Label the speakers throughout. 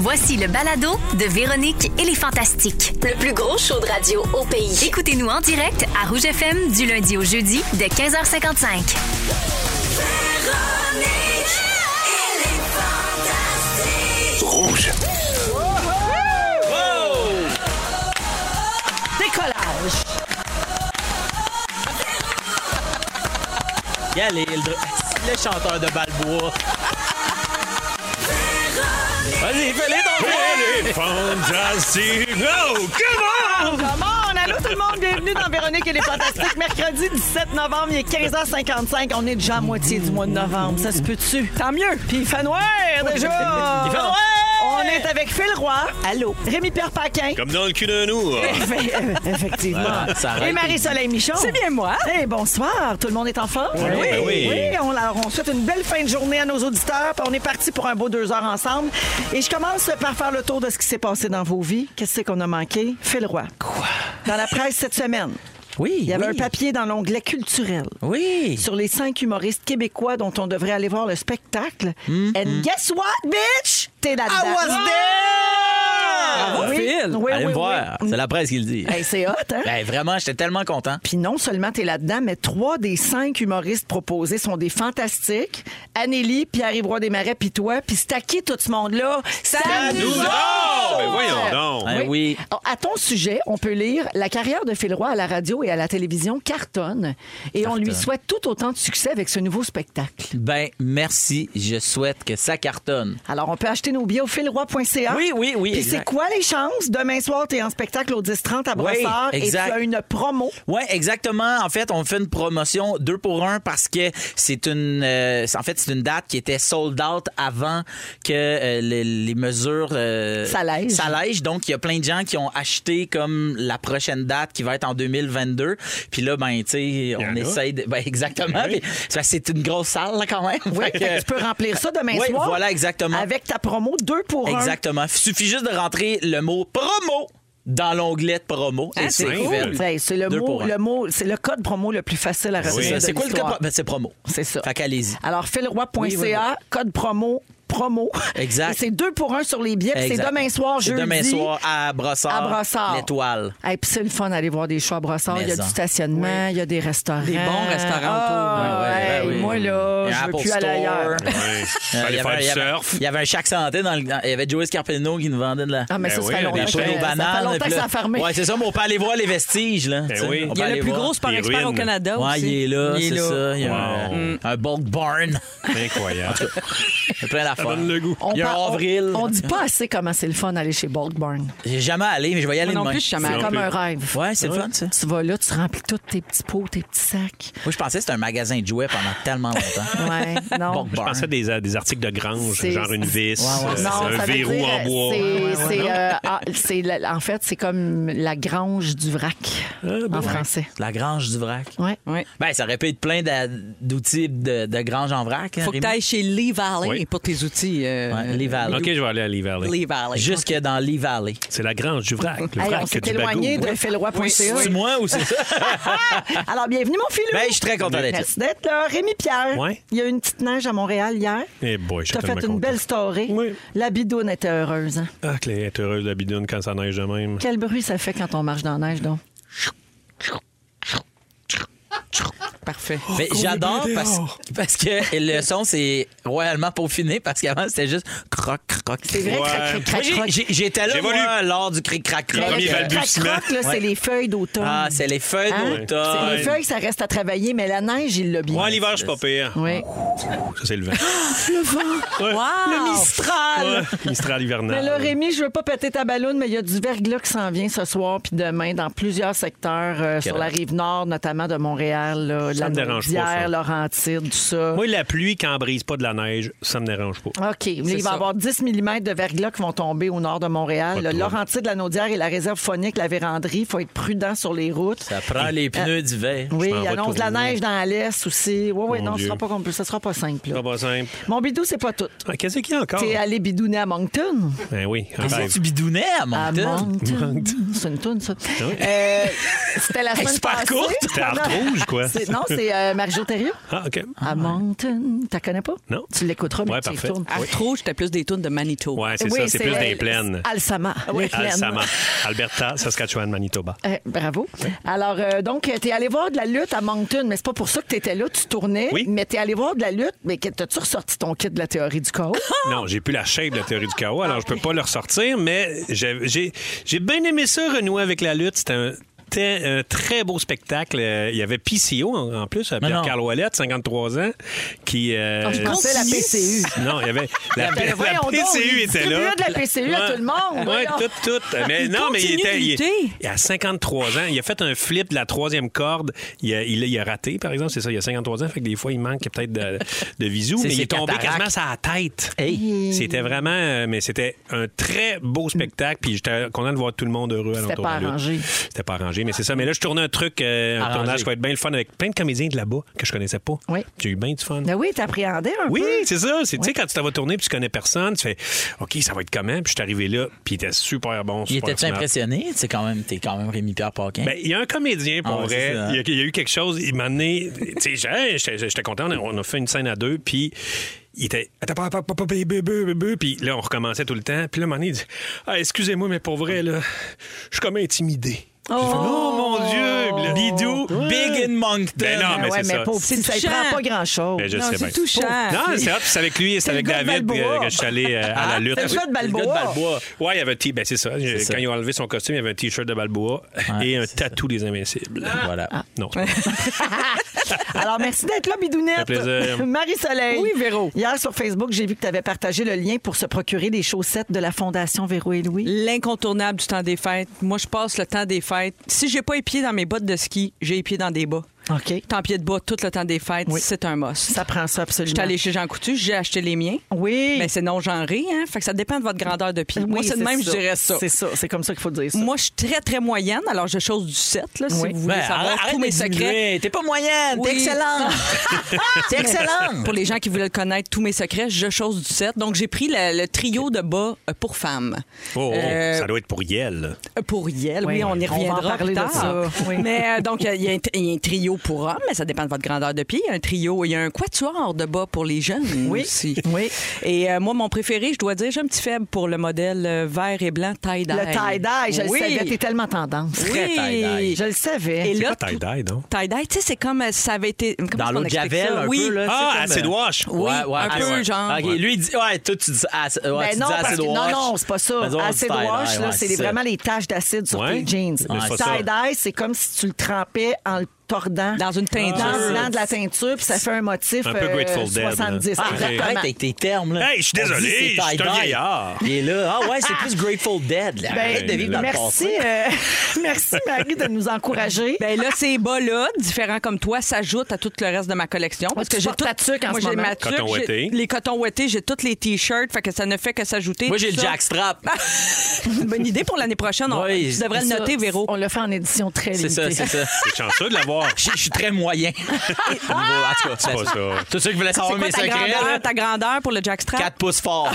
Speaker 1: Voici le balado de Véronique et les Fantastiques.
Speaker 2: Le plus gros show de radio au pays.
Speaker 1: Écoutez-nous en direct à Rouge FM du lundi au jeudi de 15h55.
Speaker 3: Rouge.
Speaker 4: Décollage.
Speaker 5: Galil, le, le chanteur de Balboa. Vas-y, fais-les donc!
Speaker 3: Fantastique. Oh, come on!
Speaker 4: Come on! Allô tout le monde, bienvenue dans Véronique et les Fantastiques. Mercredi 17 novembre, il est 15h55. On est déjà à moitié du mois de novembre. Ça se peut-tu? Tant mieux. Puis il fait noir déjà.
Speaker 5: Il fait noir.
Speaker 4: On est avec Phil Roy. Allô. Rémi-Pierre Paquin.
Speaker 3: Comme dans le cul d'un ours.
Speaker 4: Eff- euh, Effectivement.
Speaker 5: Voilà, ça arrête.
Speaker 4: et Marie-Soleil Michon. C'est bien moi. Et bonsoir. Tout le monde est en forme? Oui,
Speaker 5: ben oui.
Speaker 4: on, leur- on souhaite une belle fin de journée à nos auditeurs. Puis on est parti pour un beau deux heures ensemble. Et je commence par faire le tour de ce qui s'est passé dans vos vies. Qu'est-ce qu'on a manqué? Phil Roy. Quoi? Dans la presse cette semaine.
Speaker 5: Oui,
Speaker 4: Il y avait
Speaker 5: oui.
Speaker 4: un papier dans l'onglet culturel
Speaker 5: Oui.
Speaker 4: sur les cinq humoristes québécois dont on devrait aller voir le spectacle.
Speaker 5: Mm-hmm.
Speaker 4: And guess what, bitch? T'es là-dedans. Ah!
Speaker 5: Bravo,
Speaker 4: Oui,
Speaker 5: Ah, Phil.
Speaker 4: oui,
Speaker 5: Ah, Allez
Speaker 4: oui,
Speaker 5: me voir.
Speaker 4: oui.
Speaker 5: C'est la presse qui le dit.
Speaker 4: Hey, c'est hot, hein?
Speaker 5: Ben, vraiment, j'étais tellement content.
Speaker 4: Puis non seulement t'es là-dedans, mais trois des cinq humoristes proposés sont des fantastiques. Anélie, Pierre-Yves Roy Desmarais, puis toi. Puis c'est à qui tout ce monde-là? Ça
Speaker 3: nous
Speaker 4: honte!
Speaker 3: honte! Ben voyons donc.
Speaker 5: Hein, oui.
Speaker 4: Alors, À ton sujet, on peut lire La carrière de Phil Roy à la radio et à la télévision cartonne. Et on lui souhaite tout autant de succès avec ce nouveau spectacle.
Speaker 5: Ben, merci. Je souhaite que ça cartonne.
Speaker 4: Alors, on peut acheter nos billets au philroy.ca.
Speaker 5: Oui, oui, oui,
Speaker 4: Puis
Speaker 5: exact.
Speaker 4: c'est quoi les chances? Demain soir, t'es en spectacle au 10-30 à Brossard et tu
Speaker 5: exact.
Speaker 4: as une promo.
Speaker 5: Ouais, exactement. En fait, on fait une promotion deux pour un parce que c'est une, euh, c'est- en fait, c'est une date qui était sold out avant que euh, les, les mesures euh,
Speaker 4: S'allègent.
Speaker 5: s'allègent. Donc, il y a plein de gens qui ont acheté comme la prochaine date qui va être en 2022. Puis là, ben, tu sais,
Speaker 3: en
Speaker 5: on
Speaker 3: a.
Speaker 5: essaye de, ben, exactement.
Speaker 3: Oui.
Speaker 5: Puis, c'est parce que c'est une grosse salle là, quand même.
Speaker 4: Oui,
Speaker 5: Fait que-
Speaker 4: fait que tu peux remplir ça demain
Speaker 5: Oui,
Speaker 4: soir.
Speaker 5: voilà, exactement.
Speaker 4: Avec ta promo 2 pour 1.
Speaker 5: Exactement. Suffit juste de rentrer le mot promo dans l'onglet de promo. et
Speaker 4: Ah, c'est
Speaker 3: cool.
Speaker 5: fait.
Speaker 4: Hey, c'est le
Speaker 5: Deux
Speaker 4: mot,
Speaker 5: pour un.
Speaker 4: le mot, c'est le code promo le plus facile à
Speaker 5: C'est
Speaker 4: retenir.
Speaker 5: ça.
Speaker 4: de
Speaker 5: C'est quoi le
Speaker 4: l'histoire.
Speaker 5: cas? Ben, c'est promo.
Speaker 4: C'est ça.
Speaker 5: Fait qu'allez-y.
Speaker 4: Alors, philroy.ca,
Speaker 5: Oui, oui, oui.
Speaker 4: code promo, promo.
Speaker 5: Exact.
Speaker 4: Et c'est deux pour un sur les billets. puis C'est
Speaker 5: Exact.
Speaker 4: demain soir,
Speaker 5: C'est
Speaker 4: jeudi.
Speaker 5: Demain soir à Brossard.
Speaker 4: à Brossard.
Speaker 5: L'étoile.
Speaker 4: Hey, puis c'est le fun d'aller voir des shows à Brossard.
Speaker 5: Mais
Speaker 4: il y a
Speaker 5: en.
Speaker 4: du stationnement, il y a des restaurants.
Speaker 6: Des bons restaurants
Speaker 4: Ah,
Speaker 5: autour. Ouais, ouais,
Speaker 4: hey,
Speaker 5: ouais, ouais.
Speaker 4: Moi, là,
Speaker 5: Un
Speaker 4: je veux
Speaker 5: Apple
Speaker 4: plus aller
Speaker 5: Store.
Speaker 4: ailleurs.
Speaker 3: Ouais.
Speaker 5: Euh, il y
Speaker 3: Allez
Speaker 5: avait-
Speaker 3: faire
Speaker 5: il
Speaker 3: du
Speaker 5: y avait-
Speaker 3: surf.
Speaker 5: Il y avait un chaque santé dans le. dans- Il y avait Joey Scarpino qui nous vendait de la.
Speaker 4: Ah, mais ça,
Speaker 3: Ben
Speaker 4: ça fait
Speaker 3: oui,
Speaker 4: longtemps
Speaker 3: des
Speaker 5: la
Speaker 4: que-
Speaker 3: poudre
Speaker 5: poudre
Speaker 3: aux
Speaker 4: ça
Speaker 5: aux
Speaker 4: fait
Speaker 5: bananes.
Speaker 4: longtemps
Speaker 5: puis
Speaker 4: que
Speaker 5: là-
Speaker 4: ça a fermé.
Speaker 5: Ouais, c'est ça, mais on peut aller voir les vestiges, là. tu sais.
Speaker 3: Ben oui.
Speaker 5: On
Speaker 3: Il
Speaker 6: Il y
Speaker 5: peut
Speaker 6: a
Speaker 5: aller
Speaker 6: le plus
Speaker 5: voir.
Speaker 6: gros sport
Speaker 3: Les
Speaker 6: expert au
Speaker 3: ruines.
Speaker 6: Canada
Speaker 5: Ouais,
Speaker 6: aussi.
Speaker 5: il est là,
Speaker 6: Il est
Speaker 5: c'est
Speaker 6: là.
Speaker 5: ça. Il y a
Speaker 3: Wow.
Speaker 4: Euh, Mm.
Speaker 5: un, un bulk barn.
Speaker 3: Oh, Incroyable.
Speaker 5: Il y a plein d'affaires.
Speaker 3: donne le goût.
Speaker 4: On
Speaker 5: Il y a
Speaker 4: par-
Speaker 5: un
Speaker 4: Ah, on-
Speaker 5: avril.
Speaker 4: On dit pas assez comment c'est le fun d'aller chez Bulkburn.
Speaker 5: J'ai jamais allé, mais je vais y aller
Speaker 6: Moi non
Speaker 5: demain.
Speaker 6: plus, je suis jamais
Speaker 4: C'est
Speaker 6: allée.
Speaker 4: comme
Speaker 3: peut-
Speaker 4: un rêve.
Speaker 5: Ouais, c'est le fun, ça.
Speaker 4: Tu vas là, tu remplis tous tes petits pots, tes petits sacs.
Speaker 5: Moi, je pensais que c'était un magasin de jouets pendant tellement longtemps.
Speaker 4: Ouais, non.
Speaker 5: Bon,
Speaker 3: Je
Speaker 5: barn.
Speaker 3: pensais à des, à des articles de grange,
Speaker 4: C'est-
Speaker 3: genre une vis,
Speaker 5: Ouais, ouais.
Speaker 3: euh,
Speaker 4: Non, ça
Speaker 3: un
Speaker 4: veut
Speaker 3: verrou
Speaker 4: dire,
Speaker 3: en bois.
Speaker 4: c'est- c'est, euh, ah, c'est la- en fait, c'est comme la grange du vrac en français.
Speaker 5: La grange du vrac.
Speaker 4: Ouais.
Speaker 6: Ouais.
Speaker 5: Ben, ça aurait pu être plein d'a- d'outils de, de grange en vrac. hein,
Speaker 6: Faut que
Speaker 5: Rémi?
Speaker 6: tu ailles chez Lee Valley
Speaker 3: Oui.
Speaker 6: pour tes outils. euh,
Speaker 5: Ouais, Lee Valley.
Speaker 3: Ah, OK, je vais aller à Lee Valley.
Speaker 6: Lee Valley.
Speaker 5: Jusque dans Lee Valley.
Speaker 3: C'est la grange du vrac. Le
Speaker 4: Hey, on
Speaker 3: vrac
Speaker 4: s'est
Speaker 3: du
Speaker 4: éloigné
Speaker 3: bagot.
Speaker 4: de philroy.ca.
Speaker 5: C'est moi ou c'est ça?
Speaker 4: Ah! Alors, bienvenue, mon filou.
Speaker 5: Ben, je suis très content d'être là.
Speaker 4: Merci d'être là. Rémi Pierre,
Speaker 3: Ouais.
Speaker 4: il y a eu une petite neige à Montréal hier.
Speaker 3: Eh boy, je suis
Speaker 4: Tu as fait
Speaker 3: tellement
Speaker 4: une
Speaker 3: content.
Speaker 4: belle story.
Speaker 3: Oui.
Speaker 4: La bidoune était heureuse. hein.
Speaker 3: Ah, que elle est heureuse, la bidoune, quand ça neige de même.
Speaker 4: Quel bruit ça fait quand on marche dans la neige, donc?
Speaker 6: Parfait.
Speaker 4: Oh,
Speaker 5: Mais j'adore parce, parce que le son, c'est royalement peaufiné parce qu'avant, c'était juste croc, croc.
Speaker 4: C'est vrai,
Speaker 3: Ouais.
Speaker 4: crac, crac,
Speaker 5: Moi,
Speaker 4: crac,
Speaker 5: j'ai-
Speaker 4: crac.
Speaker 5: j'ai- J'étais là,
Speaker 3: J'évolue.
Speaker 5: moi, lors du cri crac
Speaker 3: Le
Speaker 5: croc.
Speaker 3: premier
Speaker 5: Euh,
Speaker 4: Le
Speaker 3: balbutiement.
Speaker 4: crac-croc, là, c'est
Speaker 5: Ouais.
Speaker 4: les feuilles d'automne.
Speaker 5: Ah, c'est les feuilles
Speaker 4: Hein?
Speaker 5: d'automne.
Speaker 4: C'est les feuilles, ça reste à travailler, mais la neige, il l'a bien.
Speaker 3: Moi, l'hiver, je suis pas pire.
Speaker 4: Oui.
Speaker 3: Ça, c'est le vent.
Speaker 6: Wow! Le
Speaker 3: Ouais,
Speaker 6: Mistral!
Speaker 3: Mistral hivernal.
Speaker 4: Mais Ben là, Rémi, je veux pas péter ta ballonne, mais il y a du verglas qui s'en vient ce soir puis demain dans plusieurs secteurs euh, sur la rive nord, notamment de Montréal, là, de
Speaker 3: Ça
Speaker 4: la
Speaker 3: me dérange pas,
Speaker 4: Naudière,
Speaker 3: ça.
Speaker 4: Laurentide, tout ça.
Speaker 3: Moi, la pluie, quand elle brise pas de la neige, ça me dérange pas.
Speaker 4: OK. Là, il va y
Speaker 6: ça.
Speaker 4: avoir 10 mm de verglas qui vont tomber au nord de Montréal.
Speaker 3: Pas de
Speaker 4: Le
Speaker 3: trouble.
Speaker 4: Laurentide, la Naudière et la réserve phonique, la véranderie. Il faut être prudent sur les routes.
Speaker 5: Ça prend les pneus d'hiver.
Speaker 4: Euh, oui,
Speaker 3: m'en
Speaker 4: il
Speaker 3: vais
Speaker 4: annonce de la
Speaker 3: tourner.
Speaker 4: neige dans l'est aussi. Oui, oui,
Speaker 3: Mon
Speaker 4: non, ce
Speaker 3: Dieu.
Speaker 4: sera pas compl- ce sera pas simple. là.
Speaker 3: C'est pas simple.
Speaker 4: Mon bidou, c'est pas tout.
Speaker 3: Ah, Qu'est-ce qu'il y a encore?
Speaker 4: T'es allé bidouner à Moncton?
Speaker 3: Ben oui, en
Speaker 5: Mais
Speaker 3: rêve.
Speaker 5: tu bidounais à
Speaker 4: À
Speaker 5: Moncton?
Speaker 4: Moncton. C'est une toune, ça.
Speaker 3: Ah Oui.
Speaker 4: Euh, C'était la semaine
Speaker 5: super
Speaker 4: passée.
Speaker 5: courte.
Speaker 3: C'était à Arte Rouge, quoi.
Speaker 4: C'est- Non, Non, c'est euh, Marie-Jo Thériault.
Speaker 3: Ah, OK.
Speaker 4: À Mountain. Tu la connais pas?
Speaker 3: Non.
Speaker 4: Tu l'écouteras, mais
Speaker 3: Ouais,
Speaker 4: tu y
Speaker 3: parfait.
Speaker 4: retournes.
Speaker 6: À Trou, j'étais plus des tunes de Manitou.
Speaker 3: Ouais, c'est
Speaker 4: Oui, euh,
Speaker 3: ça. C'est plus des plaines.
Speaker 4: Alsama. les plaines.
Speaker 3: Alsama, Alberta, Saskatchewan, Manitoba.
Speaker 4: Eh, bravo. Alors, euh, donc, tu es allé voir de la lutte à Moncton, mais c'est pas pour ça que tu étais là, tu tournais.
Speaker 3: Oui.
Speaker 4: Mais tu es allé voir de la lutte, mais que- t'as-tu ressorti ton kit de la théorie du chaos?
Speaker 3: Non, j'ai plus la shape de la théorie du chaos, alors je peux pas le ressortir, mais j'ai- j'ai j'ai bien aimé ça, renouer avec la lutte. C'était un, très- un très beau spectacle. Euh, Il y avait PCO en, en plus, euh,
Speaker 5: non.
Speaker 3: Pierre-Carl Ouellet, 53 ans, qui... euh,
Speaker 4: Je pensais Ah, la PCU.
Speaker 3: Non, il y avait. La,
Speaker 4: Ben,
Speaker 3: la
Speaker 4: voyons donc,
Speaker 3: PCU
Speaker 4: il
Speaker 3: était
Speaker 4: distribuait
Speaker 3: là.
Speaker 4: de la PCU à tout le monde,
Speaker 3: Oui,
Speaker 4: voyons. Ah,
Speaker 3: tout, tout. Mais
Speaker 6: Il
Speaker 3: non, mais il
Speaker 6: continue
Speaker 3: était.
Speaker 6: de
Speaker 3: il-
Speaker 6: lutter.
Speaker 3: Il, a 53 ans. Il a fait un flip de la troisième corde. Il a, il a- il a raté, par exemple. C'est ça, il a 53 ans. Fait que des fois, il manque peut-être de, de visu.
Speaker 5: C'est
Speaker 3: Mais il
Speaker 5: ses
Speaker 3: est tombé
Speaker 5: cataractes.
Speaker 3: quasiment sur la tête.
Speaker 5: Hey.
Speaker 3: C'était vraiment. euh, Mais c'était un très beau spectacle. Puis j'étais content de voir tout le monde heureux à
Speaker 4: C'était pas arrangé.
Speaker 3: C'était pas arrangé, mais c'est ça. Mais là, je tournais un truc, euh, un
Speaker 5: Arrangé.
Speaker 3: tournage qui va être bien le fun avec plein de comédiens de là-bas que je connaissais pas.
Speaker 4: Oui.
Speaker 3: J'ai eu bien du fun.
Speaker 4: Ben oui, t'appréhendais un
Speaker 3: Oui,
Speaker 4: peu.
Speaker 3: c'est ça. C'est, Tu sais, quand tu t'en vas tourner puis tu connais personne, tu fais OK, ça va être comment? Puis je suis arrivé là, puis il était super bon.
Speaker 5: Il
Speaker 3: super
Speaker 5: était-tu
Speaker 3: smart.
Speaker 5: impressionné? C'est quand même, t'es quand même Rémi-Pierre Paquin.
Speaker 3: Ben, il y a un comédien, pour
Speaker 5: Ah ouais,
Speaker 3: vrai.
Speaker 5: c'est ça.
Speaker 3: Il y, a, il y a eu quelque chose. Il m'a amené. Tu sais, j'ai- j'étais j'étais content. on a- On a fait une scène à deux, puis. Il était. Attends, pas, pas, pas, pas, bé, bé, bé, bé, bé. Puis là, on recommençait tout le temps. Puis là, à un moment donné, il dit Ah, Excusez-moi, mais pour vrai, là, je suis comme intimidé. Puis j'ai fait, Oh, mon Dieu Puis là,
Speaker 5: Bidou, Big in Moncton.
Speaker 3: Ben non, mais
Speaker 4: Ben ouais,
Speaker 3: c'est
Speaker 4: mais
Speaker 3: ça.
Speaker 4: pauvre petit, ça ne
Speaker 6: touchant.
Speaker 4: prend pas grand-chose.
Speaker 3: Ben, je
Speaker 6: Non,
Speaker 3: sais
Speaker 6: c'est
Speaker 3: bien.
Speaker 6: touchant.
Speaker 3: Non, c'est hop, c'est avec lui, c'est avec
Speaker 4: le gars de
Speaker 3: David
Speaker 4: Balboa. Ah,
Speaker 3: euh, que je suis allé euh, à la lutte.
Speaker 4: C'est le gars de Balboa.
Speaker 5: Le gars de Balboa.
Speaker 3: Ouais, il y avait un t ben c'est ça. J'ai-
Speaker 5: ça.
Speaker 3: Quand il a enlevé son costume, il y avait un t-shirt de Balboa et un tatou des Invincibles.
Speaker 4: Ah.
Speaker 5: Voilà.
Speaker 3: Non, c'est pas vrai.
Speaker 4: Alors, merci d'être là, Bidounette.
Speaker 3: Ça fait plaisir.
Speaker 4: Marie-Soleil.
Speaker 6: Oui, Véro.
Speaker 4: Hier, sur Facebook, j'ai vu que tu avais partagé le lien pour se procurer des chaussettes de la Fondation Véro et Louis.
Speaker 6: L'incontournable du temps des fêtes. Moi, je passe le temps des fêtes. Si j'ai pas les pieds dans mes bottes de ski, j'ai les pieds dans des bas.
Speaker 4: OK.
Speaker 6: Tant pieds de bas tout le temps des fêtes,
Speaker 4: Oui.
Speaker 6: c'est un must.
Speaker 4: Ça prend ça, absolument.
Speaker 6: J'étais allée chez Jean Coutu, j'ai acheté les miens.
Speaker 4: Oui.
Speaker 6: Mais c'est non genré, hein? Fait que ça dépend de votre grandeur de pied.
Speaker 4: Oui,
Speaker 6: Moi, c'est de même, je
Speaker 4: ça.
Speaker 6: dirais ça.
Speaker 4: C'est ça, c'est comme ça qu'il faut dire ça.
Speaker 6: Moi, je suis très, très moyenne. Alors, je chose du 7, là, si
Speaker 4: Oui.
Speaker 6: vous voulez
Speaker 5: Ben,
Speaker 6: savoir
Speaker 5: arrête
Speaker 6: tous
Speaker 5: de
Speaker 6: mes secrets.
Speaker 5: diminuer. T'es pas moyenne,
Speaker 6: Oui.
Speaker 5: t'es excellente. t'es excellente.
Speaker 6: Pour les gens qui voulaient le connaître, tous mes secrets, je chose du 7. Donc, j'ai pris le, le trio de bas euh, pour femmes.
Speaker 3: Oh, oh,
Speaker 6: Euh,
Speaker 3: Ça doit être pour Yel.
Speaker 6: Pour Yel, oui,
Speaker 4: Oui,
Speaker 6: on y
Speaker 4: on va en
Speaker 6: reviendra
Speaker 4: parler
Speaker 6: plus
Speaker 4: de
Speaker 6: tard.
Speaker 4: ça, oui.
Speaker 6: Mais euh, donc, il y, a un- il y a un trio pour hommes, mais ça dépend de votre grandeur de pied. Il y a un trio, il y a un quatuor de bas pour les jeunes
Speaker 4: Oui,
Speaker 6: aussi.
Speaker 4: oui.
Speaker 6: Et euh, moi, mon préféré, je dois dire, j'ai un petit faible pour le modèle euh, vert et blanc tie-dye.
Speaker 4: Le tie-dye, je
Speaker 6: oui.
Speaker 4: le savais, t'es tellement tendance.
Speaker 5: Très tie-dye.
Speaker 4: Je le savais.
Speaker 6: Et là,
Speaker 3: Pas tie-dye, non?
Speaker 6: tout- tie-dye, tu sais, c'est comme euh, ça avait été... comment est-ce
Speaker 5: Dans
Speaker 6: qu'on
Speaker 5: l'eau de
Speaker 6: explique
Speaker 5: Javel,
Speaker 6: ça?
Speaker 5: un
Speaker 6: oui.
Speaker 5: peu, là.
Speaker 3: Ah,
Speaker 5: c'est
Speaker 3: acid
Speaker 5: comme, euh,
Speaker 3: wash.
Speaker 6: Oui, un
Speaker 5: ah,
Speaker 6: peu, genre.
Speaker 5: OK, lui, il dit, ouais, toi, tu dis, ac- ouais,
Speaker 4: Ben
Speaker 5: Ah, tu
Speaker 4: non,
Speaker 5: dis
Speaker 4: parce
Speaker 5: acid
Speaker 4: que- non,
Speaker 5: wash.
Speaker 4: non, c'est pas ça.
Speaker 5: Ben, ouais,
Speaker 4: Acid
Speaker 5: tie-dye,
Speaker 4: wash, là,
Speaker 5: ouais,
Speaker 4: c'est des-
Speaker 5: ça.
Speaker 4: vraiment les taches d'acide sur
Speaker 3: Ouais.
Speaker 4: tes jeans.
Speaker 3: Mais
Speaker 5: c'est
Speaker 3: ça.
Speaker 4: tie-dye, c'est comme si tu le trempais en le tordant.
Speaker 6: Dans une teinture.
Speaker 4: Dans, dans de la teinture, puis ça fait un motif
Speaker 3: Un peu
Speaker 4: euh,
Speaker 3: Grateful Dead, là.
Speaker 4: 70.
Speaker 5: Ah, arrête
Speaker 4: Exactement.
Speaker 5: avec tes termes, là.
Speaker 3: Hey, je suis
Speaker 5: On dit,
Speaker 3: désolé,
Speaker 5: c'est
Speaker 3: je suis un
Speaker 5: tie-dye.
Speaker 3: vieillard.
Speaker 5: Il est là. Ah ouais, c'est plus Grateful Dead. là. Arrête de vivre dans le
Speaker 4: Ben, Merci,
Speaker 5: passé.
Speaker 4: euh, merci Marie de nous encourager.
Speaker 6: Ben là, ces bas-là, différents comme toi, s'ajoutent à tout le reste de ma collection. Parce
Speaker 4: tu
Speaker 6: que j'ai
Speaker 4: portes ta tuque en
Speaker 6: Moi,
Speaker 4: ce
Speaker 6: j'ai
Speaker 4: moment.
Speaker 6: ma tuque,
Speaker 3: Coton
Speaker 6: j'ai-
Speaker 3: ouaté.
Speaker 6: Les cotons ouettés, j'ai tous les T-shirts, fait que ça ne fait que s'ajouter.
Speaker 5: Moi, j'ai
Speaker 6: Tout
Speaker 5: le
Speaker 6: ça.
Speaker 5: jackstrap.
Speaker 6: Une bonne idée pour l'année prochaine. On,
Speaker 5: Oui.
Speaker 6: tu devrais le
Speaker 4: Ça,
Speaker 6: noter, Véro.
Speaker 4: On le fait en édition très
Speaker 5: C'est
Speaker 4: limitée.
Speaker 5: ça, c'est ça.
Speaker 3: C'est chanceux de l'avoir.
Speaker 5: Je je suis très moyen. Au niveau- en tout cas, c'est
Speaker 3: pas ça.
Speaker 5: Tous ceux qui voulaient
Speaker 6: C'est
Speaker 5: savoir
Speaker 6: quoi
Speaker 5: mes
Speaker 6: ta
Speaker 5: secrets, là,
Speaker 6: grandeur, ta grandeur pour le jackstrap?
Speaker 5: 4 pouces fort.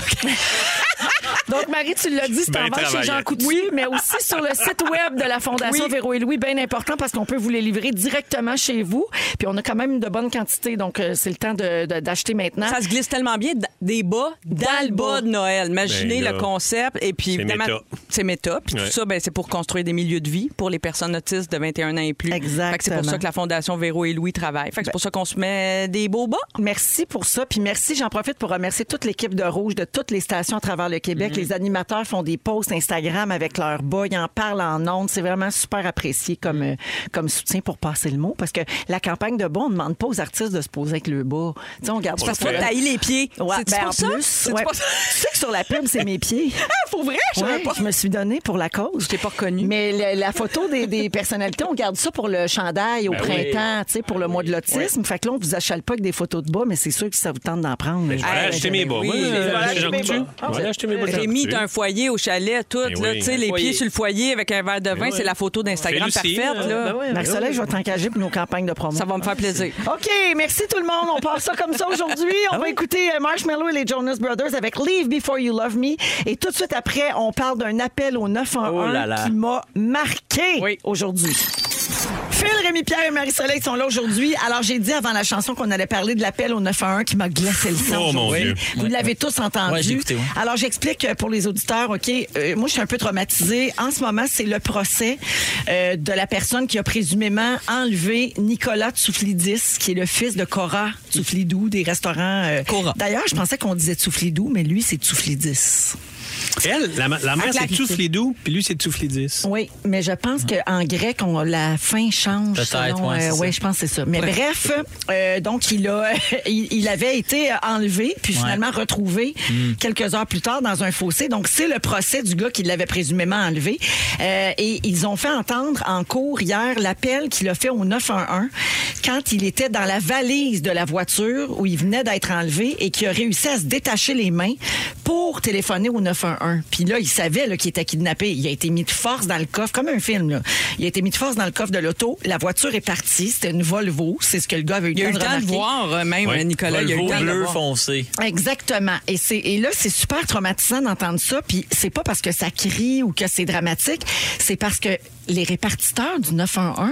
Speaker 4: Donc, Marie, tu l'as dit, c'est
Speaker 3: Bien
Speaker 4: en vente chez
Speaker 3: travaillé.
Speaker 4: Jean Coutu, mais aussi sur le site web de la Fondation
Speaker 6: Oui.
Speaker 4: Véro et Louis, bien important parce qu'on peut vous les livrer directement chez vous. Puis on a quand même de bonnes quantités, donc euh, c'est le temps de- de- d'acheter maintenant.
Speaker 6: Ça se glisse tellement bien d- des bas dans, le bas de Noël. Imaginez
Speaker 3: Ben là,
Speaker 6: le concept. Et puis,
Speaker 3: c'est
Speaker 6: évidemment,
Speaker 3: méta.
Speaker 6: c'est méta. Puis
Speaker 3: Ouais.
Speaker 6: tout ça, ben, c'est pour construire des milieux de vie pour les personnes autistes de 21 ans et plus.
Speaker 4: Exactement. Ben
Speaker 6: Fait que C'est pour ça que la Fondation Véro et Louis travaille. Fait que C'est pour ça qu'on se met des beaux bas.
Speaker 4: Merci pour ça. Puis merci, j'en profite pour remercier toute l'équipe de Rouge de toutes les stations à travers le Québec. Les animateurs font des posts Instagram avec leurs bas. Ils en parlent en ondes. C'est vraiment super apprécié comme, euh, comme soutien pour passer le mot. Parce que la campagne de bas, on ne demande pas aux artistes de se poser avec le bas. Tu sais, on garde
Speaker 6: C'est
Speaker 4: ça
Speaker 6: parce que
Speaker 4: pour
Speaker 6: toi,
Speaker 4: eux.
Speaker 6: t'as les pieds.
Speaker 4: Ouais,
Speaker 6: C'est-tu
Speaker 4: ben,
Speaker 6: pour
Speaker 4: en
Speaker 6: ça?
Speaker 4: plus,
Speaker 6: C'est-tu
Speaker 4: ouais.
Speaker 6: pour ça?
Speaker 4: tu sais que sur la pub, c'est mes pieds.
Speaker 6: Ah, pour vrai? Je savais
Speaker 4: Ouais,
Speaker 6: pas.
Speaker 4: je me suis donnée pour la cause.
Speaker 6: Je t'ai pas reconnue.
Speaker 4: Mais le- la photo des, des personnalités, on garde ça pour le chandail au
Speaker 5: Ben oui.
Speaker 4: printemps, tu sais, pour le mois de l'autisme. Fait que là, on vous achale pas avec des photos de bas, mais c'est sûr que ça vous tente d'en prendre.
Speaker 3: Je vais
Speaker 6: Ah,
Speaker 3: acheter
Speaker 6: ben,
Speaker 3: mes
Speaker 6: ben
Speaker 3: bas.
Speaker 6: oui,
Speaker 3: Moi,
Speaker 6: je vais
Speaker 3: euh,
Speaker 4: acheter
Speaker 3: Jean
Speaker 4: mes
Speaker 3: Coutu.
Speaker 4: bas. Ah,
Speaker 3: Je vais
Speaker 4: c'est-
Speaker 3: aller acheter mes bas. de Jean
Speaker 6: Rémi
Speaker 3: Coutu.
Speaker 6: d'un foyer au chalet, tout,
Speaker 3: Ben
Speaker 6: là,
Speaker 3: oui.
Speaker 6: tu sais, les
Speaker 5: Foyer.
Speaker 6: pieds sur le foyer avec un verre de vin,
Speaker 3: oui.
Speaker 6: c'est la photo d'Instagram
Speaker 3: Fais-le aussi,
Speaker 6: parfaite,
Speaker 3: euh,
Speaker 4: Ah
Speaker 6: là.
Speaker 3: ben oui.
Speaker 4: Marcella, je vais t'engager pour nos campagnes de promo.
Speaker 6: Ça va me faire plaisir.
Speaker 4: OK, merci tout le monde. On part ça comme ça aujourd'hui. On
Speaker 5: Ah
Speaker 4: va écouter euh, Marshmallow et les Jonas Brothers avec Leave Before You Love Me. Et tout de suite après, on parle d'un appel au 911
Speaker 5: Oh là là.
Speaker 4: qui m'a marqué
Speaker 6: Oui.
Speaker 4: aujourd'hui. Phil, Rémi Pierre et Marie-Soleil sont là aujourd'hui. Alors, j'ai dit avant la chanson qu'on allait parler de l'appel au 911 qui m'a glacé le sang.
Speaker 3: Oh, mon Dieu.
Speaker 4: aujourd'hui. Vous l'avez tous entendu.
Speaker 5: Ouais, j'ai écouté, ouais.
Speaker 4: Alors, j'explique euh, pour les auditeurs, OK, euh, moi, je suis un peu traumatisée. En ce moment, c'est le procès euh, de la personne qui a présumément enlevé Nicolas Tsouflidis, qui est le fils de Cora Tsouflidou, des restaurants. euh,
Speaker 6: Cora.
Speaker 4: D'ailleurs, je pensais qu'on disait Tsouflidou, mais lui, c'est Tsouflidis.
Speaker 3: Elle, la, ma- la mère, c'est
Speaker 6: clarté.
Speaker 3: Tsouflidou, puis lui, c'est Tsouflidis.
Speaker 4: Oui, mais je pense qu'en grec, on, la fin change.
Speaker 5: Peut-être,
Speaker 4: selon,
Speaker 5: ouais, c'est
Speaker 4: euh,
Speaker 5: ça.
Speaker 4: ouais, je pense que c'est ça. Mais
Speaker 6: Ouais.
Speaker 4: bref, euh, donc il a, il, il avait été euh, enlevé puis
Speaker 5: Ouais. Hmm.
Speaker 4: finalement retrouvé quelques heures plus tard dans un fossé. Donc c'est le procès du gars qui l'avait présumément enlevé. Euh, et ils ont fait entendre en cours hier l'appel qu'il a fait au 911 quand il était dans la valise de la voiture où il venait d'être enlevé et qui a réussi à se détacher les mains pour téléphoner au 911. Puis là, il savait là, qu'il était kidnappé. Il a été mis de force dans le coffre, comme un film. là. Il a été mis de force dans le coffre de l'auto. La voiture est partie. C'était une Volvo. C'est ce que le gars avait eu
Speaker 6: Il y a eu le temps
Speaker 4: remarquer.
Speaker 6: de voir, euh, même,
Speaker 3: Ouais.
Speaker 6: Nicolas. Il y a eu le
Speaker 5: Volvo
Speaker 6: temps de
Speaker 5: bleu
Speaker 6: voir.
Speaker 5: foncé.
Speaker 4: Exactement. Et, c'est, et là, c'est super traumatisant d'entendre ça. Puis c'est pas parce que ça crie ou que c'est dramatique, c'est parce que les répartiteurs du 911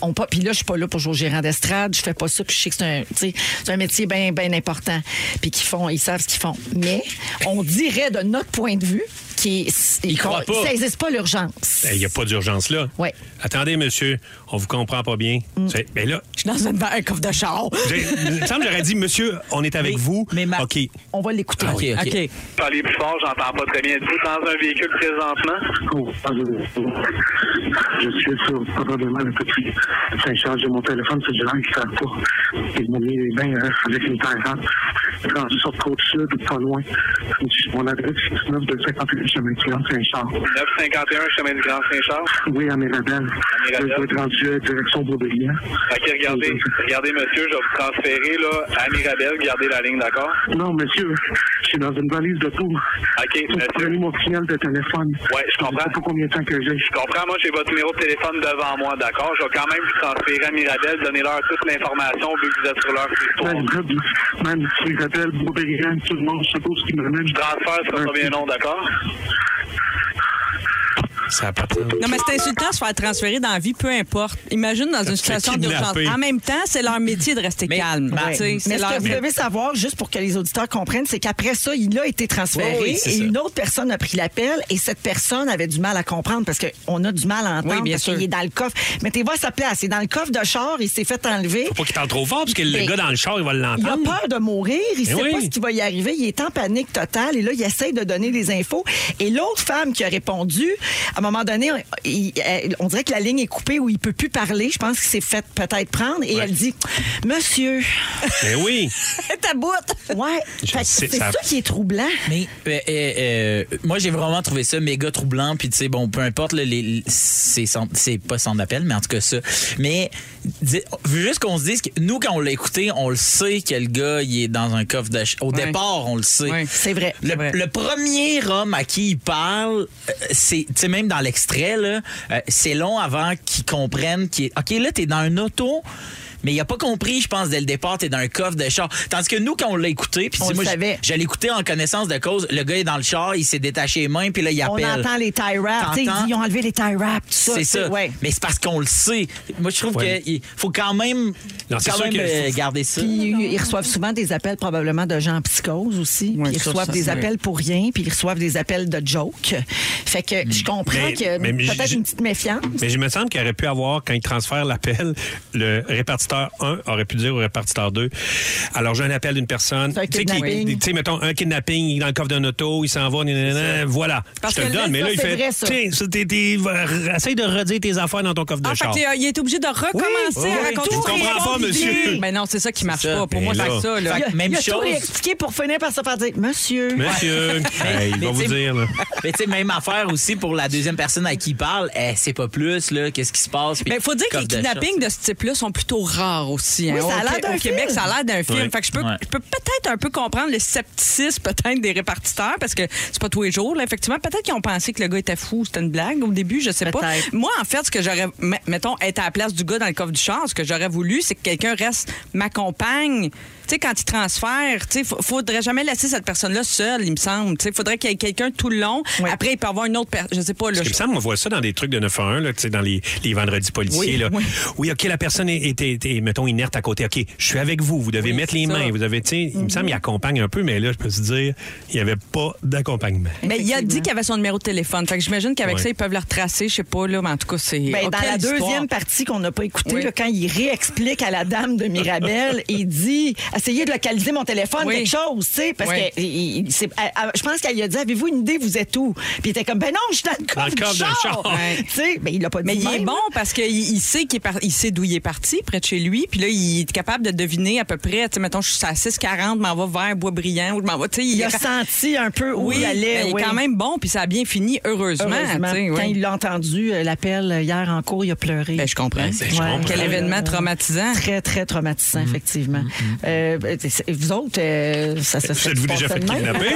Speaker 4: ont pas. Puis là, je suis pas là pour jouer au gérant d'estrade, je fais pas ça. Puis je sais que c'est un, tu sais, c'est un métier bien bien important. Puis qu'ils font, ils savent ce qu'ils font. Mais on dirait de notre point de vue qu'ils ils
Speaker 3: croient pas.
Speaker 4: saisissent pas l'urgence.
Speaker 3: Eh, Il n'y a pas d'urgence là.
Speaker 4: Ouais. Mm.
Speaker 3: Attendez, monsieur, on vous comprend pas bien. Mais là,
Speaker 6: Je suis dans une un coffre de char.
Speaker 3: j'ai- il me semble que j'aurais dit, monsieur, on est avec
Speaker 5: Mais-
Speaker 3: vous.
Speaker 5: mais ma-
Speaker 3: OK.
Speaker 4: On va l'écouter.
Speaker 5: Ah oui, OK.
Speaker 6: OK.
Speaker 7: Parlez plus fort, j'entends pas très bien. Êtes-vous dans un véhicule présentement?
Speaker 8: Je suis sur probablement le petit Saint-Charles de mon téléphone, c'est du langue qui ne pas. Il m'a mis les mains euh, avec une terrante. Quand je sors de Côte-Sud, ou pas loin. Mon adresse, c'est 19 258 chemin du Grand Saint-Charles.
Speaker 7: 951 chemin du Grand Saint-Charles.
Speaker 8: Oui, à Mirabel. Je
Speaker 7: Mirabel.
Speaker 8: dois être rendu à direction hein. Beaubélian.
Speaker 7: Ok, regardez, regardez monsieur, je vais vous transférer là, à Mirabel, gardez la ligne, d'accord?
Speaker 8: Non, monsieur, je suis dans une valise de tout.
Speaker 7: Ok,
Speaker 8: Vous
Speaker 7: monsieur.
Speaker 8: prenez mon signal de téléphone.
Speaker 7: Ouais, je comprends.
Speaker 8: Je sais pas combien de temps que j'ai.
Speaker 7: Je comprends, moi j'ai votre numéro de téléphone devant moi, d'accord? Je vais quand même vous transférer à Mirabel, donnez-leur toute l'information vu que vous êtes sur leur
Speaker 8: Ben,
Speaker 7: histoire.
Speaker 8: je- Même si j'appelle Beaubélian, hein, tout le monde, je suppose qu'il me ramène.
Speaker 7: Je transfère sur son bien nom, d'accord?
Speaker 3: Ça a pas de sens.
Speaker 6: Non, mais c'est insultant de se faire transférer dans la vie, peu importe. Imagine dans une situation d'urgence.
Speaker 3: kidnappé.
Speaker 6: En même temps, c'est leur métier de rester
Speaker 5: Mais-
Speaker 6: calme.
Speaker 5: Ouais.
Speaker 6: Tu sais,
Speaker 4: Ben, Mais ce
Speaker 6: ben, C'est leur
Speaker 4: que vous devez savoir, juste pour que les auditeurs comprennent, c'est qu'après ça, il a été transféré
Speaker 5: Oui, oui, c'est
Speaker 4: et
Speaker 5: ça.
Speaker 4: une autre personne a pris l'appel et cette personne avait du mal à comprendre parce qu'on a du mal à entendre
Speaker 6: Oui, bien
Speaker 4: parce
Speaker 6: sûr.
Speaker 4: qu'il est dans le coffre. Mettez-vous à sa place. Il est dans le coffre de char, il s'est fait enlever.
Speaker 3: Faut pas qu'il parle trop fort, parce que
Speaker 4: Mais-
Speaker 3: le gars dans le char, il va
Speaker 4: Il a
Speaker 3: l'entendre.
Speaker 4: peur de mourir, il sait
Speaker 3: oui.
Speaker 4: pas ce qui va y arriver, il est en panique totale et là il essaye de donner des infos et l'autre femme qui a répondu à un moment donné il- elle- on dirait que la ligne est coupée où il peut plus parler, je pense qu'il s'est fait peut-être prendre et
Speaker 3: Ouais.
Speaker 4: elle dit monsieur
Speaker 3: Mais Ben oui.
Speaker 6: Ta boute!
Speaker 4: Ouais,
Speaker 3: Je
Speaker 4: Fait que
Speaker 3: sais,
Speaker 4: c'est ça
Speaker 3: ça-
Speaker 4: qui est troublant.
Speaker 5: Mais euh, euh, euh, moi, j'ai vraiment trouvé ça méga troublant. Puis, tu sais, bon, peu importe, là, les- les- c'est sans- c'est pas sans appel, mais en tout cas, ça. Mais di- vu juste qu'on se dise que nous, quand on l'a écouté, on le sait que le gars, il est dans un coffre de. ch- Au
Speaker 6: Ouais.
Speaker 5: départ, on le sait.
Speaker 6: Ouais.
Speaker 4: C'est vrai.
Speaker 5: Le,
Speaker 6: C'est vrai.
Speaker 5: le premier homme à qui il parle, euh, c'est, tu sais, même dans l'extrait, là, euh, c'est long avant qu'il comprenne qu'il est. OK, là, t'es dans un auto. Mais il a pas compris, je pense, dès le départ, t'es dans un coffre de char. Tandis que nous, quand on l'a écouté, puis
Speaker 4: On
Speaker 5: tu sais,
Speaker 4: le
Speaker 5: moi, j-
Speaker 4: savait.
Speaker 5: je l'écoutais en connaissance de cause. Le gars est dans le char, il s'est détaché les mains, puis là, il
Speaker 4: On
Speaker 5: appelle.
Speaker 4: entend les tie wraps, tu sais, ils
Speaker 5: T'entends?
Speaker 4: disent, ils ont enlevé les tie wraps, tout ça.
Speaker 5: C'est
Speaker 4: tu sais,
Speaker 5: ça.
Speaker 4: ouais.
Speaker 5: Mais c'est parce qu'on le sait. Moi, je trouve
Speaker 3: Ouais.
Speaker 5: qu'il faut quand même,
Speaker 3: Non, c'est
Speaker 5: quand
Speaker 3: sûr
Speaker 5: même
Speaker 3: que-
Speaker 5: euh, garder ça.
Speaker 4: Puis ils reçoivent souvent des appels probablement de gens en psychose aussi.
Speaker 6: Ouais,
Speaker 4: Puis ils
Speaker 6: ça,
Speaker 4: reçoivent
Speaker 6: ça,
Speaker 4: des
Speaker 6: c'est vrai.
Speaker 4: appels pour rien, puis ils reçoivent des appels de joke. Fait que je comprends
Speaker 3: Mais-
Speaker 4: que
Speaker 3: mais- mais
Speaker 4: peut-être
Speaker 3: j'ai-
Speaker 4: une petite méfiance.
Speaker 3: Mais je me semble qu'il aurait pu avoir, quand il transfère l'appel, le répartiteur 1 aurait pu dire au répartiteur 2 Alors, j'ai un appel d'une personne.
Speaker 4: C'est un
Speaker 3: Tu sais, qui-
Speaker 4: kidnapping.
Speaker 3: tu sais, mettons, un kidnapping, il est dans le coffre d'un auto, il s'en va, nanana, voilà.
Speaker 6: Parce
Speaker 3: je te
Speaker 6: que
Speaker 3: le
Speaker 6: là,
Speaker 3: donne, mais
Speaker 4: ça,
Speaker 3: là, il
Speaker 4: c'est
Speaker 3: fait.
Speaker 4: vrai, ça.
Speaker 3: Tiens, ça, t'es- t'es- va- essaye de redire tes affaires dans ton coffre de
Speaker 6: Ah, fait
Speaker 3: char.
Speaker 6: qu'il a- il est obligé de recommencer
Speaker 3: Oui,
Speaker 6: à
Speaker 3: oui,
Speaker 6: raconter
Speaker 3: tu
Speaker 6: une
Speaker 3: comprends
Speaker 6: histoire
Speaker 3: pas, monsieur.
Speaker 6: d'idée. Mais non, c'est ça qui marche
Speaker 5: ça.
Speaker 6: pas. Pour
Speaker 3: Mais
Speaker 6: moi,
Speaker 3: là.
Speaker 6: c'est ça. là.
Speaker 5: Fait que même
Speaker 4: il a tout
Speaker 5: chose.
Speaker 4: réexpliqué pour finir par se faire dire Monsieur.
Speaker 3: Monsieur, hey, il
Speaker 5: Mais
Speaker 3: va vous
Speaker 5: tu sais-
Speaker 3: dire. là.
Speaker 5: Mais tu sais, même affaire aussi pour la deuxième personne à qui il parle, eh, c'est pas plus, là, qu'est-ce qui se passe. puis
Speaker 6: Mais il faut dire que
Speaker 5: coffre
Speaker 6: les
Speaker 5: de
Speaker 6: kidnappings de ce type-là sont plutôt rares aussi. hein.
Speaker 4: Oui, ça a
Speaker 6: Au-
Speaker 4: l'air d'un
Speaker 6: Au Québec,
Speaker 4: film.
Speaker 6: ça a l'air d'un film.
Speaker 3: Ouais.
Speaker 6: Fait que je peux,
Speaker 5: Ouais.
Speaker 6: je peux peut-être un peu comprendre le scepticisme peut-être des répartiteurs parce que c'est pas tous les jours. Là, effectivement, peut-être qu'ils ont pensé que le gars était fou, c'était une blague au début, je sais pas.
Speaker 4: Peut-être.
Speaker 6: Moi, en fait, ce que j'aurais, me- mettons, être à la place du gars dans le coffre du char, ce que j'aurais voulu, c'est que quelqu'un reste, m'accompagne sais, quand ils transfèrent, tu sais, faut- faudrait jamais laisser cette personne-là seule, il me semble. Tu sais, faudrait qu'il y ait quelqu'un tout le long.
Speaker 4: Ouais.
Speaker 6: Après, il peut y avoir une autre personne. Je sais pas, là.
Speaker 3: Parce qu'il me semble qu'on voit ça dans des trucs de 9 à 1, là, tu sais, dans les, les vendredis policiers.
Speaker 6: Oui,
Speaker 3: là.
Speaker 6: oui.
Speaker 3: Oui, OK, la personne est, est- est- est, mettons, inerte à côté. OK, je suis avec vous. Vous devez
Speaker 6: Oui,
Speaker 3: mettre
Speaker 6: c'est
Speaker 3: les
Speaker 6: ça. Mm-hmm.
Speaker 3: mains. Vous avez, tu sais, il me semble qu'il accompagne un peu, mais là, je peux se dire, il n'y avait pas d'accompagnement.
Speaker 6: Mais il a dit
Speaker 4: Effectivement.
Speaker 6: qu'il avait son numéro de téléphone. Fait que j'imagine qu'avec
Speaker 3: Ouais.
Speaker 6: ça, ils peuvent le retracer, je sais pas, là, mais en tout cas, c'est.
Speaker 4: Ben,
Speaker 6: Oh,
Speaker 4: dans
Speaker 6: quelle
Speaker 4: la
Speaker 6: histoire.
Speaker 4: deuxième partie qu'on n'a pas écoutée,
Speaker 6: Oui.
Speaker 4: là, quand il réexplique à la dame de Mirabel, il dit Essayez de localiser mon téléphone,
Speaker 6: Oui.
Speaker 4: quelque chose, tu sais, parce
Speaker 6: Oui.
Speaker 4: que il- il- c'est- elle- elle- je pense qu'elle lui a dit Avez-vous une idée, vous êtes où Puis il était comme Ben non, je suis dans le
Speaker 3: Dans le
Speaker 4: coffre
Speaker 3: coffre de
Speaker 4: du char.
Speaker 3: char.
Speaker 6: Ouais.
Speaker 4: Tu sais, ben, il l'a pas dit.
Speaker 6: Mais il
Speaker 4: de
Speaker 6: est
Speaker 4: même,
Speaker 6: bon parce qu'il il sait qu'il est par- il sait d'où il est parti, près de chez lui. Puis là, il est capable de deviner à peu près, tu sais, mettons, je suis à 6,40, je m'en vais vers Bois-Brillant ou je m'en vais, tu sais,
Speaker 4: Il
Speaker 6: est
Speaker 4: a senti un peu où
Speaker 6: Oui,
Speaker 4: il
Speaker 6: mais
Speaker 4: allait.
Speaker 6: il est
Speaker 4: oui.
Speaker 6: quand même bon, puis ça a bien fini, heureusement.
Speaker 4: Heureusement.
Speaker 6: tu sais,
Speaker 4: Quand
Speaker 6: oui.
Speaker 4: il l'a entendu, euh, l'appel euh, hier en cours, il a pleuré. Euh,
Speaker 6: Ben, je comprends.
Speaker 5: Ben, c'est-
Speaker 3: je comprends.
Speaker 6: Quel événement traumatisant. Mm-hmm.
Speaker 4: Très, très traumatisant, effectivement. Euh, c'est- vous autres, euh, ça se
Speaker 3: Vous
Speaker 4: serait
Speaker 3: êtes-vous
Speaker 4: passé
Speaker 3: déjà fait
Speaker 4: de même?
Speaker 3: kidnapper?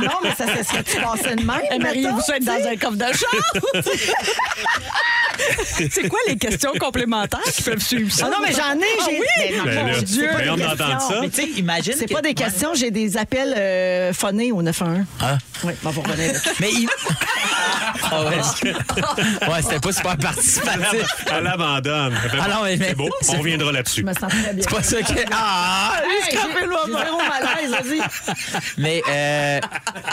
Speaker 4: non, mais ça se serait passé de
Speaker 6: Eh,
Speaker 4: même. mettons, tu sais?
Speaker 6: coffre de chambre? c'est quoi les questions complémentaires qui peuvent suivre ça?
Speaker 4: Ah non, mais j'en ai, j'ai. Mais non,
Speaker 3: Ben
Speaker 4: mon
Speaker 3: là,
Speaker 4: Dieu,
Speaker 3: ben on
Speaker 4: des
Speaker 3: entend
Speaker 4: questions.
Speaker 3: ça.
Speaker 5: Mais tu sais, imagine.
Speaker 4: C'est
Speaker 5: que-
Speaker 4: pas des questions, j'ai des appels euh, phonés au 911.
Speaker 3: Hein?
Speaker 5: Ah.
Speaker 4: Oui, bon, vous revenez. là.
Speaker 5: Mais il. Ah ouais, c'est- ouais, c'était pas super participatif.
Speaker 3: À l'abandonne.
Speaker 5: Ah non, mais-
Speaker 3: C'est beau. On reviendra là-dessus.
Speaker 4: Je me sens très bien.
Speaker 5: C'est pas ça que. Ah!
Speaker 4: Hey, j'ai- j'ai zéro malaise, vas-y.
Speaker 5: Mais euh,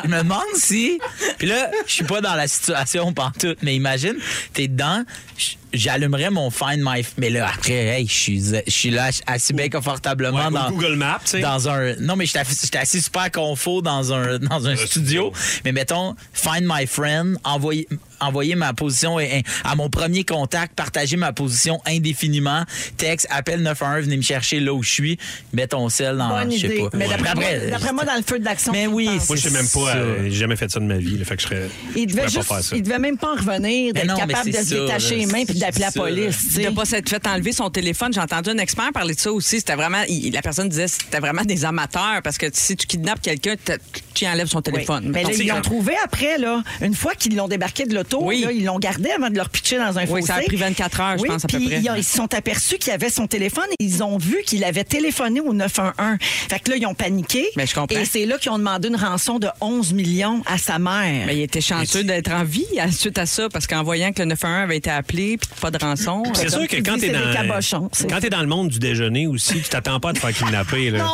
Speaker 5: je me demande si. Puis là, je suis pas dans la situation pantoute, mais imagine, t'es dedans, j- j'allumerais mon Find My. Mais là, après, hey, je suis je suis là assis bien confortablement
Speaker 3: Ouais, ou
Speaker 5: dans.
Speaker 3: Google Maps, tu sais.
Speaker 5: Dans un. Non, mais j'étais assis- j'étais assis super confo dans un, dans un studio.
Speaker 3: studio.
Speaker 5: Mais mettons, Find My Friend, envoyer. Envoyer ma position et- à mon premier contact, partager ma position indéfiniment, texte, appel 911, venez me chercher là où je suis, mets ton sel
Speaker 3: Ah,
Speaker 5: dans,
Speaker 4: Bonne
Speaker 5: je sais
Speaker 4: idée.
Speaker 5: pas.
Speaker 4: Mais d'après
Speaker 5: Après,
Speaker 3: euh,
Speaker 4: moi, d'après moi, dans le feu de l'action.
Speaker 5: Mais oui,
Speaker 4: pense.
Speaker 3: Moi, je sais même pas.
Speaker 5: ça.
Speaker 3: euh, J'ai jamais fait ça de ma vie. là, fait que je serais.
Speaker 4: Il
Speaker 3: je
Speaker 4: devait,
Speaker 3: pourrais
Speaker 4: juste,
Speaker 3: pas faire ça.
Speaker 4: il devait même pas en revenir, d'être
Speaker 5: non, mais
Speaker 4: capable de
Speaker 5: c'est
Speaker 4: se
Speaker 5: ça,
Speaker 4: détacher
Speaker 5: là.
Speaker 4: les mains puis d'appeler la
Speaker 5: C'est ça,
Speaker 4: police. tu sais.
Speaker 6: de pas s'être fait enlever son téléphone. J'ai entendu un expert parler de ça aussi. C'était vraiment, il- la personne disait c'était vraiment des amateurs parce que si tu kidnappes quelqu'un, t'as- tu enlèves son
Speaker 4: Oui.
Speaker 6: téléphone.
Speaker 4: Mais là,
Speaker 6: Donc,
Speaker 4: ils l'ont trouvé après, là. Une fois qu'ils l'ont débarqué de l'auto,
Speaker 6: Oui.
Speaker 4: là, ils l'ont gardé avant de leur pitcher dans un
Speaker 6: Oui,
Speaker 4: fossé.
Speaker 6: ça a pris 24 heures, je
Speaker 4: Oui,
Speaker 6: pense, à peu
Speaker 4: puis
Speaker 6: près.
Speaker 4: ils ont- Ils se sont aperçus qu'il avait son téléphone et ils ont vu qu'il avait téléphoné au 911. Fait que là, ils ont paniqué.
Speaker 6: Mais je comprends.
Speaker 4: Et c'est là qu'ils ont demandé une rançon de 11 millions à sa mère.
Speaker 6: Mais il était chanceux d'être en vie à- suite à ça parce qu'en voyant que le 911 avait été appelé puis pas de rançon.
Speaker 3: C'est
Speaker 4: Comme
Speaker 3: sûr que
Speaker 4: tu
Speaker 3: quand
Speaker 4: dis,
Speaker 3: t'es
Speaker 4: c'est des
Speaker 3: dans
Speaker 4: cabochons, c'est-
Speaker 3: quand t'es dans le monde du déjeuner aussi, tu t'attends pas à te faire kidnapper. Là.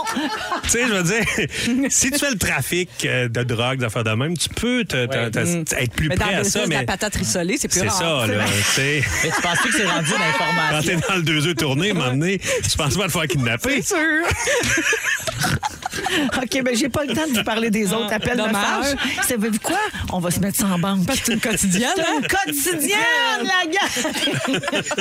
Speaker 3: Tu sais, je veux dire, si tu fais le trafic euh, de drogue, d'affaires de même, tu peux te- te-
Speaker 5: Ouais.
Speaker 3: te- te- être plus
Speaker 6: Mais dans
Speaker 3: prêt à
Speaker 6: le
Speaker 3: ça.
Speaker 6: de la
Speaker 3: Mais
Speaker 6: patate rissolée, c'est plus
Speaker 3: c'est
Speaker 6: rare.
Speaker 3: ça, là. tu sais.
Speaker 5: Mais tu penses que c'est rendu
Speaker 3: Quand
Speaker 5: l'information?
Speaker 3: t'es dans le deux œufs tourné, m'emmener, tu penses pas à te faire kidnapper.
Speaker 4: OK, mais j'ai pas le temps de vous parler des autres appels de
Speaker 6: Dommage.
Speaker 4: phare. Savez-vous quoi? On va se mettre ça en banque.
Speaker 6: C'est une quotidienne.
Speaker 4: C'est
Speaker 6: hein?
Speaker 4: une quotidienne, la gang!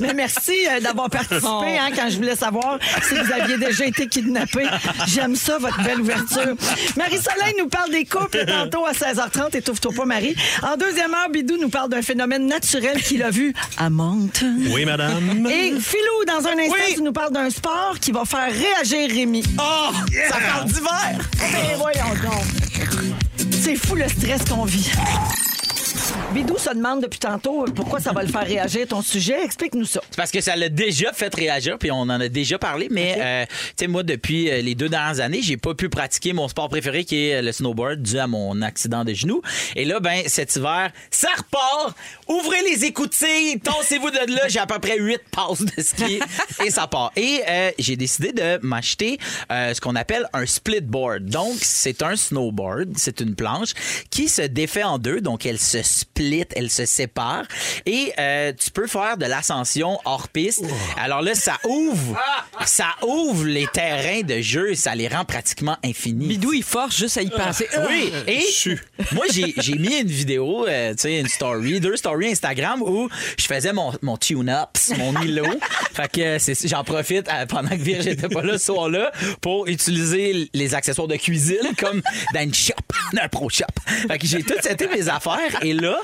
Speaker 4: Mais merci euh, d'avoir participé hein, quand je voulais savoir si vous aviez déjà été kidnappé. J'aime ça, votre belle ouverture. Marie-Soleil nous parle des couples tantôt à 16h30. Étouffe-toi pas, Marie. En deuxième heure, Bidou nous parle d'un phénomène naturel qu'il a vu à Monte.
Speaker 3: Oui, madame.
Speaker 4: Et Philou, dans un instant, tu nous parles d'un sport qui va faire réagir Rémi.
Speaker 3: Oh!
Speaker 4: Ça parle d'hiver! Eh, voyons donc. C'est fou le stress qu'on vit. Bidou se demande depuis tantôt euh, pourquoi ça va le faire réagir ton sujet. Explique-nous ça.
Speaker 5: C'est parce que ça l'a déjà fait réagir, puis on en a déjà parlé, mais euh, tu sais, moi, depuis euh, les deux dernières années, j'ai pas pu pratiquer mon sport préféré qui est euh, le snowboard dû à mon accident de genou. Et là, ben, cet hiver, ça repart. Ouvrez les écoutilles, tossez-vous de là. J'ai à peu près huit passes de ski et ça part. Et euh, j'ai décidé de m'acheter euh, ce qu'on appelle un splitboard. Donc, c'est un snowboard, c'est une planche qui se défait en deux, donc elle se split, elle se sépare. Et euh, tu peux faire de l'ascension hors piste. Alors là, ça ouvre, ça ouvre les terrains de jeu, ça les rend pratiquement infinis.
Speaker 6: Bidou, il force juste à y penser.
Speaker 5: Ah, Oui, et moi j'ai j'ai mis une vidéo, euh, tu sais, une story, deux stories Instagram où je faisais mon, mon tune-up, mon îlot. fait que euh, c'est- j'en profite euh, pendant que Virge n'était pas là ce soir-là pour utiliser les accessoires de cuisine comme dans une shop, dans un pro shop. Fait que j'ai tout seté mes affaires et là,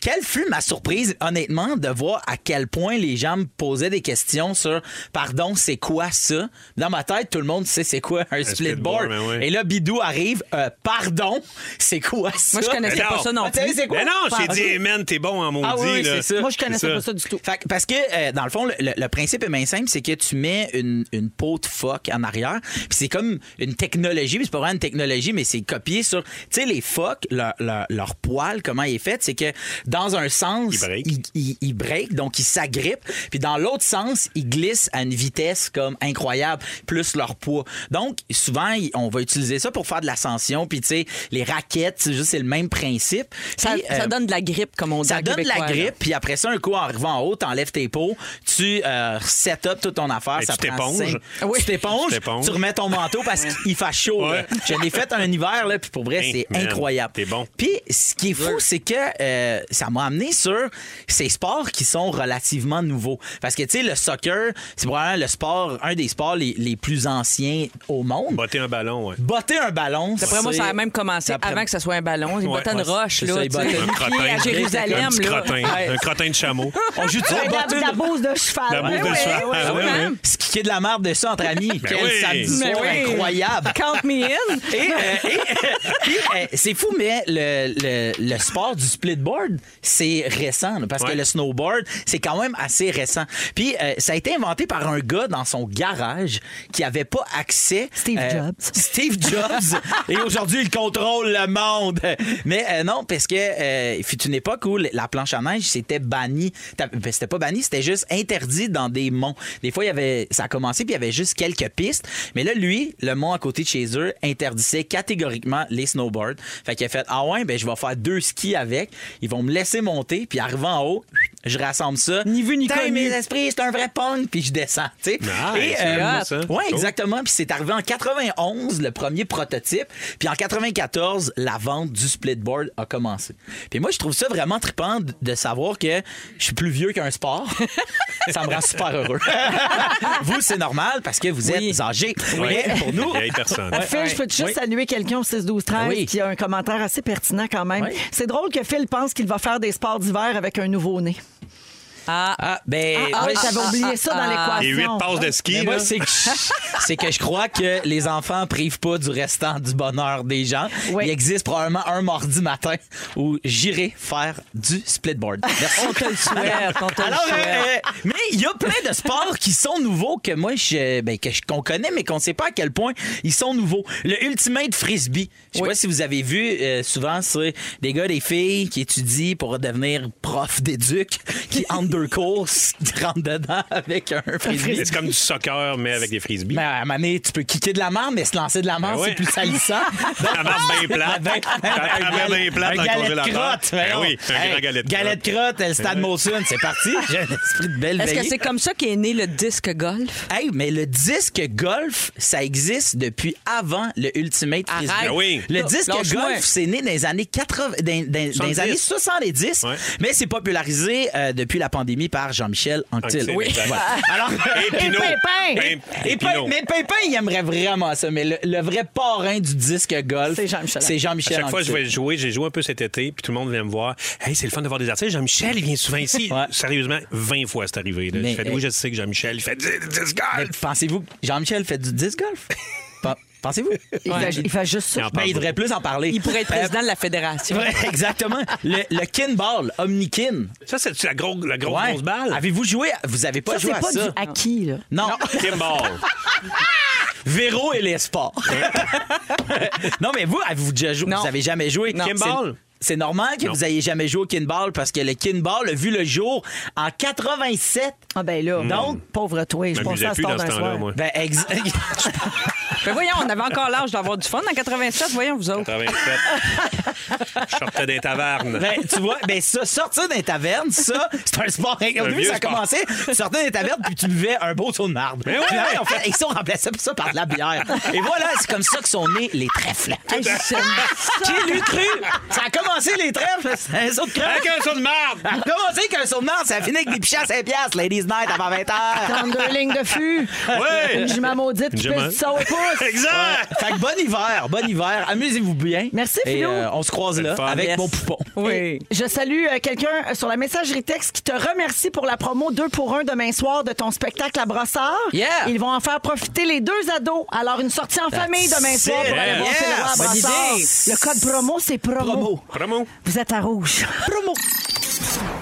Speaker 5: Quelle fut ma surprise, honnêtement, de voir à quel point les gens me posaient des questions sur Pardon, c'est quoi ça? Dans ma tête, tout le monde sait c'est quoi un, split board.
Speaker 3: board, mais ben oui.
Speaker 5: Et là, Bidou arrive euh, Pardon, c'est quoi ça?
Speaker 6: Moi, je connaissais
Speaker 3: Mais
Speaker 6: pas
Speaker 3: non.
Speaker 6: ça non
Speaker 5: Ah, tu sais,
Speaker 6: plus.
Speaker 5: c'est quoi?
Speaker 3: Mais non, j'ai
Speaker 5: Ah,
Speaker 3: dit,
Speaker 5: ok.
Speaker 3: hey, man, t'es bon en maudit.
Speaker 5: Ah oui, oui,
Speaker 3: là.
Speaker 5: c'est ça.
Speaker 4: Moi, je connaissais
Speaker 3: C'est
Speaker 4: pas ça du tout.
Speaker 5: Fait que- parce que, euh, dans le fond, le, le- le principe est bien simple, c'est que tu mets une, une peau de phoque en arrière, puis c'est comme une technologie, puis c'est pas vraiment une technologie, mais c'est copié sur... Tu sais, les phoques, leur, leur- leur poil, comment il est fait, c'est que dans un sens,
Speaker 3: Ils break.
Speaker 5: ils- ils break, donc ils s'agrippent, puis dans l'autre sens, ils glissent à une vitesse comme incroyable, plus leur poids. Donc, souvent, ils- on va utiliser ça pour faire de l'ascension, puis tu sais, les raquettes, c'est juste c'est le même principe.
Speaker 6: Ça,
Speaker 5: Puis,
Speaker 6: ça
Speaker 5: euh,
Speaker 6: donne de la grippe, comme on dit.
Speaker 5: ça
Speaker 6: en
Speaker 5: donne de la
Speaker 6: québécois, là.
Speaker 5: grippe, puis après ça, un coup, en arrivant en haut, t'enlèves tes pots, tu euh, set up toute ton affaire.
Speaker 3: Et
Speaker 5: ça
Speaker 3: tu
Speaker 5: prend
Speaker 3: t'éponges.
Speaker 5: cinq-
Speaker 3: Ah oui.
Speaker 5: Tu t'éponges,
Speaker 3: Tu t'éponges.
Speaker 5: tu remets ton manteau parce qu'il fait chaud. là.
Speaker 3: Ouais.
Speaker 5: J'en ai fait un hiver, là, puis pour vrai,
Speaker 3: Hey,
Speaker 5: c'est
Speaker 3: man,
Speaker 5: incroyable.
Speaker 3: t'es bon.
Speaker 5: Puis ce qui est fou, c'est que euh, ça m'a amené sur ces sports qui sont relativement nouveaux. Parce que, tu sais, le soccer, c'est probablement le sport, un des sports les, les plus anciens au monde.
Speaker 3: Botter un ballon, ouais.
Speaker 5: Botter un ballon,
Speaker 6: D'après moi,
Speaker 5: c'est-
Speaker 6: ça a même commencé
Speaker 5: D'après-
Speaker 6: avant que ça soit un ballon. Ils
Speaker 3: Ouais,
Speaker 6: bottaient une
Speaker 3: ouais,
Speaker 6: roche,
Speaker 5: c'est
Speaker 6: là.
Speaker 5: ça, ils
Speaker 6: tu sais,
Speaker 5: bottaient
Speaker 6: les
Speaker 5: un
Speaker 6: pieds
Speaker 3: crottin.
Speaker 6: à
Speaker 3: Un
Speaker 6: Jérusalem,
Speaker 3: petit
Speaker 6: là.
Speaker 3: crottin.
Speaker 6: Ouais.
Speaker 3: Un crottin de chameau.
Speaker 5: On joue-tu à
Speaker 4: La,
Speaker 5: botter une-
Speaker 4: la bouse de cheval.
Speaker 3: La
Speaker 4: Ben
Speaker 3: bouse
Speaker 4: Ouais,
Speaker 3: de
Speaker 4: ouais.
Speaker 3: cheval. Ah, ouais, ouais. Ben
Speaker 5: Ce qui est de la merde de ça entre amis. Quel
Speaker 3: oui.
Speaker 5: samedi
Speaker 4: Ben
Speaker 6: Mais
Speaker 5: soir
Speaker 6: oui.
Speaker 5: incroyable.
Speaker 6: Count me in.
Speaker 5: Et, euh, et- puis, euh, c'est fou, mais le, le- le sport du splitboard, c'est récent, là, parce
Speaker 3: Ouais.
Speaker 5: que le snowboard, c'est quand même assez récent. Puis, euh, ça a été inventé par un gars dans son garage qui avait pas accès. euh,
Speaker 4: Steve Jobs.
Speaker 5: Steve Jobs. et aujourd'hui, il contrôle le monde. Mais euh, non, parce que euh, il fut une époque où la planche à neige, c'était banni. T'as- ben, C'était pas banni, c'était juste interdit dans des monts. Des fois, il y avait, ça a commencé, puis il y avait juste quelques pistes. Mais là, lui, le mont à côté de chez eux interdisait catégoriquement les snowboards. Fait qu'il a fait Ah ouais, ben, je vais faire deux skis avec. Ils vont me laisser monter, puis arrivant en haut, je rassemble ça.
Speaker 6: Ni vu, ni
Speaker 5: Tain,
Speaker 6: connu.
Speaker 5: mes esprits, c'est un vrai punk, puis je descends. tu sais.
Speaker 3: Nice,
Speaker 5: Et, euh,
Speaker 3: c'est beau, ça.
Speaker 5: ouais,
Speaker 4: Oh.
Speaker 3: Cool.
Speaker 5: exactement. Exactement. Puis c'est arrivé en 91, le premier prototype. Puis en 94, la vente du splitboard a commencé. Puis moi, je trouve ça vraiment trippant de- de savoir que je suis plus vieux qu'un sport. ça me rend super heureux. vous, c'est normal parce que vous êtes
Speaker 6: Oui.
Speaker 5: âgés.
Speaker 3: Ouais.
Speaker 5: Mais pour nous,
Speaker 3: Il y a personne.
Speaker 4: Phil, je peux juste saluer quelqu'un au 6 12 13
Speaker 5: Ah oui.
Speaker 4: qui a un commentaire assez pertinent quand même.
Speaker 5: Oui.
Speaker 4: C'est drôle que Phil pense qu'il va faire des sports d'hiver avec un nouveau-né.
Speaker 6: Ah,
Speaker 5: ah, ben,
Speaker 4: Ah,
Speaker 5: moi,
Speaker 4: j'avais
Speaker 5: je-
Speaker 4: oublié ça dans l'équation.
Speaker 3: Et huit passes de ski,
Speaker 5: Mais
Speaker 3: là.
Speaker 5: moi, c'est que, je- c'est que je crois que les enfants privent pas du restant du bonheur des gens.
Speaker 4: Oui.
Speaker 5: Il existe probablement un mardi matin où j'irai faire du splitboard. Merci.
Speaker 6: on te le souhaite, on te le
Speaker 5: Alors,
Speaker 6: souhaite.
Speaker 5: euh, euh, mais il y a plein de sports qui sont nouveaux que moi, je, ben, que je- qu'on connaît, mais qu'on ne sait pas à quel point ils sont nouveaux. Le Ultimate Frisbee. Je sais
Speaker 6: Oui.
Speaker 5: pas si vous avez vu, euh, souvent, c'est des gars, des filles qui étudient pour devenir prof d'éduc, qui, entre deux courses, rentrent dedans avec un frisbee. Ben,
Speaker 3: C'est comme du soccer, mais avec des frisbees.
Speaker 5: Mais à un moment donné, tu peux kicker de la merde, mais se lancer de la merde,
Speaker 3: Ben
Speaker 5: c'est
Speaker 3: ouais.
Speaker 5: plus salissant.
Speaker 3: La marque bien plate.
Speaker 5: Ben,
Speaker 3: La marque bien plate dans
Speaker 5: un galet
Speaker 3: le
Speaker 5: de
Speaker 3: congélateur.
Speaker 5: crotte. ben
Speaker 3: Ben
Speaker 5: non.
Speaker 3: oui, un grand galet de Ben
Speaker 5: Galet de crotte, le Stade Molson, c'est parti. J'ai un esprit de belle
Speaker 6: Est-ce que
Speaker 5: veillée.
Speaker 6: c'est comme ça qu'est né le disque golf?
Speaker 5: Hey, mais le disque golf, ça existe depuis avant le Ultimate
Speaker 6: Arrête.
Speaker 5: Frisbee.
Speaker 3: Ben oui.
Speaker 5: Le disque
Speaker 6: Lâche-moi.
Speaker 5: golf, c'est né dans les années 80, dans, dans- dans les
Speaker 3: 70.
Speaker 5: années 70,
Speaker 3: Ouais.
Speaker 5: mais c'est popularisé euh, depuis la pandémie par Jean-Michel Anctil.
Speaker 3: Anctil, Oui. exact.
Speaker 5: Alors,
Speaker 3: Et Pinot.
Speaker 4: Pimpin.
Speaker 5: Et Pin- mais Pimpin, il aimerait vraiment ça. Mais le, le vrai parrain du disque golf,
Speaker 4: C'est Jean-Michel.
Speaker 5: C'est
Speaker 3: À
Speaker 5: Jean-Michel.
Speaker 3: chaque fois que je
Speaker 5: Anctil.
Speaker 3: vais jouer, j'ai joué un peu cet été, puis tout le monde vient me voir. Hey, c'est le fun de voir des artistes. Jean-Michel, il vient souvent ici.
Speaker 5: Ouais.
Speaker 3: Sérieusement, 20 fois c'est arrivé. là.
Speaker 5: Mais- euh,
Speaker 3: Je fais, oui, je sais que Jean-Michel, il fait 10
Speaker 5: Mais
Speaker 3: golf.
Speaker 5: Pensez-vous que Jean-Michel fait du disque golf? Pen- Pensez-vous?
Speaker 4: Il,
Speaker 5: Ouais.
Speaker 4: fait, il fait juste ça.
Speaker 3: Non.
Speaker 5: Ben, il devrait plus en parler.
Speaker 6: Il pourrait être
Speaker 5: Euh,
Speaker 6: président de la fédération.
Speaker 5: Ouais, exactement. Le, le kinball, omnikin.
Speaker 3: Ça, c'est la, gros- la grosse
Speaker 5: Ouais. Ah,
Speaker 3: grosse balle.
Speaker 5: Avez-vous joué? à- Vous avez pas
Speaker 4: Ça,
Speaker 5: joué
Speaker 4: c'est
Speaker 5: à
Speaker 4: pas
Speaker 5: ça?
Speaker 4: du acquis, là.
Speaker 5: Non.
Speaker 3: Kimball.
Speaker 5: Véro et les sports. non, mais vous, avez-vous déjà joué?
Speaker 6: Non.
Speaker 5: Vous avez jamais joué?
Speaker 6: Non.
Speaker 3: Kinball?
Speaker 5: C'est c'est normal que vous ayez jamais joué au kinball parce que le kinball a vu le jour en 87.
Speaker 4: Ah ben là,
Speaker 5: Donc,
Speaker 4: pauvre toi, je
Speaker 3: Je
Speaker 4: pensais
Speaker 3: m'amusais
Speaker 4: à
Speaker 3: plus
Speaker 4: sport
Speaker 3: dans ce
Speaker 4: d'un
Speaker 3: temps-là,
Speaker 4: soir.
Speaker 3: moi.
Speaker 5: Ben, ex-
Speaker 6: Mais voyons, on avait encore l'âge d'avoir du fun en 87, voyons vous autres.
Speaker 3: 87. Je sortais des tavernes.
Speaker 5: ben, tu vois, ben ça, sortir d'un taverne, ça, c'est un sport. Au
Speaker 3: un
Speaker 5: début,
Speaker 3: vieux
Speaker 5: ça
Speaker 3: sport.
Speaker 5: commençait, tu sortais d'un taverne puis tu buvais un beau tour de marbre.
Speaker 3: Mais oui.
Speaker 5: Puis là, ils ont fait- ils sont remplacés ça par de la bière. Et voilà, c'est comme ça que sont nés les trèfles.
Speaker 6: Hey, c'est-
Speaker 5: Qui l'eût cru? Ça a commencé les trèfles, c'est un saut de crème.
Speaker 3: Avec un saut de marde!
Speaker 5: Ça a commencé qu'un souvenir, ça a fini avec des pichets à 5 piastres, Ladies Night avant 20h.
Speaker 4: Prendre deux lignes de fût.
Speaker 3: Ouais.
Speaker 4: Une jument maudite qui
Speaker 3: Une jument.
Speaker 4: pèse du sang au coude.
Speaker 5: pouce.
Speaker 3: Exact.
Speaker 5: Ouais. Fait que bon hiver, bon hiver. Amusez-vous bien.
Speaker 4: Merci,
Speaker 5: Et,
Speaker 4: Philou.
Speaker 5: euh, on se croise là
Speaker 3: C'était le fun.
Speaker 5: avec
Speaker 6: Yes.
Speaker 5: mon poupon.
Speaker 6: Oui.
Speaker 4: Je salue euh, quelqu'un euh, sur la messagerie texte qui te remercie pour la promo 2 pour 1 demain soir de ton spectacle à Brossard.
Speaker 5: Yeah.
Speaker 4: Ils vont en faire profiter les deux ados. Alors, une sortie en famille demain
Speaker 5: it.
Speaker 4: soir pour aller voir
Speaker 3: Yes.
Speaker 4: Fédora à
Speaker 5: Bonne
Speaker 4: Brossard.
Speaker 5: idée.
Speaker 4: Le code promo, c'est promo.
Speaker 5: Promo.
Speaker 3: Promo.
Speaker 4: Vous êtes à rouge. Promo.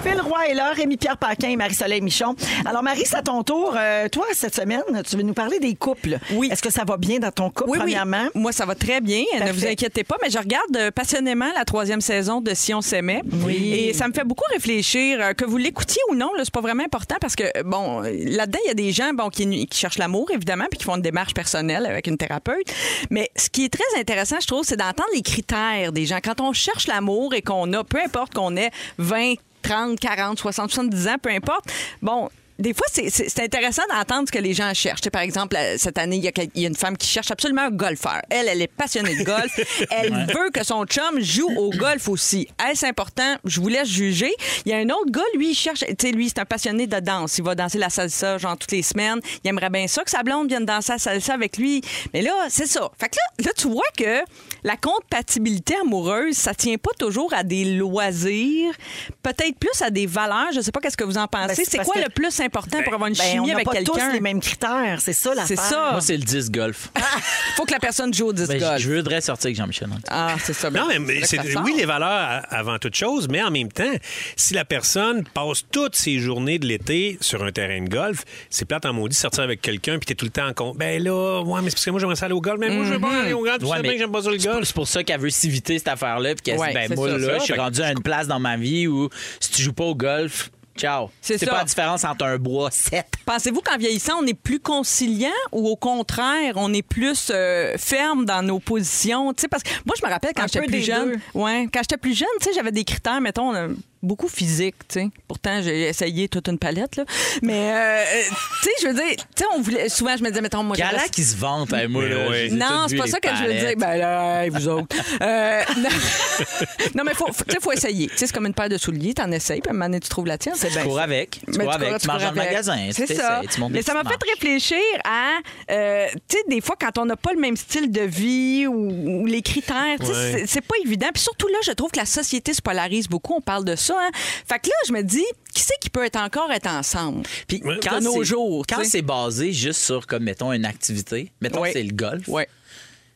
Speaker 4: Phil Roy est là, Rémi-Pierre Paquin et Marie-Soleil Michon. Alors, Marie, c'est à ton tour. Euh, toi, cette semaine, tu veux nous parler des couples.
Speaker 6: Oui.
Speaker 4: Est-ce que ça va bien dans ton couple,
Speaker 6: Oui, oui.
Speaker 4: premièrement?
Speaker 6: Moi, ça va très bien.
Speaker 4: Parfait.
Speaker 6: Ne vous inquiétez pas, mais je regarde euh, passionnément la troisième saison de Si on s'aimait.
Speaker 4: Oui.
Speaker 6: Et ça me fait beaucoup réfléchir. euh, Que vous l'écoutiez ou non, là, c'est pas vraiment important parce que, euh, bon, euh, là-dedans, il y a des gens bon, qui, qui cherchent l'amour, évidemment, puis qui font une démarche personnelle avec une thérapeute. Mais ce qui est très intéressant, je trouve, c'est d'entendre les critères des gens. Quand on cherche l'amour et qu'on a, peu importe qu'on ait 20, 30, 40, 60, 70 ans, peu importe, bon, des fois, c'est- c'est c'est intéressant d'entendre ce que les gens cherchent. Tu sais, par exemple, euh, cette année, il y, a quel- il y a une femme qui cherche absolument un golfeur. Elle, elle est passionnée de golf. Elle veut que son chum joue au golf aussi. Est-ce important? Je vous laisse juger. Il y a un autre gars, lui, il cherche... Tu sais, lui, c'est un passionné de danse. Il va danser la salsa, genre, toutes les semaines. Il aimerait bien ça que sa blonde vienne danser la salsa avec lui. Mais là, c'est ça. Fait que là, là, tu vois que la compatibilité amoureuse, ça tient pas toujours à des loisirs, peut-être plus à des valeurs. Je sais pas qu'est-ce que vous en pensez.
Speaker 4: Ben, c'est
Speaker 6: c'est
Speaker 4: parce
Speaker 6: quoi
Speaker 4: que-
Speaker 6: le plus important pour avoir une
Speaker 4: Ben, on
Speaker 6: chimie
Speaker 4: n'a
Speaker 6: avec
Speaker 4: pas tous
Speaker 6: quelqu'un.
Speaker 4: les mêmes critères. C'est ça, la
Speaker 6: C'est ça.
Speaker 5: Moi, c'est le 10 golf.
Speaker 6: Il faut que la personne joue au disque
Speaker 5: Ben,
Speaker 6: Ah, golf.
Speaker 5: je voudrais sortir avec Jean-Michel. Hein.
Speaker 6: Ah, c'est ça. Ben,
Speaker 3: Non, mais- mais
Speaker 6: là que
Speaker 3: c'est,
Speaker 6: ça sort.
Speaker 3: oui, les valeurs a- avant toute chose, mais en même temps, si la personne passe toutes ses journées de l'été sur un terrain de golf, c'est plate en maudit sortir avec quelqu'un puis t'es tout le temps en compte. Ben là, ouais, mais c'est parce que moi j'aimerais ça aller au golf, mais moi je veux pas aller au golf, tu
Speaker 5: Ouais,
Speaker 3: sais bien
Speaker 5: mais
Speaker 3: que j'aime pas ça le
Speaker 5: C'est pour-
Speaker 3: golf.
Speaker 5: C'est pour ça qu'elle veut s'éviter cette affaire-là. Puis qu'elle
Speaker 6: Ouais,
Speaker 5: se dit, ben
Speaker 6: c'est
Speaker 5: moi,
Speaker 6: ça,
Speaker 5: là,
Speaker 6: ça.
Speaker 5: je suis
Speaker 6: Fait
Speaker 5: rendu à une place dans ma vie où si tu joues pas au golf, ciao.
Speaker 6: C'est ça.
Speaker 5: pas la différence entre un bois 7.
Speaker 6: Pensez-vous qu'en vieillissant, on est plus conciliant ou au contraire, on est plus euh, ferme dans nos positions? Tu sais, parce que moi, je me rappelle
Speaker 4: Un
Speaker 6: quand j'étais
Speaker 4: peu
Speaker 6: plus
Speaker 4: des
Speaker 6: jeune. Ouais, quand j'étais plus jeune, tu sais, j'avais des critères, mettons, euh, beaucoup physiques. tu sais. Pourtant, j'ai essayé toute une palette. Là. Mais, euh, euh, tu sais, je veux dire, tu sais, on voulait, souvent, je me disais, mettons, moi, j'aimerais
Speaker 5: Gala
Speaker 6: ça-
Speaker 5: qui se vante, hein, moi.
Speaker 3: Mais
Speaker 5: là,
Speaker 3: oui.
Speaker 5: j'ai
Speaker 6: Non,
Speaker 5: tout
Speaker 6: c'est
Speaker 5: vu,
Speaker 6: pas
Speaker 5: les
Speaker 6: ça que je veux dire.
Speaker 5: palettes.
Speaker 6: Ben là, hey, vous autres. Euh, non. non, mais faut, faut- tu sais, faut essayer. Tu sais, c'est comme une paire de souliers, t'en essayes, puis à un moment donné, tu trouves la tienne. C'est
Speaker 5: Tu
Speaker 6: bien
Speaker 5: cours
Speaker 6: ça.
Speaker 5: avec, tu
Speaker 6: Mais
Speaker 5: cours avec, tu
Speaker 6: cours
Speaker 5: manges dans le
Speaker 6: avec.
Speaker 5: magasin,
Speaker 6: C'est
Speaker 5: tu
Speaker 6: ça.
Speaker 5: t'essayes, tu montes des
Speaker 6: Mais ça m'a
Speaker 5: petites
Speaker 6: fait réfléchir à, euh, tu sais, des fois, quand on n'a pas le même style de vie ou, ou les critères, tu sais,
Speaker 3: Ouais.
Speaker 6: c'est- c'est pas évident. Puis surtout là, je trouve que la société se polarise beaucoup. On parle de ça. hein. Fait que là, je me dis, qui c'est qui peut être encore être ensemble?
Speaker 5: Puis
Speaker 3: Ouais.
Speaker 5: quand
Speaker 6: De nos
Speaker 5: c'est-
Speaker 6: jours, tu
Speaker 5: quand
Speaker 6: sais.
Speaker 5: c'est basé juste sur comme mettons une activité, mettons
Speaker 6: Ouais.
Speaker 5: c'est le golf.
Speaker 6: Ouais.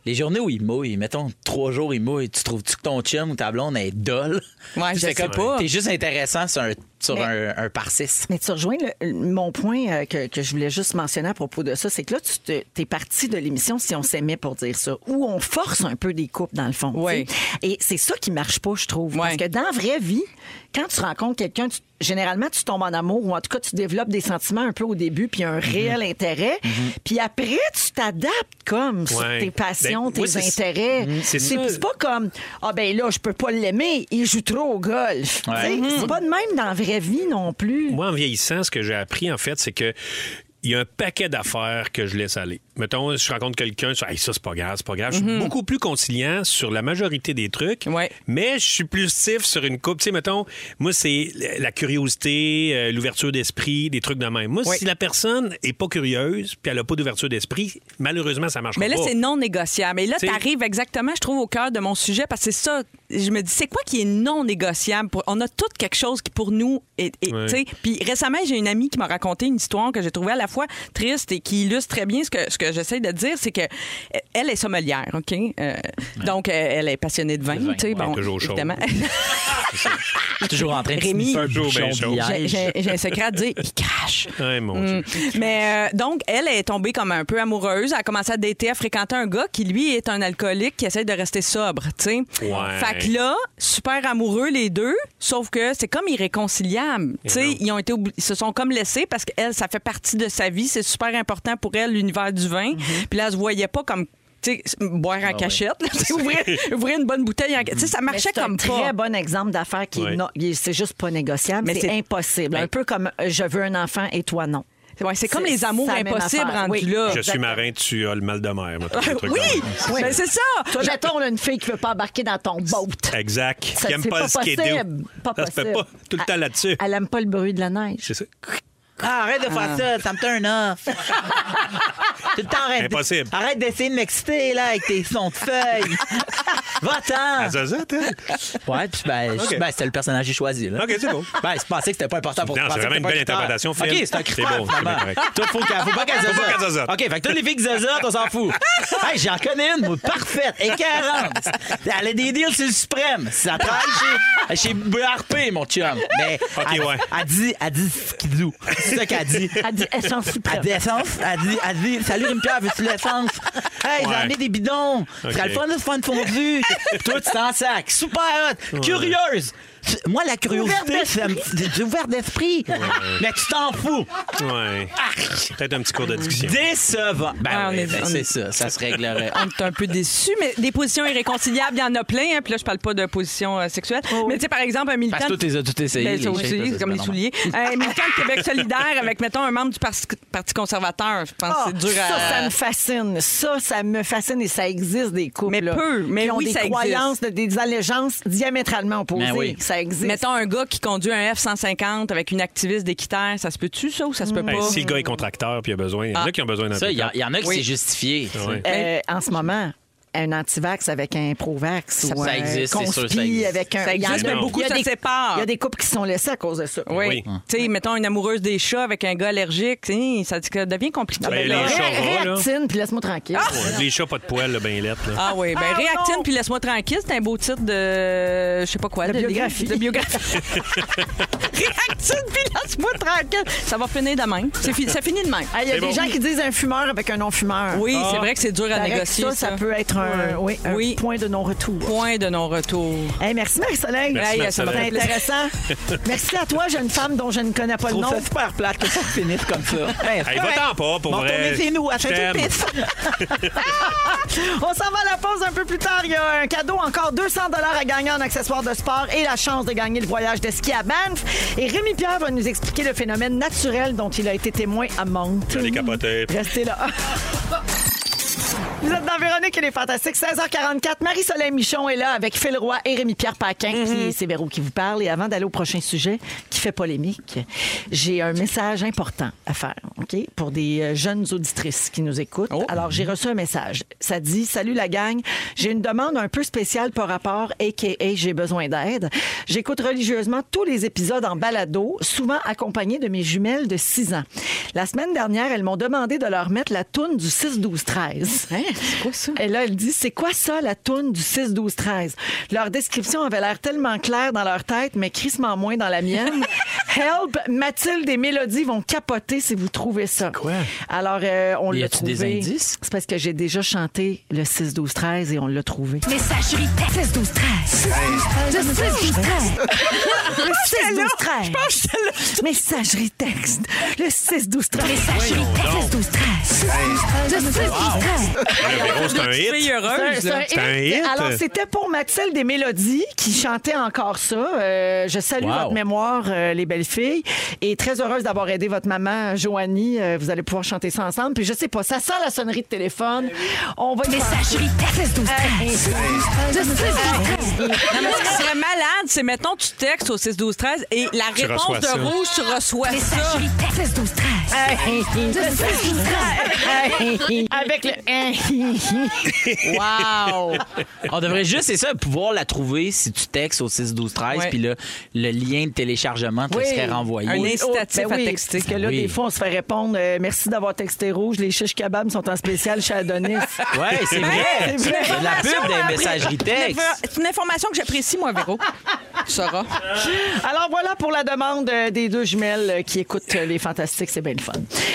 Speaker 5: Les journées où il mouille, mettons trois jours il mouille, tu trouves tu que ton chum ou ta blonde est dole.
Speaker 6: Ouais, je
Speaker 5: c'est
Speaker 6: sais
Speaker 5: comme
Speaker 6: pas.
Speaker 5: T'es juste intéressant sur un sur
Speaker 4: Mais-
Speaker 5: un, un par six.
Speaker 4: Mais tu rejoins le- mon point euh, que, que je voulais juste mentionner à propos de ça, c'est que là, tu te, es parti de l'émission si on s'aimait pour dire ça, où on force un peu des couples dans le fond.
Speaker 6: Ouais.
Speaker 4: tu sais. Et c'est ça qui marche pas, je trouve. Parce
Speaker 6: Ouais.
Speaker 4: que dans la vraie vie, quand tu rencontres quelqu'un, tu- généralement, tu tombes en amour ou en tout cas, tu développes des sentiments un peu au début, puis un
Speaker 3: Mm-hmm.
Speaker 4: réel intérêt. Puis après, tu t'adaptes comme sur
Speaker 3: Ouais.
Speaker 4: tes
Speaker 3: Ben,
Speaker 4: passions, tes
Speaker 3: oui, c'est- Mm-hmm.
Speaker 4: intérêts.
Speaker 3: c'est ça.
Speaker 4: c'est pas comme, ah ben là, je peux pas l'aimer, il joue trop au golf.
Speaker 5: Ouais.
Speaker 4: Tu sais, C'est pas de même dans la vraie vie non plus.
Speaker 3: Moi, en vieillissant, ce que j'ai appris, en fait, c'est que il y a un paquet d'affaires que je laisse aller. Mettons, je rencontre quelqu'un, je dis, Hey, ça, c'est pas grave, c'est pas grave. Je suis beaucoup plus conciliant sur la majorité des trucs,
Speaker 6: Mhm. Ouais.
Speaker 3: mais je suis plus stiff sur une coupe. Tu sais, mettons, moi, c'est la curiosité, euh, l'ouverture d'esprit, des trucs de même. Moi,
Speaker 6: Ouais.
Speaker 3: si la personne est pas curieuse, puis elle a pas d'ouverture d'esprit, malheureusement, ça marche pas.
Speaker 6: Mais là, c'est non négociable. Et là,
Speaker 3: T'sais-
Speaker 6: tu arrives exactement, je trouve, au cœur de mon sujet, parce que c'est ça. Je me dis, c'est quoi qui est non négociable? Pour- On a tout quelque chose qui, pour nous, est. est-
Speaker 3: Ouais.
Speaker 6: t'sais. Puis récemment, j'ai une amie qui m'a raconté une histoire que j'ai trouvée à la fois triste et qui illustre très bien ce que, ce que j'essaie de dire, c'est que euh, elle est sommelière, OK? Euh, Donc, euh, elle est passionnée de vin,
Speaker 5: vin,
Speaker 6: tu sais.
Speaker 5: ouais,
Speaker 6: Bon,
Speaker 3: toujours chaud.
Speaker 6: évidemment.
Speaker 5: Toujours en train de
Speaker 6: Ah, Rémi,
Speaker 5: sniffer un
Speaker 3: Toujours
Speaker 5: bouchon
Speaker 3: bien
Speaker 5: de
Speaker 3: chaud.
Speaker 5: liège.
Speaker 6: J'ai- J'ai j'ai un secret à dire, il cache.
Speaker 3: Ouais, mon
Speaker 6: Mm.
Speaker 3: Dieu.
Speaker 6: Mais euh, donc, elle est tombée comme un peu amoureuse. Elle a commencé à dater, à fréquenter un gars qui, lui, est un alcoolique qui essaie de rester sobre, tu sais.
Speaker 3: Ouais.
Speaker 6: Fait que là, super amoureux les deux, sauf que c'est comme irréconciliable. Tu sais,
Speaker 3: non.
Speaker 6: ils, ont été oubli- ils se sont comme laissés parce qu'elle, ça fait partie de sa vie. C'est super important pour elle, l'univers du vin.
Speaker 4: Mm-hmm.
Speaker 6: Puis là, elle se voyait pas comme... tu sais, boire en cachette, là, tu sais, ouvrir, ouvrir une bonne bouteille en cachette. Tu sais, ça
Speaker 4: Ah Mais
Speaker 6: marchait
Speaker 4: C'est un
Speaker 6: comme pas.
Speaker 4: très bon exemple d'affaires qui est
Speaker 3: Ouais.
Speaker 4: non- qui- c'est juste pas négociable,
Speaker 6: Mais
Speaker 4: c'est
Speaker 6: c'est-
Speaker 4: impossible. Un
Speaker 6: Ouais.
Speaker 4: peu comme euh, je veux un enfant et toi non.
Speaker 6: Ouais, c'est comme
Speaker 4: C'est-
Speaker 6: les amours
Speaker 4: c'est la même
Speaker 6: impossibles
Speaker 4: affaire.
Speaker 6: rendus
Speaker 4: Oui.
Speaker 6: là.
Speaker 3: Je suis marin, tu as le mal de mer. mettons, un truc
Speaker 6: Ah, oui,
Speaker 3: de
Speaker 4: hein.
Speaker 3: même.
Speaker 6: ben, c'est ça.
Speaker 4: Toi j'attends là, une fille qui veut pas embarquer dans ton boat.
Speaker 3: Exact.
Speaker 4: Ça,
Speaker 3: qui aime
Speaker 4: c'est
Speaker 3: pas,
Speaker 4: pas
Speaker 3: le skater.
Speaker 4: possible. Pas
Speaker 3: ça se fait
Speaker 4: possible.
Speaker 3: pas tout le temps
Speaker 4: Ah,
Speaker 3: là-dessus.
Speaker 4: Elle aime pas le bruit de la neige.
Speaker 3: C'est ça.
Speaker 6: Ah.
Speaker 5: Ah, arrête de faire ça, ça me turn off. Tout le temps, arrête.
Speaker 3: Impossible.
Speaker 5: Arrête d'essayer de m'exciter, là, avec tes sons de feuilles.
Speaker 3: À
Speaker 5: Va-t'en.
Speaker 3: Zazette, hein?
Speaker 5: Ouais, puis ben, je-
Speaker 3: Ok.
Speaker 5: ben, c'était le personnage que j'ai choisi, là.
Speaker 3: OK, c'est bon.
Speaker 5: Ben, je pensais que c'était pas important pour
Speaker 3: Non,
Speaker 5: je pensais
Speaker 3: c'est
Speaker 5: que
Speaker 3: vraiment
Speaker 5: c'était
Speaker 3: une
Speaker 5: pas
Speaker 3: belle
Speaker 5: un critère.
Speaker 3: interprétation, Phil.
Speaker 5: OK, c'est un
Speaker 3: C'est
Speaker 5: critère,
Speaker 3: beau,
Speaker 5: finalement.
Speaker 3: c'est correct.
Speaker 5: Tout faut qu'elle faut pas qu'elle
Speaker 3: Faut pas
Speaker 5: zozote.
Speaker 3: qu'elle zozote.
Speaker 5: OK, fait que toutes les filles qui zozotent, on s'en fout. hey, j'en connais une, moi, parfaite, écœurante. Elle a des deals sur le suprême. Ça travaille chez, chez BRP, mon chum. Mais
Speaker 3: OK,
Speaker 5: elle,
Speaker 3: ouais.
Speaker 5: elle dit, elle dit skidou. C'est ça qu'elle dit.
Speaker 4: Elle dit, elle s'en fout.
Speaker 5: Elle dit essence, elle dit, elle dit salut Rimpierre, veux-tu l'essence? Hey,
Speaker 3: Ouais.
Speaker 5: j'en ai des bidons.
Speaker 3: Ok.
Speaker 5: C'est le fun de se faire une fondue. Toi, tu t'en sac. Super hot. Curieuse. Tu- Moi, la curiosité, c'est un petit- c'est ouvert d'esprit. Mais tu t'en fous. Ah.
Speaker 3: Ouais. Peut-être un petit cours d'addiction.
Speaker 5: Décevant. Ah.
Speaker 6: Ouais,
Speaker 5: Ben,
Speaker 6: Ah, on
Speaker 5: oui,
Speaker 6: est-
Speaker 5: ben,
Speaker 6: on
Speaker 5: c'est
Speaker 6: est-
Speaker 5: ça. Ça se réglerait.
Speaker 6: on est un peu déçus, mais des positions irréconciliables, il y en a plein. hein. puis là, je parle pas de position euh, sexuelle. Mais tu sais, par exemple, un militant.
Speaker 5: Parce que toi, t'es- t'as tout essayé,
Speaker 6: Ben,
Speaker 5: les
Speaker 6: ça
Speaker 5: shapes,
Speaker 6: aussi,
Speaker 5: là, ça,
Speaker 6: c'est
Speaker 5: c'est
Speaker 6: comme
Speaker 5: pas
Speaker 6: les
Speaker 5: normal.
Speaker 6: souliers. un militant de Québec solidaire avec, mettons, un membre du Parti, Parti conservateur. Je pense
Speaker 4: Ah,
Speaker 6: que c'est dur à.
Speaker 4: Ça, ça me fascine. Ça, ça me fascine et ça existe des couples.
Speaker 6: Mais
Speaker 4: là,
Speaker 6: peu, mais
Speaker 4: qui ont
Speaker 6: oui,
Speaker 4: des
Speaker 6: ça existe.
Speaker 4: croyances, de- des allégeances diamétralement opposées.
Speaker 5: Mais oui.
Speaker 4: Ça existe.
Speaker 6: Mettons un gars qui conduit un F-150 avec une activiste d'équitaire, ça se peut-tu, ça, ou ça se peut
Speaker 3: Ben,
Speaker 6: pas?
Speaker 3: si le gars est contracteur puis il a besoin, il y en a qui ont besoin d'un
Speaker 5: Ça, il y, a-
Speaker 3: pick-up.
Speaker 5: il y en a qui c'est justifié. tu sais.
Speaker 3: Ouais.
Speaker 4: Euh, en ce moment, un anti-vax avec un pro-vax.
Speaker 5: Ça
Speaker 4: ou un
Speaker 5: existe, c'est sûr, ça
Speaker 4: conspi
Speaker 5: existe.
Speaker 4: avec un.
Speaker 6: Ça
Speaker 4: il y en
Speaker 6: existe,
Speaker 4: a-
Speaker 3: mais beaucoup
Speaker 4: il y a
Speaker 6: se
Speaker 4: des-
Speaker 6: séparent.
Speaker 4: Il y a des couples qui se sont laissés à cause de ça.
Speaker 6: Oui.
Speaker 3: Oui.
Speaker 6: Tu sais, mettons une amoureuse des chats avec un gars allergique, tu sais, ça, ça devient
Speaker 5: Ah,
Speaker 6: compliqué.
Speaker 3: Ben,
Speaker 6: là.
Speaker 3: les chats.
Speaker 4: Ré-
Speaker 3: Chauva, là.
Speaker 4: Réactine, puis laisse-moi tranquille.
Speaker 3: Ouais, Les chats, pas de poils, là, ben lettres. là.
Speaker 6: Ah oui, ben réactine puis laisse-moi tranquille, c'est un beau titre de je sais pas quoi,
Speaker 4: De biographie.
Speaker 6: De biographie. réactine puis laisse-moi tranquille. Ça va finir de même. C'est fi- ça finit de même.
Speaker 4: Ah, Il y a
Speaker 3: C'est
Speaker 4: des
Speaker 3: bon.
Speaker 4: gens qui disent un fumeur avec un non-fumeur.
Speaker 6: Oui, c'est vrai que c'est dur à
Speaker 4: Ah. Paraît que
Speaker 6: négocier.
Speaker 4: Ça, ça, peut être un, oui, un
Speaker 6: Oui.
Speaker 4: point de non-retour.
Speaker 6: Point de non-retour.
Speaker 4: Hey, merci Marie-Soleil.
Speaker 3: Merci,
Speaker 4: Hey,
Speaker 3: Marie-Soleil.
Speaker 4: C'était intéressant. merci à toi, jeune femme dont je ne connais pas
Speaker 5: Je
Speaker 4: le
Speaker 5: trouve
Speaker 4: nom.
Speaker 5: ça super plate que ça finisse comme ça. Ben, Hey,
Speaker 3: Hey, va-t'en pas, pour vrai.
Speaker 5: chez nous, à
Speaker 3: Je t'aime.
Speaker 5: Saint-Sulpice.
Speaker 4: On s'en va à la pause un peu plus tard. Il y a un cadeau, encore 200 à gagner en accessoires de sport et la chance de gagner le voyage de ski à Banff. Et Rémi Pierre va nous expliquer le phénomène naturel dont il a été témoin à Monte.
Speaker 3: J'allais capoter.
Speaker 4: Restez là. Vous êtes dans Véronique et les Fantastiques, 16h44. Marie-Soleil Michon est là avec Phil Roy et Rémi-Pierre Paquin, qui c'est Véro qui vous parle. Et avant d'aller au prochain sujet qui fait polémique, j'ai un message important à faire, OK, pour des euh, jeunes auditrices qui nous écoutent. Alors, j'ai reçu un message. Ça dit Salut la gang, j'ai une demande un peu spéciale par rapport, a.k.a. J'ai besoin d'aide. J'écoute religieusement tous les épisodes en balado, souvent accompagnés de mes jumelles de 6 ans. La semaine dernière, elles m'ont demandé de leur mettre la toune du 6-12-13.
Speaker 5: Hein?
Speaker 6: quoi ça?
Speaker 4: Et là, elle dit, c'est quoi ça, la toune du 6, 12, 13? Leur description avait l'air tellement claire dans leur tête, mais crissement moins dans la mienne. Help, Mathilde et Mélodie vont capoter si vous trouvez ça. Quoi? Alors, euh, on
Speaker 5: Y
Speaker 4: l'a
Speaker 5: a-tu
Speaker 4: trouvé.
Speaker 5: des indices?
Speaker 4: C'est parce que j'ai déjà chanté le 6, 12, 13 et on l'a trouvé.
Speaker 1: Messagerie texte 16 12 13. Le 6 12 13.
Speaker 4: Le 6, 12, 13. Je pense Messagerie texte. Le 6, 12, 13.
Speaker 1: Messagerie texte 16 12 13. Le 6 12 13.
Speaker 3: Le Véro, c'est un hit.
Speaker 6: Fille heureuse.
Speaker 4: C'est un-
Speaker 6: là.
Speaker 4: c'est un
Speaker 3: C'est
Speaker 4: hit.
Speaker 3: un hit.
Speaker 4: Alors, c'était pour Mathilde et Mélodie qui chantaient encore ça. Euh, je salue
Speaker 5: Wow.
Speaker 4: votre mémoire, euh, les belles filles. Et très heureuse d'avoir aidé votre maman, Joanie. Euh, vous allez pouvoir chanter ça ensemble. Puis je sais pas, ça sent la sonnerie de téléphone. On va y
Speaker 1: Messagerie texte 12 13. Le 6 12 13.
Speaker 6: Non, mais ce qui serait malade, c'est mettons tu textes au 6 12 13 et la
Speaker 3: Tu
Speaker 6: réponse
Speaker 3: reçois
Speaker 6: de
Speaker 3: ça.
Speaker 6: rouge tu reçois ça.
Speaker 1: Messagerie texte 12 13. Le 6 12 13.
Speaker 4: Avec le.
Speaker 6: Wow.
Speaker 5: On devrait juste, c'est ça, pouvoir la trouver si tu textes au 6 12 13
Speaker 6: Ouais.
Speaker 5: puis là le lien de téléchargement te
Speaker 4: Oui.
Speaker 5: serait renvoyé.
Speaker 6: Un
Speaker 4: Oui.
Speaker 6: incitatif
Speaker 4: Oh, ben
Speaker 6: à
Speaker 4: oui,
Speaker 6: texter.
Speaker 4: Parce que là,
Speaker 5: Oui.
Speaker 4: des fois, on se fait répondre euh, Merci d'avoir texté rouge. Les chiches kebabs sont en spécial chez Adonis.
Speaker 5: Ouais, c'est vrai.
Speaker 4: c'est vrai.
Speaker 5: Il y a de la pub des messageries textes.
Speaker 6: C'est une information que j'apprécie, moi, Véro. Tu sauras.
Speaker 4: Alors voilà pour la demande euh, des deux jumelles euh, qui écoutent euh, les fantastiques, c'est bien le fun.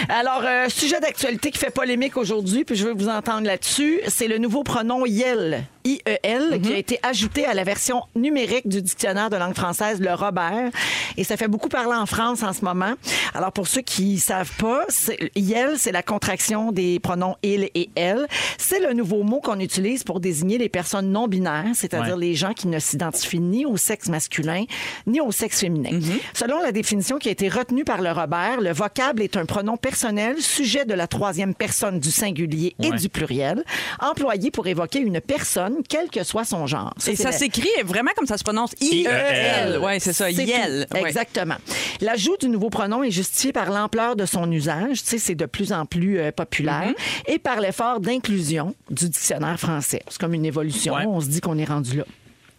Speaker 4: Alors euh, sujet d'actualité qui fait polémique aujourd'hui, puis je veux vous entendre là-dessus, c'est le nouveau pronom E IEL, IEL qui
Speaker 6: Mhm.
Speaker 4: a été ajouté à la version numérique du dictionnaire de langue française le Robert et ça fait beaucoup parler en France en ce moment. Alors pour ceux qui savent pas, c'est- IEL c'est la contraction des pronoms il et elle, c'est le nouveau mot qu'on utilise pour désigner les personnes non binaires, c'est-à-dire
Speaker 5: Ouais.
Speaker 4: les les gens qui ne s'identifient ni au sexe masculin ni au sexe féminin. Selon la définition qui a été retenue par le Robert, le vocable est un pronom personnel sujet de la troisième personne du singulier et
Speaker 5: Ouais.
Speaker 4: du pluriel, employé pour évoquer une personne, quel que soit son genre.
Speaker 6: Et ça
Speaker 4: c'est la-
Speaker 6: s'écrit vraiment comme ça se prononce. I-E-L.
Speaker 3: I-E-L.
Speaker 6: Oui, E c'est ça.
Speaker 4: E c'est
Speaker 6: Yel.
Speaker 4: tout. Exactement. L'ajout du nouveau pronom est justifié par l'ampleur de son usage, tu sais, c'est de plus en plus euh, populaire,
Speaker 6: Mm-hmm.
Speaker 4: et par l'effort d'inclusion du dictionnaire français. C'est comme une évolution,
Speaker 5: Ouais.
Speaker 4: on se dit qu'on est rendu là.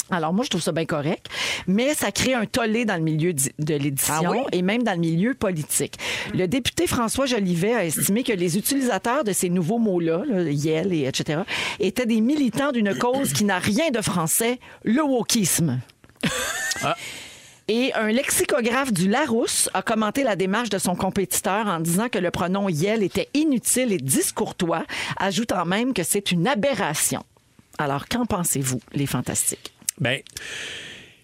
Speaker 4: Alors moi, je trouve ça bien correct, mais ça crée un tollé dans le milieu di- de l'édition
Speaker 6: Ah oui?
Speaker 4: et même dans le milieu politique. Le député François Jolivet a estimé que les utilisateurs de ces nouveaux mots-là, là, Yel et etc., étaient des militants d'une cause qui n'a rien de français, le wokisme.
Speaker 6: Ah.
Speaker 4: Et un lexicographe du Larousse a commenté la démarche de son compétiteur en disant que le pronom Yel était inutile et discourtois, ajoutant même que c'est une aberration. Alors, qu'en pensez-vous, les fantastiques?
Speaker 3: Ben,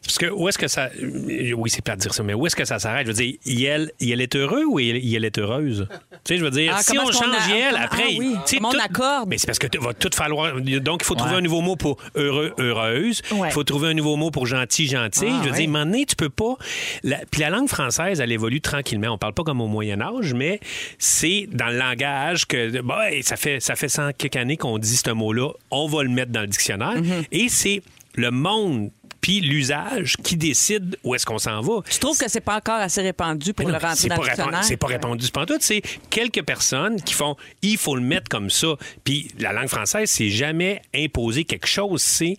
Speaker 3: parce que où est-ce que ça. euh, Oui, c'est pas de dire ça, mais où est-ce que ça s'arrête? Je veux dire, Yel, Yel est heureux ou Yel, Yel est heureuse? Tu sais, je veux dire,
Speaker 6: Ah,
Speaker 3: si
Speaker 6: comment
Speaker 3: on
Speaker 6: est-ce qu'on
Speaker 3: change
Speaker 6: a-
Speaker 3: Yel,
Speaker 6: comment-
Speaker 3: après.
Speaker 6: ah oui,
Speaker 3: tu sais,
Speaker 6: comment on
Speaker 3: tout-
Speaker 6: accorde?
Speaker 3: Mais c'est parce que t- va tout falloir. Donc, il faut trouver
Speaker 5: Ouais.
Speaker 3: un nouveau mot pour heureux, heureuse. Il
Speaker 4: Ouais.
Speaker 3: faut trouver un nouveau mot pour gentil, gentil.
Speaker 4: Ah,
Speaker 3: je veux
Speaker 4: ouais.
Speaker 3: dire, à un moment donné, tu peux pas. La- Puis la langue française, elle évolue tranquillement. On parle pas comme au Moyen Âge, mais c'est dans le langage que bah, hey, ça fait ça fait 100 quelques années qu'on dit ce mot-là. On va le mettre dans le dictionnaire.
Speaker 4: Mm-hmm.
Speaker 3: Et c'est le monde puis l'usage qui décide où est-ce qu'on s'en va.
Speaker 6: Je trouve que c'est pas encore assez répandu pour
Speaker 3: Mais Ben non,
Speaker 6: le rentrer
Speaker 3: c'est
Speaker 6: dans
Speaker 3: pas
Speaker 6: le
Speaker 3: répandu-
Speaker 6: dictionnaire.
Speaker 3: C'est pas répandu pantoute. C'est quelques personnes qui font il faut le mettre comme ça. Puis la langue française, c'est jamais imposer quelque chose. C'est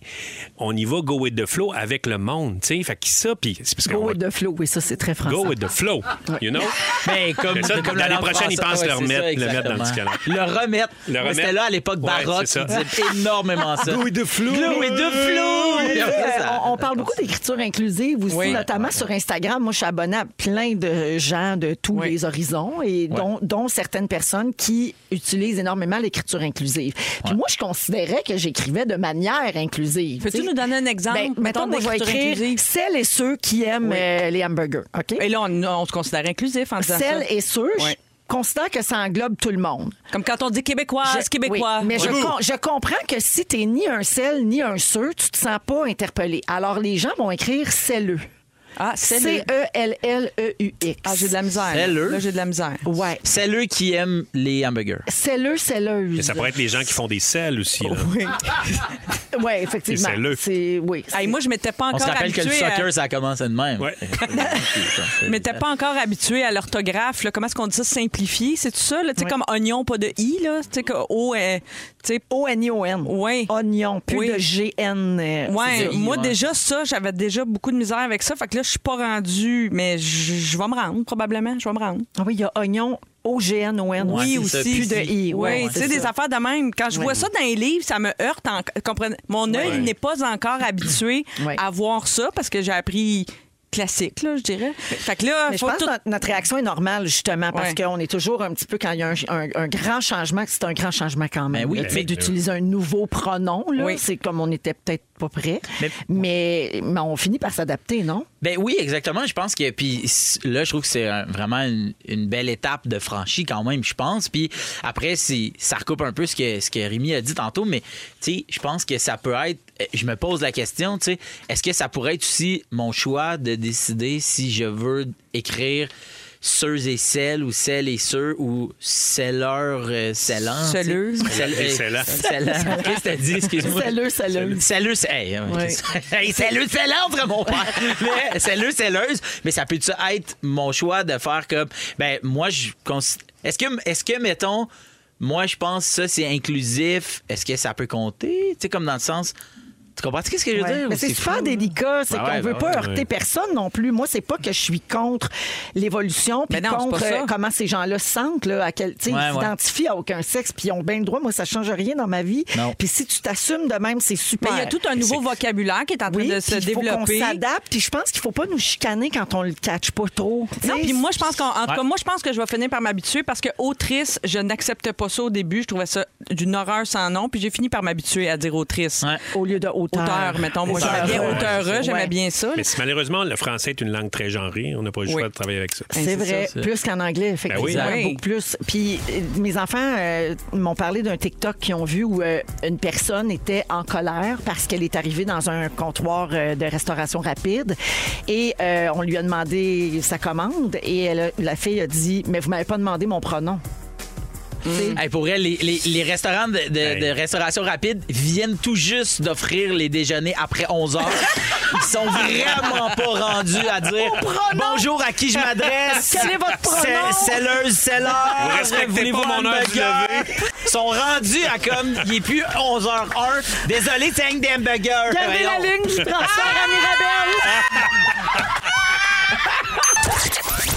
Speaker 3: on y va go with the flow avec le monde. tu sais. Fait que ça, puis c'est parce qu'on
Speaker 4: Go
Speaker 3: va-
Speaker 4: with the flow, oui, ça, c'est très français.
Speaker 3: Go with the flow, you know?
Speaker 5: Mais Ben, comme,
Speaker 3: Mais ça, comme l'année prochaine, ils pensent le remettre, le mettre dans le dictionnaire.
Speaker 5: Le remettre.
Speaker 3: Le
Speaker 5: Mais
Speaker 3: remettre.
Speaker 5: C'était là à l'époque
Speaker 3: Ouais,
Speaker 5: baroque,
Speaker 3: c'est
Speaker 5: ils
Speaker 3: ça.
Speaker 5: disaient énormément ça.
Speaker 3: Go with the flow.
Speaker 5: Go with the flow.
Speaker 4: Euh,
Speaker 5: Ça-
Speaker 4: on, on parle beaucoup d'écriture inclusive aussi,
Speaker 6: Oui.
Speaker 4: notamment sur Instagram. Moi, je suis abonnée à plein de gens de tous
Speaker 6: Oui.
Speaker 4: les horizons et dont, dont certaines personnes qui utilisent énormément l'écriture inclusive. Puis moi, je considérais que j'écrivais de manière inclusive.
Speaker 6: Peux-tu
Speaker 4: tu sais.
Speaker 6: nous donner un exemple,
Speaker 4: Ben, mettons,
Speaker 6: mettons,
Speaker 4: moi, je vais
Speaker 6: d'écriture
Speaker 4: écrire
Speaker 6: inclusive?
Speaker 4: celles et ceux qui aiment euh, les hamburgers. OK?
Speaker 6: Et là, on, on se considère inclusif en disant
Speaker 4: Celles
Speaker 6: ça.
Speaker 4: et ceux, je
Speaker 6: Ouais.
Speaker 4: considère que ça englobe tout le monde.
Speaker 6: Comme quand on dit québécoise,
Speaker 4: Je-
Speaker 6: québécois.
Speaker 4: Ah, oui, mais je, com- je comprends que si t'es ni un sel ni un sœur, tu te sens pas interpellé. Alors les gens vont écrire E celleux.
Speaker 6: Ah, c'est le...
Speaker 4: C-E-L-L-E-U-X.
Speaker 6: Ah, j'ai de la misère.
Speaker 5: C'est le.
Speaker 6: Là, j'ai de la misère.
Speaker 4: Ouais.
Speaker 5: Celles qui aiment les hamburgers.
Speaker 4: Celleux, celleuse.
Speaker 3: Mais ça pourrait être les gens qui font des selles aussi. là.
Speaker 4: Oui, effectivement.
Speaker 3: Et celleux.
Speaker 4: C'est oui.
Speaker 6: Hey, moi, je m'étais pas
Speaker 5: On
Speaker 6: encore
Speaker 5: se rappelle que le
Speaker 6: habituée à-
Speaker 5: soccer, ça a commencé de même.
Speaker 3: Ouais.
Speaker 6: je m'étais pas encore habituée à l'orthographe. là. Comment est-ce qu'on dit ça? Simplifié, c'est tout ça? là? Tu sais,
Speaker 4: Ouais.
Speaker 6: comme oignon, pas de i, là. Tu sais, que O est... Tu sais,
Speaker 4: O-N-I-O-N.
Speaker 6: Oui.
Speaker 4: Oignon, plus
Speaker 6: Oui.
Speaker 4: de G-N. euh,
Speaker 6: Ouais,
Speaker 5: C'est dur,
Speaker 6: moi
Speaker 5: ouais.
Speaker 6: déjà ça, j'avais déjà beaucoup de misère avec ça. Fait que là, je suis pas rendue, mais je je vais me rendre probablement. Je vais me rendre.
Speaker 4: Ah Oui, il y a oignon, O-G-N-O-N.
Speaker 5: Ouais,
Speaker 6: Oui,
Speaker 5: c'est ça,
Speaker 6: aussi.
Speaker 5: puis
Speaker 4: Plus de I.
Speaker 6: Oui,
Speaker 4: ouais,
Speaker 6: tu
Speaker 4: c'est
Speaker 6: sais, des
Speaker 4: ça.
Speaker 6: affaires de même. Quand je vois ça dans les livres, ça me heurte. En... comprenez- Mon œil
Speaker 3: Ouais.
Speaker 6: n'est pas encore habitué
Speaker 4: Ouais.
Speaker 6: à voir ça parce que j'ai appris classique, là, je dirais. Fait que là,
Speaker 4: Mais je
Speaker 6: Ah, faut
Speaker 4: pense
Speaker 6: tout...
Speaker 4: que notre- notre réaction est normale, justement, parce
Speaker 6: Ouais.
Speaker 4: qu'on est toujours un petit peu, quand il y a un, un- un grand changement, que c'est un grand changement quand même.
Speaker 5: Ben oui,
Speaker 4: là, tu sais,
Speaker 5: ben oui.
Speaker 4: d'utiliser un nouveau pronom, là,
Speaker 6: Oui.
Speaker 4: c'est comme on n'était peut-être pas prêt. Mais,
Speaker 5: Mais-
Speaker 4: mais on finit par s'adapter, non?
Speaker 5: Ben oui, exactement. Je pense que puis s- là, je trouve que c'est un- vraiment une, une belle étape de franchie quand même, je pense. Puis après, c'est- ça recoupe un peu ce que ce que Rémi a dit tantôt, mais tu sais, je pense que ça peut être. euh, Je me pose la question, tu sais, est-ce que ça pourrait être aussi mon choix de décider si je veux écrire ceux et celles ou celles et ceux ou celleurs, euh, cellants. tu sais.
Speaker 6: Celleuse.
Speaker 5: Celle-
Speaker 3: Et
Speaker 5: euh,
Speaker 3: cellant.
Speaker 5: cellant. Qu'est-ce que t'as dit? Excuse-moi.
Speaker 4: Celleux, celleuse.
Speaker 5: Celleux, c'est. Hey, euh, hey, celleux, cellendre, mon père! mais celleux, celleuse. Mais ça peut être mon choix de faire comme. Ben, moi, je. consi- Est-ce que, est que, mettons, moi, je pense que ça, c'est inclusif. Est-ce que ça peut compter? Tu sais, comme dans le sens. Tu comprends ce que je veux
Speaker 4: Ouais.
Speaker 5: dire?
Speaker 4: Mais
Speaker 5: Ou
Speaker 4: c'est
Speaker 5: flou,
Speaker 4: super
Speaker 5: là?
Speaker 4: délicat, c'est
Speaker 5: Ben
Speaker 4: qu'on
Speaker 5: ouais,
Speaker 4: veut
Speaker 5: ben
Speaker 4: pas
Speaker 5: ouais,
Speaker 4: heurter
Speaker 3: ouais.
Speaker 4: personne non plus. Moi, c'est pas que je suis contre l'évolution, puis
Speaker 6: Ben non, c'est
Speaker 4: contre
Speaker 6: pas ça.
Speaker 4: euh, comment ces gens-là se sentent, là, à quel, tu sais,
Speaker 5: Ouais,
Speaker 4: ils
Speaker 5: ouais.
Speaker 4: s'identifient à aucun sexe, puis ils ont bien le droit. Moi, ça change rien dans ma vie.
Speaker 5: Non.
Speaker 4: Puis si tu t'assumes de même, c'est
Speaker 6: Mais
Speaker 4: super.
Speaker 6: il y a tout un nouveau vocabulaire qui est en train
Speaker 4: Oui,
Speaker 6: de se
Speaker 4: puis Il
Speaker 6: développer.
Speaker 4: faut qu'on s'adapte, puis je pense qu'il faut pas nous chicaner quand on le catch pas trop. Tu
Speaker 6: Non,
Speaker 4: sais,
Speaker 6: puis moi, je pense qu'en en tout cas,
Speaker 5: Ouais.
Speaker 6: moi, je pense que je vais finir par m'habituer parce que autrice, je n'acceptais pas ça au début. Je trouvais ça d'une horreur sans nom. Puis j'ai fini par m'habituer à dire autrice.
Speaker 5: Ouais.
Speaker 4: au lieu de hauteur.
Speaker 6: Auteur, mettons. Moi, j'aimais bien
Speaker 4: Auteur.
Speaker 6: auteureux,
Speaker 4: Ouais.
Speaker 6: j'aimais bien ça.
Speaker 3: Mais c'est- malheureusement, le français est une langue très genrée. On n'a pas le
Speaker 6: Oui.
Speaker 3: choix de travailler avec ça.
Speaker 4: C'est
Speaker 6: c'est
Speaker 4: vrai,
Speaker 5: ça, c'est-
Speaker 4: plus qu'en anglais, effectivement,
Speaker 3: Ben
Speaker 6: oui.
Speaker 4: beaucoup plus. Puis euh, mes enfants euh, m'ont parlé d'un TikTok qu'ils ont vu où euh, une personne était en colère parce qu'elle est arrivée dans un comptoir euh, de restauration rapide et euh, on lui a demandé sa commande et elle a- la fille a dit mais vous m'avez pas demandé mon pronom.
Speaker 5: Hey, pour elle, les, les- les restaurants de, de-
Speaker 3: Hey.
Speaker 5: de restauration rapide viennent tout juste d'offrir les déjeuners après 11 heures. Ils sont vraiment pas rendus à dire bonjour à qui je m'adresse.
Speaker 4: Quel est votre pronom?
Speaker 5: C'est- Selleuse, selleur.
Speaker 3: Vous respectez
Speaker 5: Voulez-vous
Speaker 3: pas mon
Speaker 5: un
Speaker 3: heure du
Speaker 5: burger? Ils sont rendus à comme il est plus 11h01. Désolé, c'est un des hamburgers.
Speaker 4: Gardez la
Speaker 5: Voyons.
Speaker 4: ligne du transfert à Mirabel.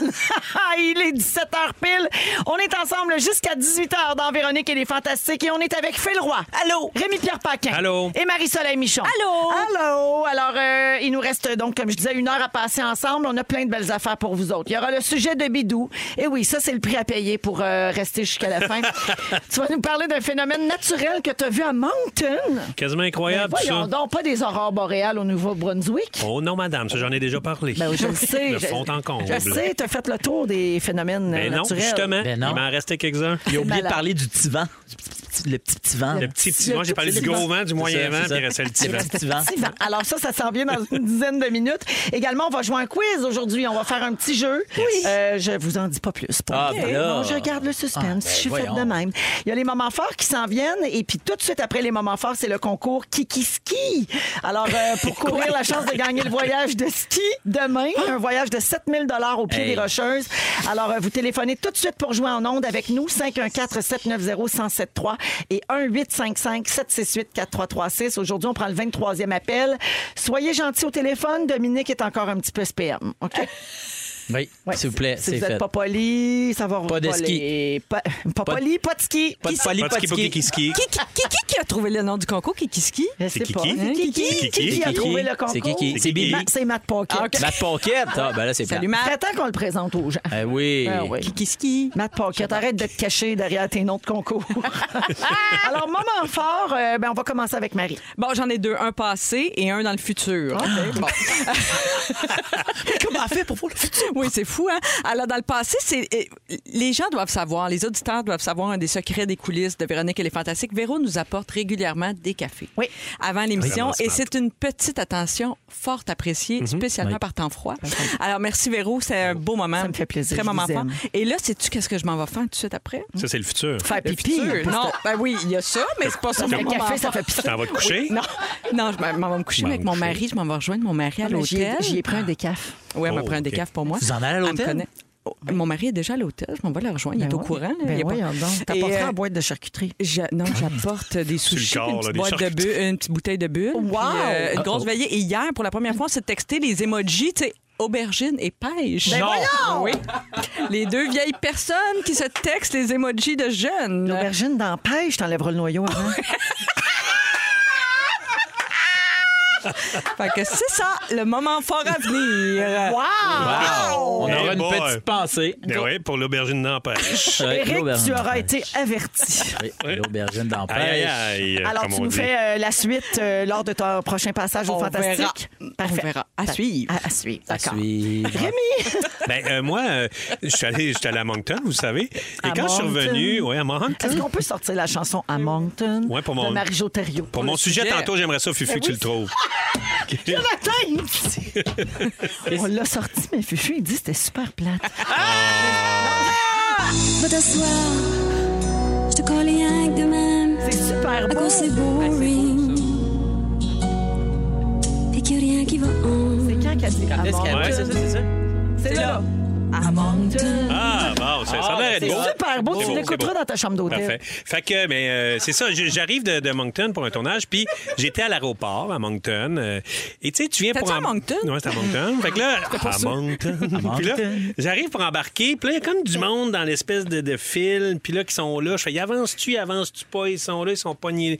Speaker 4: Il est 17h pile. On est ensemble jusqu'à 18h dans Véronique et les Fantastiques et on est avec Phil Roy. Allô. Rémi-Pierre Paquin.
Speaker 3: Allô.
Speaker 4: Et Marie-Soleil Michon.
Speaker 6: Allô.
Speaker 4: Allô. Alors, euh, il nous reste donc, comme je disais, une heure à passer ensemble. On a plein de belles affaires pour vous autres. Il y aura le sujet de Bidou. Et oui, ça, c'est le prix à payer pour euh, rester jusqu'à la fin. tu vas nous parler d'un phénomène naturel que tu as vu à Mountain.
Speaker 3: Quasiment incroyable, tout
Speaker 4: Ben Voyons
Speaker 3: ça.
Speaker 4: donc, pas des aurores boréales au Nouveau-Brunswick.
Speaker 3: Oh non, madame, ça, j'en ai déjà parlé.
Speaker 4: Ben oui, je le sais.
Speaker 3: De
Speaker 4: je-
Speaker 3: fond en comble.
Speaker 4: Je sais, t'as fait le tour des phénomènes
Speaker 3: Ben
Speaker 4: euh,
Speaker 3: non,
Speaker 4: naturels.
Speaker 3: justement.
Speaker 5: Ben non.
Speaker 3: Il m'en restait quelques-uns.
Speaker 5: Il a oublié de
Speaker 4: malade.
Speaker 5: parler du petit vent. Du petit, petit- Le petit petit vent.
Speaker 3: Le petit, petit vent, j'ai parlé du gros vent, du moyen vent, puis il restait le petit vent.
Speaker 5: petit vent.
Speaker 4: Petit vent. Alors ça, ça s'en vient dans une dizaine de minutes. Également, on va jouer un quiz aujourd'hui. On va faire un petit jeu. Euh, je vous en dis pas plus. Pour
Speaker 5: Ah,
Speaker 4: le
Speaker 5: ben
Speaker 4: moment.
Speaker 5: là.
Speaker 4: Non, je garde le suspense.
Speaker 5: Ah, ben
Speaker 4: je suis faite
Speaker 5: voyons.
Speaker 4: de même. Il y a les moments forts qui s'en viennent. Et puis tout de suite après les moments forts, c'est le concours Kiki Ski. Alors, euh, pour courir la chance de gagner le voyage de ski demain, un voyage de 7000 au pied
Speaker 5: Hey.
Speaker 4: des Rocheuses. Alors, euh, vous téléphonez tout de suite pour jouer en onde avec nous. 514-790-1073 et 1-855-768-4336. Aujourd'hui, on prend le 23e appel. Soyez gentils au téléphone. Dominique est encore un petit peu SPM. OK?
Speaker 5: Oui,
Speaker 4: Ouais.
Speaker 5: s'il vous plaît,
Speaker 4: Si
Speaker 5: c'est
Speaker 4: vous
Speaker 5: fait.
Speaker 4: n'êtes pas poli, ça va
Speaker 5: Pas de
Speaker 4: voler.
Speaker 5: ski.
Speaker 4: Pas,
Speaker 5: Pas
Speaker 4: pas
Speaker 5: de-
Speaker 4: poli, pas de ski.
Speaker 5: Pas de
Speaker 6: Qui-
Speaker 5: folie,
Speaker 3: Pas de
Speaker 5: pas de
Speaker 3: ski, pas
Speaker 5: ski.
Speaker 3: qui ski.
Speaker 6: Qui, qui, qui, qui- qui a trouvé le nom du concours? Qui, qui, qui?
Speaker 4: Je
Speaker 3: C'est
Speaker 4: sais pas.
Speaker 3: Kiki?
Speaker 4: C'est Kiki.
Speaker 6: C'est
Speaker 4: Kiki.
Speaker 3: Kiki?
Speaker 4: qui a
Speaker 3: Kiki?
Speaker 4: trouvé le concours.
Speaker 5: C'est Kiki. C'est Bibi.
Speaker 4: Ma- C'est Matt Pocket.
Speaker 6: Ah, ok.
Speaker 5: La poquette. Ah, ben là, c'est
Speaker 6: Salut,
Speaker 5: plate.
Speaker 6: Matt.
Speaker 4: Attends qu'on le présente aux gens.
Speaker 5: Eh oui.
Speaker 4: Ah oui.
Speaker 6: Qui, qui, qui?
Speaker 4: Matt Pocket, arrête de te cacher derrière tes noms de concours. Alors, moment fort, euh, ben, on va commencer avec Marie.
Speaker 6: Bon, j'en ai deux. Un passé et un dans le futur. Bon.
Speaker 5: Comment elle fait pour voir le futur?
Speaker 6: Oui, c'est fou, hein? Alors, dans le passé, c'est euh, les gens doivent savoir, les auditeurs doivent savoir un des secrets des coulisses de Véronique et les Fantastiques. Véro nous apporte régulièrement des cafés
Speaker 4: Oui.
Speaker 6: avant l'émission
Speaker 3: Vraiment
Speaker 6: et
Speaker 3: smart. Mhm.
Speaker 6: c'est une petite attention fort appréciée, spécialement par temps froid. Alors, merci Véro, c'est un beau moment.
Speaker 4: Ça me fait plaisir,
Speaker 6: Très
Speaker 4: je
Speaker 6: moment
Speaker 4: vous
Speaker 6: fort.
Speaker 4: aime. Ah,
Speaker 6: Et là, sais-tu qu'est-ce que je m'en vais faire tout de suite après?
Speaker 3: Ça, c'est le futur.
Speaker 4: Faire
Speaker 6: Le
Speaker 4: pipi. hein,
Speaker 6: futur.
Speaker 4: en
Speaker 6: Non, ben oui, il y a ça, mais c'est pas ça.
Speaker 4: plus,
Speaker 6: mon
Speaker 4: Le
Speaker 6: moment
Speaker 4: café, ça
Speaker 6: fort.
Speaker 4: fait pipi.
Speaker 3: Tu t'en vas te coucher?
Speaker 6: Non, non, je m'en vais me coucher
Speaker 3: M'en
Speaker 6: avec mon
Speaker 3: coucher.
Speaker 6: mari. Je m'en vais rejoindre mon mari à
Speaker 4: Ah, J'y ai,
Speaker 6: l'hôtel.
Speaker 4: j'y ai pris un décaf.
Speaker 6: Oui, elle m'a
Speaker 3: Oh,
Speaker 6: pris un
Speaker 3: ok.
Speaker 6: décaf pour moi.
Speaker 5: Vous en allez à
Speaker 6: Elle me
Speaker 5: l'hôtel?
Speaker 6: connaît. Oh, mon mari est déjà à l'hôtel. Je m'en vais le rejoindre. il est
Speaker 4: Ben
Speaker 6: au
Speaker 4: oui.
Speaker 6: courant. là.
Speaker 4: Ben
Speaker 6: il est pas-
Speaker 4: voyant donc. T'as
Speaker 6: Et,
Speaker 4: pas fait
Speaker 6: euh,
Speaker 4: la boîte de charcuterie.
Speaker 6: je- non, j'apporte des sushis,
Speaker 3: corps,
Speaker 6: une,
Speaker 3: là,
Speaker 6: petite
Speaker 3: des
Speaker 6: boîte de
Speaker 3: charcuteries.
Speaker 6: bu- une petite bouteille de bulle, puis,
Speaker 4: Oh, Wow!
Speaker 6: euh, une grosse
Speaker 5: Uh-oh.
Speaker 6: veillée. Et hier, pour la première fois, on s'est texté les emojis, tu sais, aubergine et pêche.
Speaker 5: Ben Non! voyons!
Speaker 6: Oui. Les deux vieilles personnes qui se textent les emojis de jeunes.
Speaker 4: L'aubergine dans la pêche, t'enlèveras le noyau avant.
Speaker 6: Fait que c'est ça, le moment fort à venir.
Speaker 4: Ah,
Speaker 5: Wow! On
Speaker 3: Hey
Speaker 5: aura une
Speaker 3: boy.
Speaker 5: petite pensée.
Speaker 3: Ben oui, pour l'aubergine d'empêche.
Speaker 5: Ouais,
Speaker 4: Eric,
Speaker 5: l'aubergine
Speaker 4: tu auras
Speaker 5: d'Empêche.
Speaker 4: été averti.
Speaker 5: Oui, l'aubergine d'Empêche.
Speaker 3: Aïe, aïe, aïe.
Speaker 4: Alors,
Speaker 3: comme
Speaker 4: tu
Speaker 3: on
Speaker 4: nous
Speaker 3: dit.
Speaker 4: fais euh, la suite euh, lors de ton prochain passage au
Speaker 6: On
Speaker 4: Fantastique.
Speaker 6: verra.
Speaker 4: Parfait.
Speaker 6: On verra. À
Speaker 4: Ta-
Speaker 6: suivre.
Speaker 4: À, à suivre,
Speaker 5: À
Speaker 4: d'accord.
Speaker 5: suivre.
Speaker 3: Ben, euh, moi, euh, je suis allé, j'étais allé à Moncton, vous savez. Et
Speaker 4: À
Speaker 3: quand je suis
Speaker 4: Moncton. Ah,
Speaker 3: revenu, ouais, à Moncton.
Speaker 4: Est-ce qu'on peut sortir la chanson à Moncton
Speaker 3: Ouais, pour mon-
Speaker 4: de Marie-Jo Thériault?
Speaker 3: Pour mon
Speaker 4: le Ben
Speaker 3: sujet,
Speaker 6: sujet.
Speaker 3: tantôt, j'aimerais ça, Fufu, que tu le trouves.
Speaker 4: Jonathan, il me dit- On l'a sorti, mais Fufu, il dit que c'était super plate.
Speaker 9: Va t'asseoir, je te colle rien que de même.
Speaker 4: Ah, C'est super
Speaker 9: À
Speaker 4: beau.
Speaker 9: cause c'est boring. Et que rien qui va en.
Speaker 4: C'est quand qu'elle dit à
Speaker 5: Est-ce qu'elle-
Speaker 4: Moncton?
Speaker 5: ouais, c'est ça, c'est ça.
Speaker 4: C'est là. À Moncton.
Speaker 3: Ah, bon, ça, ça a l'air
Speaker 4: ben C'est
Speaker 3: d'être beau.
Speaker 4: super beau.
Speaker 3: C'est
Speaker 4: Tu
Speaker 3: beau,
Speaker 4: l'écouteras
Speaker 3: c'est beau.
Speaker 4: dans ta chambre d'hôtel.
Speaker 3: Parfait. Fait que, mais euh, c'est ça, j- j'arrive de, de Moncton pour un tournage, puis j'étais à l'aéroport à Moncton. euh, et tu sais, tu viens pour.
Speaker 6: T'as-tu à
Speaker 3: em-
Speaker 6: Moncton?
Speaker 3: Ouais, c'est à Moncton. Fait que là, à Moncton. Puis là, j'arrive pour embarquer, puis là, il y a comme du monde dans l'espèce de, de fil, puis là, qui sont là. Je fais, avance-tu, avance-tu pas? Ils sont là, ils sont pognés.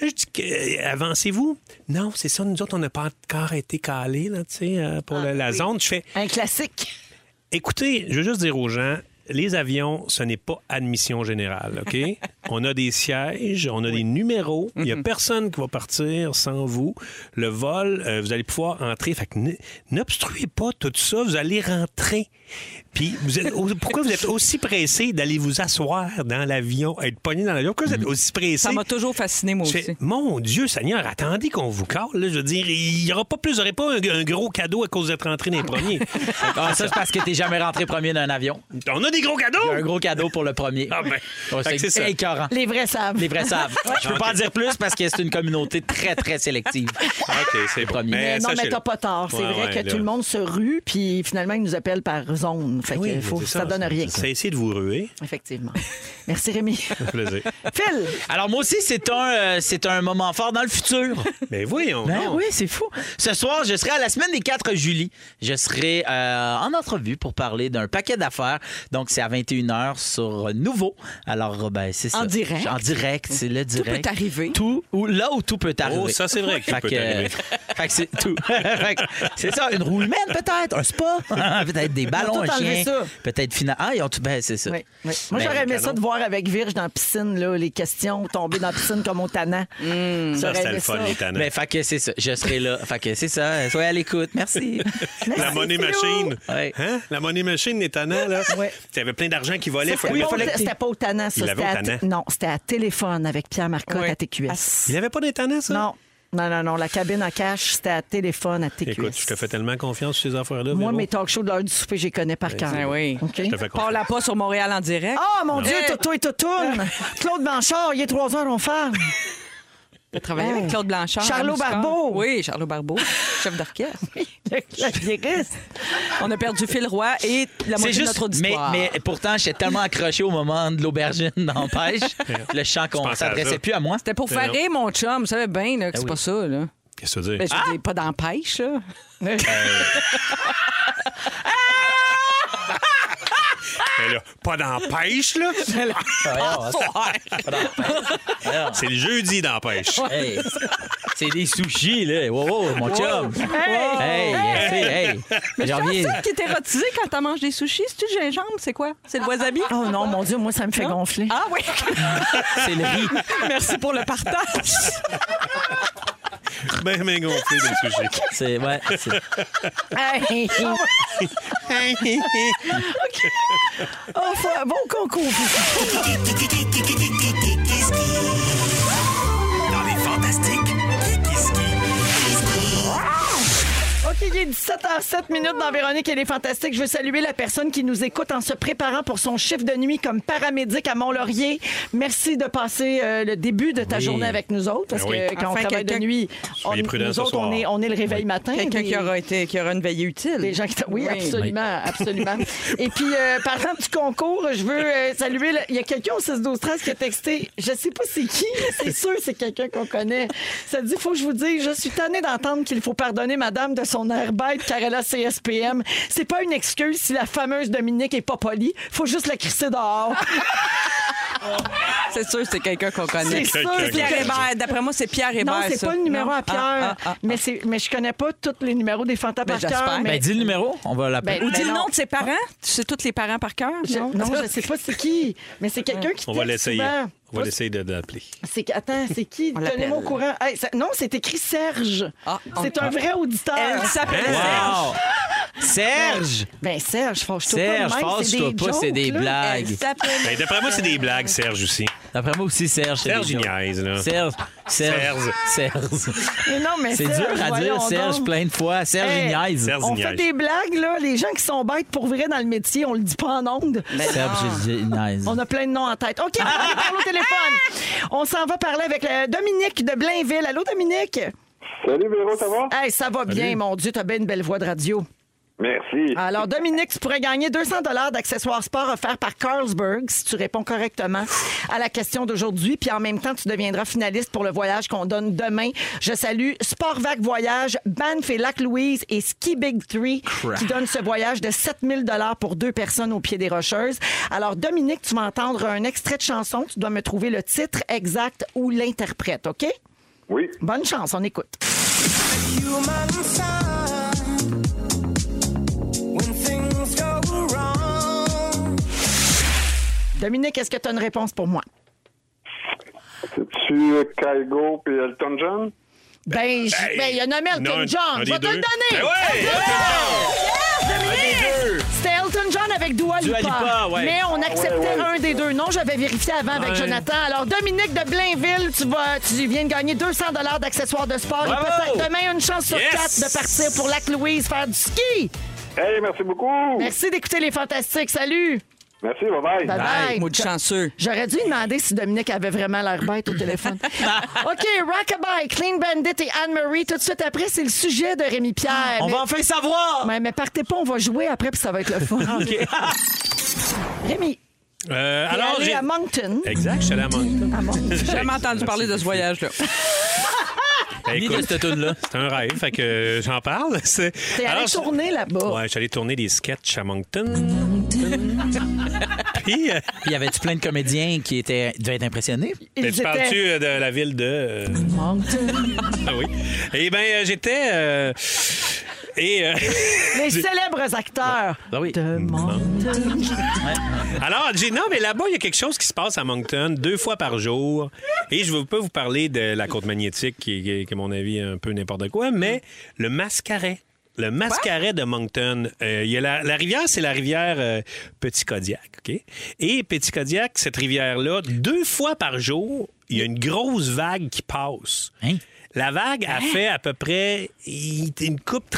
Speaker 3: Là, je dis, que, euh, avancez-vous? Non, c'est ça, nous autres, on n'a pas encore été calés, là, tu sais, euh, pour la, la zone. Je fais,
Speaker 4: Un classique.
Speaker 3: Écoutez, je veux juste dire aux gens, les avions, ce n'est pas admission générale, OK? on a des sièges, on a des numéros. Il n'y a personne qui va partir sans vous. Le vol, euh, vous allez pouvoir entrer. Fait que n- n'obstruez pas tout ça. Vous allez rentrer. Puis, vous êtes, au- pourquoi vous êtes aussi pressé d'aller vous asseoir dans l'avion, être pogné dans l'avion? Pourquoi vous êtes aussi pressé?
Speaker 6: Ça m'a toujours fasciné, moi
Speaker 3: Je
Speaker 6: aussi.
Speaker 3: fais, Mon Dieu, Seigneur, attendez qu'on vous cale. là. Je veux dire, il n'y aura pas plus, vous n'aurez pas un, un gros cadeau à cause d'être rentré dans les premiers.
Speaker 5: Ah, ça, c'est parce que t'es jamais rentré premier d'un avion.
Speaker 3: On a des gros
Speaker 5: Il y a un
Speaker 3: cadeaux!
Speaker 5: gros cadeau pour le premier.
Speaker 3: Ah ben,
Speaker 5: Ouais,
Speaker 3: fait que c'est ça.
Speaker 5: c'est écœurant.
Speaker 4: Les vrais savent.
Speaker 5: Les vrais savent. Je peux pas en dire plus parce que c'est une communauté très, très sélective.
Speaker 3: OK, c'est bon.
Speaker 5: premier.
Speaker 4: Mais non, mais
Speaker 3: sachez-le.
Speaker 4: t'as pas tort. C'est
Speaker 3: Eh, Ouais,
Speaker 4: vrai
Speaker 3: ouais,
Speaker 4: que
Speaker 3: là.
Speaker 4: tout le monde se rue, puis finalement, ils nous appellent par zone. Fait que
Speaker 3: Oui,
Speaker 4: faut,
Speaker 3: c'est
Speaker 4: ça, donne rien.
Speaker 3: C'est essayer de vous ruer.
Speaker 4: Effectivement. Merci, Rémi.
Speaker 3: Ça fait plaisir.
Speaker 4: Phil!
Speaker 5: Alors, moi aussi, c'est un, euh, c'est un moment fort dans le futur.
Speaker 3: Mais voyons.
Speaker 5: Ben
Speaker 3: donc.
Speaker 5: oui, c'est fou. Ce soir, je serai à la semaine des 4 juillet. Je serai euh, en entrevue pour parler d'un paquet d'affaires. Donc, c'est à 21h sur Nouveau. Alors, ben, c'est ça.
Speaker 6: En direct.
Speaker 5: En direct, c'est le direct.
Speaker 6: peut arriver.
Speaker 5: Tout, ou là où tout peut arriver.
Speaker 3: Oh, ça, c'est vrai qu'il
Speaker 5: Fait
Speaker 3: peut
Speaker 5: que, euh,
Speaker 3: arriver.
Speaker 5: fait que c'est tout. Fait que c'est ça, une roue humaine peut-être, un spa, peut-être des ballons,
Speaker 4: Ils ont
Speaker 5: un
Speaker 4: tout enlevé
Speaker 5: chien.
Speaker 4: ça.
Speaker 5: Peut-être final. Ah, ils ont tout. Ben, c'est ça.
Speaker 4: Oui, oui. Moi,
Speaker 5: Ben,
Speaker 4: j'aurais aimé
Speaker 3: canon.
Speaker 4: ça de voir avec Virge dans la piscine, là, les questions tombées dans la piscine comme au tannant.
Speaker 3: Hmm. Ça,
Speaker 4: J'aurais
Speaker 3: c'était le
Speaker 4: aimé
Speaker 3: fun, les tannants.
Speaker 5: Ben, fait que c'est ça. Je serai là. Fait que c'est ça. Soyez à l'écoute. Merci.
Speaker 3: La monnaie
Speaker 4: Philou.
Speaker 3: machine.
Speaker 5: Ouais.
Speaker 3: Hein? La monnaie machine, les tannants, là.
Speaker 4: Ouais.
Speaker 3: Tu avais plein d'argent qui volait.
Speaker 4: C'était
Speaker 3: Fait que-
Speaker 4: pas- C'était pas au tannant, ça.
Speaker 3: Il l'avait
Speaker 4: C'était
Speaker 3: au
Speaker 4: à,
Speaker 3: tannant.
Speaker 4: t- non, c'était à téléphone avec Pierre Marcotte
Speaker 6: Oui.
Speaker 4: à TQS.
Speaker 3: Il n'y avait pas des tannants, ça?
Speaker 4: Non, non, non, non. La cabine à cash, c'était à téléphone à TQS.
Speaker 3: Écoute, je te fais tellement confiance sur ces affaires-là.
Speaker 4: Moi,
Speaker 3: Véro. Ben,
Speaker 4: mes talk shows de l'heure du souper, je les connais par cœur.
Speaker 6: Ah oui.
Speaker 4: OK?
Speaker 3: Je te fais confiance.
Speaker 6: Parle pas sur Montréal en direct.
Speaker 4: Ah, mon Dieu,
Speaker 6: Hey.
Speaker 4: Toto et Totoune! Claude Blanchard, il est 3 heures, on ferme.
Speaker 6: T'as travaillé avec Claude Blanchard.
Speaker 4: Charlot
Speaker 6: Anne Muscard.
Speaker 4: Barbeau.
Speaker 6: Oui, Charlot Barbeau, chef d'orchestre.
Speaker 4: Le clavieriste.
Speaker 6: On a perdu Phil Roy et la
Speaker 5: C'est
Speaker 6: moitié de
Speaker 5: juste,
Speaker 6: notre
Speaker 5: mais,
Speaker 6: auditoire.
Speaker 5: mais pourtant, j'étais tellement accroché au moment de l'aubergine dans la pêche. le chant qu'on
Speaker 3: pensais à ça.
Speaker 5: s'adressait plus à moi.
Speaker 6: C'était pour faire
Speaker 3: non.
Speaker 6: rire mon chum. Vous savez bien là, que c'est
Speaker 5: Ben oui. Ah!
Speaker 6: pas ça. Là.
Speaker 3: Qu'est-ce que tu veux dire?
Speaker 6: Ben, je veux dire, pas dans la pêche. Là.
Speaker 5: Ben,
Speaker 3: Mais Ben là, pas dans la pêche, là. C'est le jeudi dans la pêche.
Speaker 5: Hey, c'est des sushis, là. Wow, wow, mon chum. Hey, hey, hey. J'en
Speaker 6: C'est
Speaker 5: viens.
Speaker 6: ça qui est érotisé quand t'as mangé des sushis. C'est-tu le gingembre? C'est quoi? C'est le wasabi?
Speaker 4: Oh non, mon Dieu, moi, ça me fait gonfler.
Speaker 6: Ah oui!
Speaker 5: C'est le riz.
Speaker 6: Merci pour le partage.
Speaker 3: Ben, ben gonflé des sujets.
Speaker 5: C'est, ouais, c'est-
Speaker 4: Hey. OK. Oh, faut- bon concours.
Speaker 10: Dans les fantastiques,
Speaker 4: OK, il est 17h07 minutes dans Véronique et les Fantastiques. Je veux saluer la personne qui nous écoute en se préparant pour son chiffre de nuit comme paramédic à Mont-Laurier. Merci de passer euh, le début de ta
Speaker 5: Oui.
Speaker 4: journée avec nous autres parce
Speaker 3: Ben oui.
Speaker 4: que quand
Speaker 6: Enfin,
Speaker 4: on travaille de
Speaker 6: quelqu'un-
Speaker 4: nuit, on,
Speaker 3: Soyez prudents
Speaker 4: nous
Speaker 3: ce
Speaker 4: autres,
Speaker 3: soir.
Speaker 4: on est, on est le réveil matin.
Speaker 6: Quelqu'un
Speaker 4: puis-
Speaker 6: qui aura, été, qui aura une veillée utile.
Speaker 4: Des gens qui t'a- oui, absolument, absolument. Et puis, euh, parlant du concours, je veux euh, saluer. le- Il y a quelqu'un au 6 12 13 qui a texté. Je sais pas c'est qui, mais c'est sûr c'est quelqu'un qu'on connaît. Ça dit, faut que je vous dise, je suis tannée d'entendre qu'il faut pardonner Madame de son air bête car elle a CSPM. C'est pas une excuse si la fameuse Dominique est pas polie. Faut juste la crisser dehors.
Speaker 6: Ah, C'est sûr, c'est quelqu'un qu'on connaît.
Speaker 4: C'est sûr. c'est
Speaker 6: Pierre
Speaker 4: quelqu'un-
Speaker 6: Hébert. D'après moi, c'est Pierre Hébert.
Speaker 4: Non, c'est
Speaker 6: ça.
Speaker 4: pas le numéro
Speaker 6: Non?
Speaker 4: à Pierre,
Speaker 6: Ah, ah, ah.
Speaker 4: mais c'est, mais je connais pas tous les numéros des fantas
Speaker 6: Ben,
Speaker 4: par cœur,
Speaker 6: j'espère.
Speaker 4: mais-
Speaker 5: Ben, dis le numéro, on va l'appeler.
Speaker 4: Ben,
Speaker 6: Ou dis le
Speaker 4: Mais
Speaker 6: nom
Speaker 4: non.
Speaker 6: de ses parents. Tu sais tous les parents par cœur?
Speaker 4: Je-
Speaker 6: non?
Speaker 4: non, je sais pas c'est qui, mais c'est quelqu'un qui
Speaker 3: On va
Speaker 4: texte
Speaker 3: l'essayer.
Speaker 4: souvent.
Speaker 3: On va l'essayer de de l'appeler.
Speaker 4: C'est que- attends, c'est qui
Speaker 6: On l'appelle.
Speaker 4: Tenez-moi au courant. Hey, ça- non, c'est écrit Serge.
Speaker 6: Ah, on-
Speaker 4: c'est un vrai auditeur.
Speaker 6: Elle s'appelle Serge.
Speaker 5: Wow. Serge!
Speaker 4: Ben Serge, fâche-toi pas.
Speaker 5: Serge,
Speaker 4: de même, c'est
Speaker 5: fâche-toi
Speaker 4: des
Speaker 5: pas, c'est
Speaker 4: jokes,
Speaker 5: des
Speaker 4: là.
Speaker 5: blagues.
Speaker 6: Elle s'appelle
Speaker 3: Ben, d'après moi, c'est
Speaker 4: Ah.
Speaker 3: des blagues, Serge aussi.
Speaker 5: D'après moi aussi, Serge. c'est
Speaker 3: Serge,
Speaker 5: des
Speaker 3: il
Speaker 5: jokes.
Speaker 3: niaise, là.
Speaker 5: Serge, Serge, Serge.
Speaker 4: Mais non, mais
Speaker 5: C'est
Speaker 4: Serge,
Speaker 5: dur à dire,
Speaker 4: voyons
Speaker 5: Serge,
Speaker 4: donc.
Speaker 5: plein de fois. Serge,
Speaker 4: Hey.
Speaker 5: il niaise.
Speaker 3: Serge,
Speaker 4: On
Speaker 3: il
Speaker 4: fait
Speaker 3: niaise.
Speaker 4: des blagues là, les gens qui sont bêtes pour vrai dans le métier, on le dit pas en ondes.
Speaker 5: Serge, il niaise.
Speaker 4: Ben On a plein de noms en tête. OK, on va aller parler au téléphone. On s'en va parler avec euh, Dominique de Blainville. Allô, Dominique?
Speaker 7: Salut Véro, ça va?
Speaker 4: Hey, ça va bien, mon Dieu, t'as bien une belle voix de radio.
Speaker 7: Merci.
Speaker 4: Alors, Dominique, tu pourrais gagner 200 dollars d'accessoires sport offerts par Carlsberg si tu réponds correctement à la question d'aujourd'hui. Puis en même temps, tu deviendras finaliste pour le voyage qu'on donne demain. Je salue Sportvac Voyage, Banff et Lac-Louise et Ski Big Three qui donnent ce voyage de 7000 dollars pour deux personnes au pied des Rocheuses. Alors, Dominique, tu vas entendre un extrait de chanson. Tu dois me trouver le titre exact ou l'interprète, OK?
Speaker 7: Oui.
Speaker 4: Bonne chance, on écoute. Dominique, est-ce que tu as une réponse pour moi?
Speaker 10: C'est-tu euh, Kygo puis Elton John?
Speaker 4: Ben, j- ben, il y a nommé Elton
Speaker 3: non,
Speaker 4: John.
Speaker 3: un
Speaker 4: Je vais
Speaker 3: des
Speaker 4: te
Speaker 3: deux.
Speaker 4: le donner.
Speaker 3: Ben ouais,
Speaker 4: Elton
Speaker 3: Elton
Speaker 4: John! Yes, Dominique! C'était Elton John avec Dua Lipa.
Speaker 5: Dua Lipa, ouais.
Speaker 4: Mais on acceptait
Speaker 10: ouais.
Speaker 4: un des deux noms. J'avais vérifié avant avec
Speaker 3: Ouais.
Speaker 4: Jonathan. Alors, Dominique de Blainville, tu, vas, tu viens de gagner 200 d'accessoires de sport.
Speaker 5: Bravo!
Speaker 4: Et peut-être demain, une chance sur
Speaker 3: Yes!
Speaker 4: quatre de partir pour Lac-Louise faire du ski.
Speaker 10: Hey, merci beaucoup!
Speaker 4: Merci d'écouter les Fantastiques. Salut!
Speaker 10: Merci, bye-bye!
Speaker 4: Bye-bye.
Speaker 6: Maudit chanceux.
Speaker 4: J'aurais dû lui demander si Dominique avait vraiment l'air bête au téléphone. OK, Rockabye, Clean Bandit et Anne-Marie. Tout de suite après, c'est le sujet de Rémi Pierre.
Speaker 5: On
Speaker 4: mais,
Speaker 5: va enfin savoir!
Speaker 4: Ouais, mais partez pas, on va jouer après, puis ça va être le fun. Rémi,
Speaker 3: Euh,
Speaker 4: alors,
Speaker 3: alors, j'ai...
Speaker 4: à Moncton.
Speaker 3: Exact, je suis allé à Moncton.
Speaker 4: À Moncton.
Speaker 6: Ah J'ai jamais entendu parler de ce voyage-là.
Speaker 3: Ben,
Speaker 5: Ni de
Speaker 3: écoute,
Speaker 5: cette tune là
Speaker 3: c'est un rêve, fait que euh, j'en parle. C'est...
Speaker 4: T'es allé
Speaker 3: Alors, je-
Speaker 4: tourner là-bas.
Speaker 3: Ouais, j'allais tourner des sketchs à Moncton. Puis, euh,
Speaker 5: Puis y avait-tu plein de comédiens qui étaient, devaient être impressionnés?
Speaker 4: Ils
Speaker 3: mais tu
Speaker 4: étaient-
Speaker 3: parles-tu euh, de la ville de... euh, Ah oui. Eh bien, j'étais... euh, Et... euh,
Speaker 4: Les célèbres acteurs.
Speaker 5: Ben oui.
Speaker 4: De Moncton.
Speaker 3: Alors, j'ai non, mais là-bas, il y a quelque chose qui se passe à Moncton deux fois par jour. Et je ne veux pas vous parler de la côte magnétique, qui, qui- qui, à mon avis, est un peu n'importe quoi, mais le mascaret. Le mascaret de Moncton. Euh, il y a la, la rivière, c'est la rivière euh, Petit Kodiak, OK? Et Petit Kodiak, cette rivière-là, deux fois par jour, il y a une grosse vague qui passe.
Speaker 5: Hein?
Speaker 3: La vague a fait à peu près il- une coupe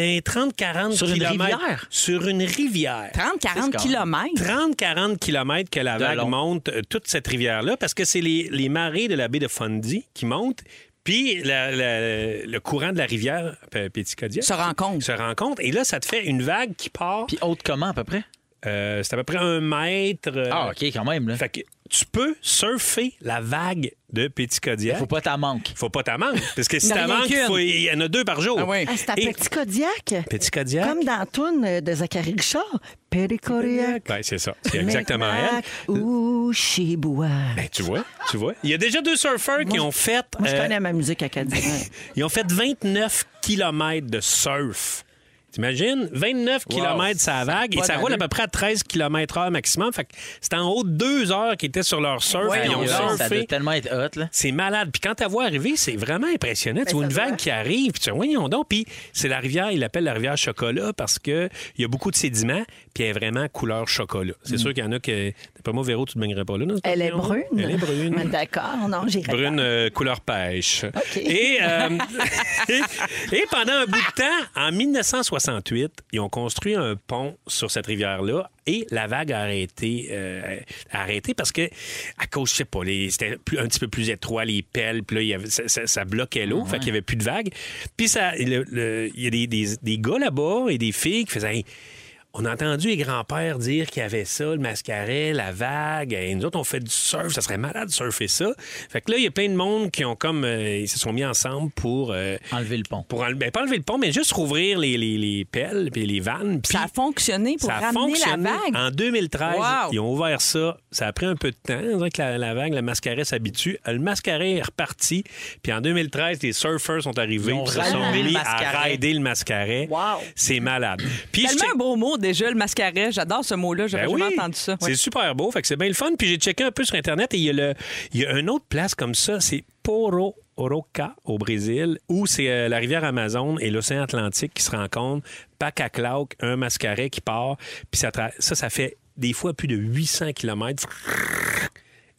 Speaker 3: 30-40
Speaker 5: Sur une
Speaker 3: kilomètres.
Speaker 5: rivière?
Speaker 3: Sur une rivière. ben,
Speaker 6: 30-40 kilomètres.
Speaker 3: 30-40 km que la
Speaker 5: De
Speaker 3: vague
Speaker 5: long.
Speaker 3: monte euh, toute cette rivière-là, parce que c'est les, les marées de la baie de Fundy qui montent, puis la- la- le courant de la rivière euh, Péticodia
Speaker 6: Se rencontrent.
Speaker 3: se rencontre, et là, ça te fait une vague qui part.
Speaker 5: Puis haute comment, à peu près?
Speaker 3: Euh, c'est à peu près un mètre. euh,
Speaker 5: Ah, OK, quand même. Là.
Speaker 3: Fait que tu peux surfer la vague de Péticodia.
Speaker 5: Faut
Speaker 3: Faut,
Speaker 5: pas t'en manque.
Speaker 3: faut pas t'en manquer, parce que si
Speaker 6: Il y en a
Speaker 3: t'en
Speaker 6: rien
Speaker 3: manques,
Speaker 6: qu'une.
Speaker 3: il faut- il y en a deux par jour.
Speaker 6: Ah oui.
Speaker 4: Ah, c'est à
Speaker 3: Et-
Speaker 4: Petit Kodiak.
Speaker 3: Petit Kodiak.
Speaker 4: Comme dans la toune euh, de Zachary Richard. Petit Kodiak.
Speaker 3: Ouais, c'est ça. C'est exactement elle. Euh,
Speaker 4: Micmac Ou Chiboua.
Speaker 3: Ben, tu vois, tu vois. Il y a déjà deux surfeurs qui ont fait.
Speaker 4: Moi, je
Speaker 3: euh,
Speaker 4: connais ma musique acadienne.
Speaker 3: Ils ont fait 29 km de surf. T'imagines? 29 km ça vague et
Speaker 5: pas
Speaker 3: ça roule à
Speaker 5: d'allure.
Speaker 3: peu près à 13 km heure maximum. Fait que c'est en haut de deux heures qu'ils étaient sur leur surf.
Speaker 6: Ouais,
Speaker 3: et ils ont
Speaker 6: ouais,
Speaker 5: ça, ça doit
Speaker 3: surfé.
Speaker 5: tellement être hot, là.
Speaker 3: C'est malade. Puis quand t'as vois arriver, c'est vraiment impressionnant. tu vois
Speaker 4: Ben, ça
Speaker 3: une
Speaker 4: doit.
Speaker 3: vague qui arrive, puis tu dis, voyons donc. Puis c'est la rivière, ils l'appellent la rivière chocolat parce que il y a beaucoup de sédiments, puis elle est vraiment couleur chocolat.
Speaker 5: Mm.
Speaker 3: C'est sûr qu'il y en a que. T'es pas moi, Véro, tu te baignerais pas là. non?
Speaker 4: Elle est brune.
Speaker 3: Elle est brune.
Speaker 4: Mais D'accord, non, j'irai.
Speaker 3: Brune euh, couleur pêche. Et, euh, et, et pendant un bout de temps, en 1968, ils ont construit un pont sur cette rivière-là et la vague a arrêté, euh, a arrêté parce que, à cause, je sais pas, les- c'était plus- un petit peu plus étroit, les pelles, puis là, il y avait- ça, ça- ça bloquait l'eau, fait qu'il y avait plus de vagues. Puis ça, le- le- il y a des, des- des gars là-bas et des filles qui faisaient. Hey, on a entendu les grands-pères dire qu'il y avait ça, le mascaret, la vague. Et nous autres, on fait du surf. Ça serait malade de surfer ça. Fait que là, il y a plein de monde qui ont comme. euh, ils se sont mis ensemble pour. euh,
Speaker 5: Enlever le pont.
Speaker 3: pour enlever, ben, pas enlever le pont, mais juste rouvrir les, les, les pelles puis les vannes. ben, puis
Speaker 6: Ça a fonctionné pour
Speaker 3: ça a
Speaker 6: ramener
Speaker 3: fonctionné.
Speaker 6: la vague.
Speaker 3: En 2013,
Speaker 6: Wow.
Speaker 3: ils ont ouvert ça. Ça a pris un peu de temps. On dirait que la, la vague, le mascaret s'habitue. Euh, Le mascaret est reparti. Puis en 2013, les surfers sont arrivés.
Speaker 5: Ils ont
Speaker 3: puis se sont
Speaker 5: ramené le
Speaker 3: mis à
Speaker 5: mascaret.
Speaker 3: rider le mascaret.
Speaker 4: Wow.
Speaker 3: C'est malade. Puis je
Speaker 6: Tellement
Speaker 3: check-
Speaker 6: un beau mot déjà, le mascaret. J'adore ce mot-là. J'avais
Speaker 3: ben
Speaker 6: jamais
Speaker 3: oui.
Speaker 6: entendu ça. Ouais.
Speaker 3: C'est super beau, fait que c'est bien le fun. Puis j'ai checké un peu sur Internet et il y a, le, il y a une autre place comme ça, c'est Poro Oroca au Brésil, où c'est euh, la rivière Amazon et l'océan Atlantique qui se rencontrent, Pacaclauc, un mascaret qui part, puis ça, tra- ça, ça fait des fois plus de 800 km.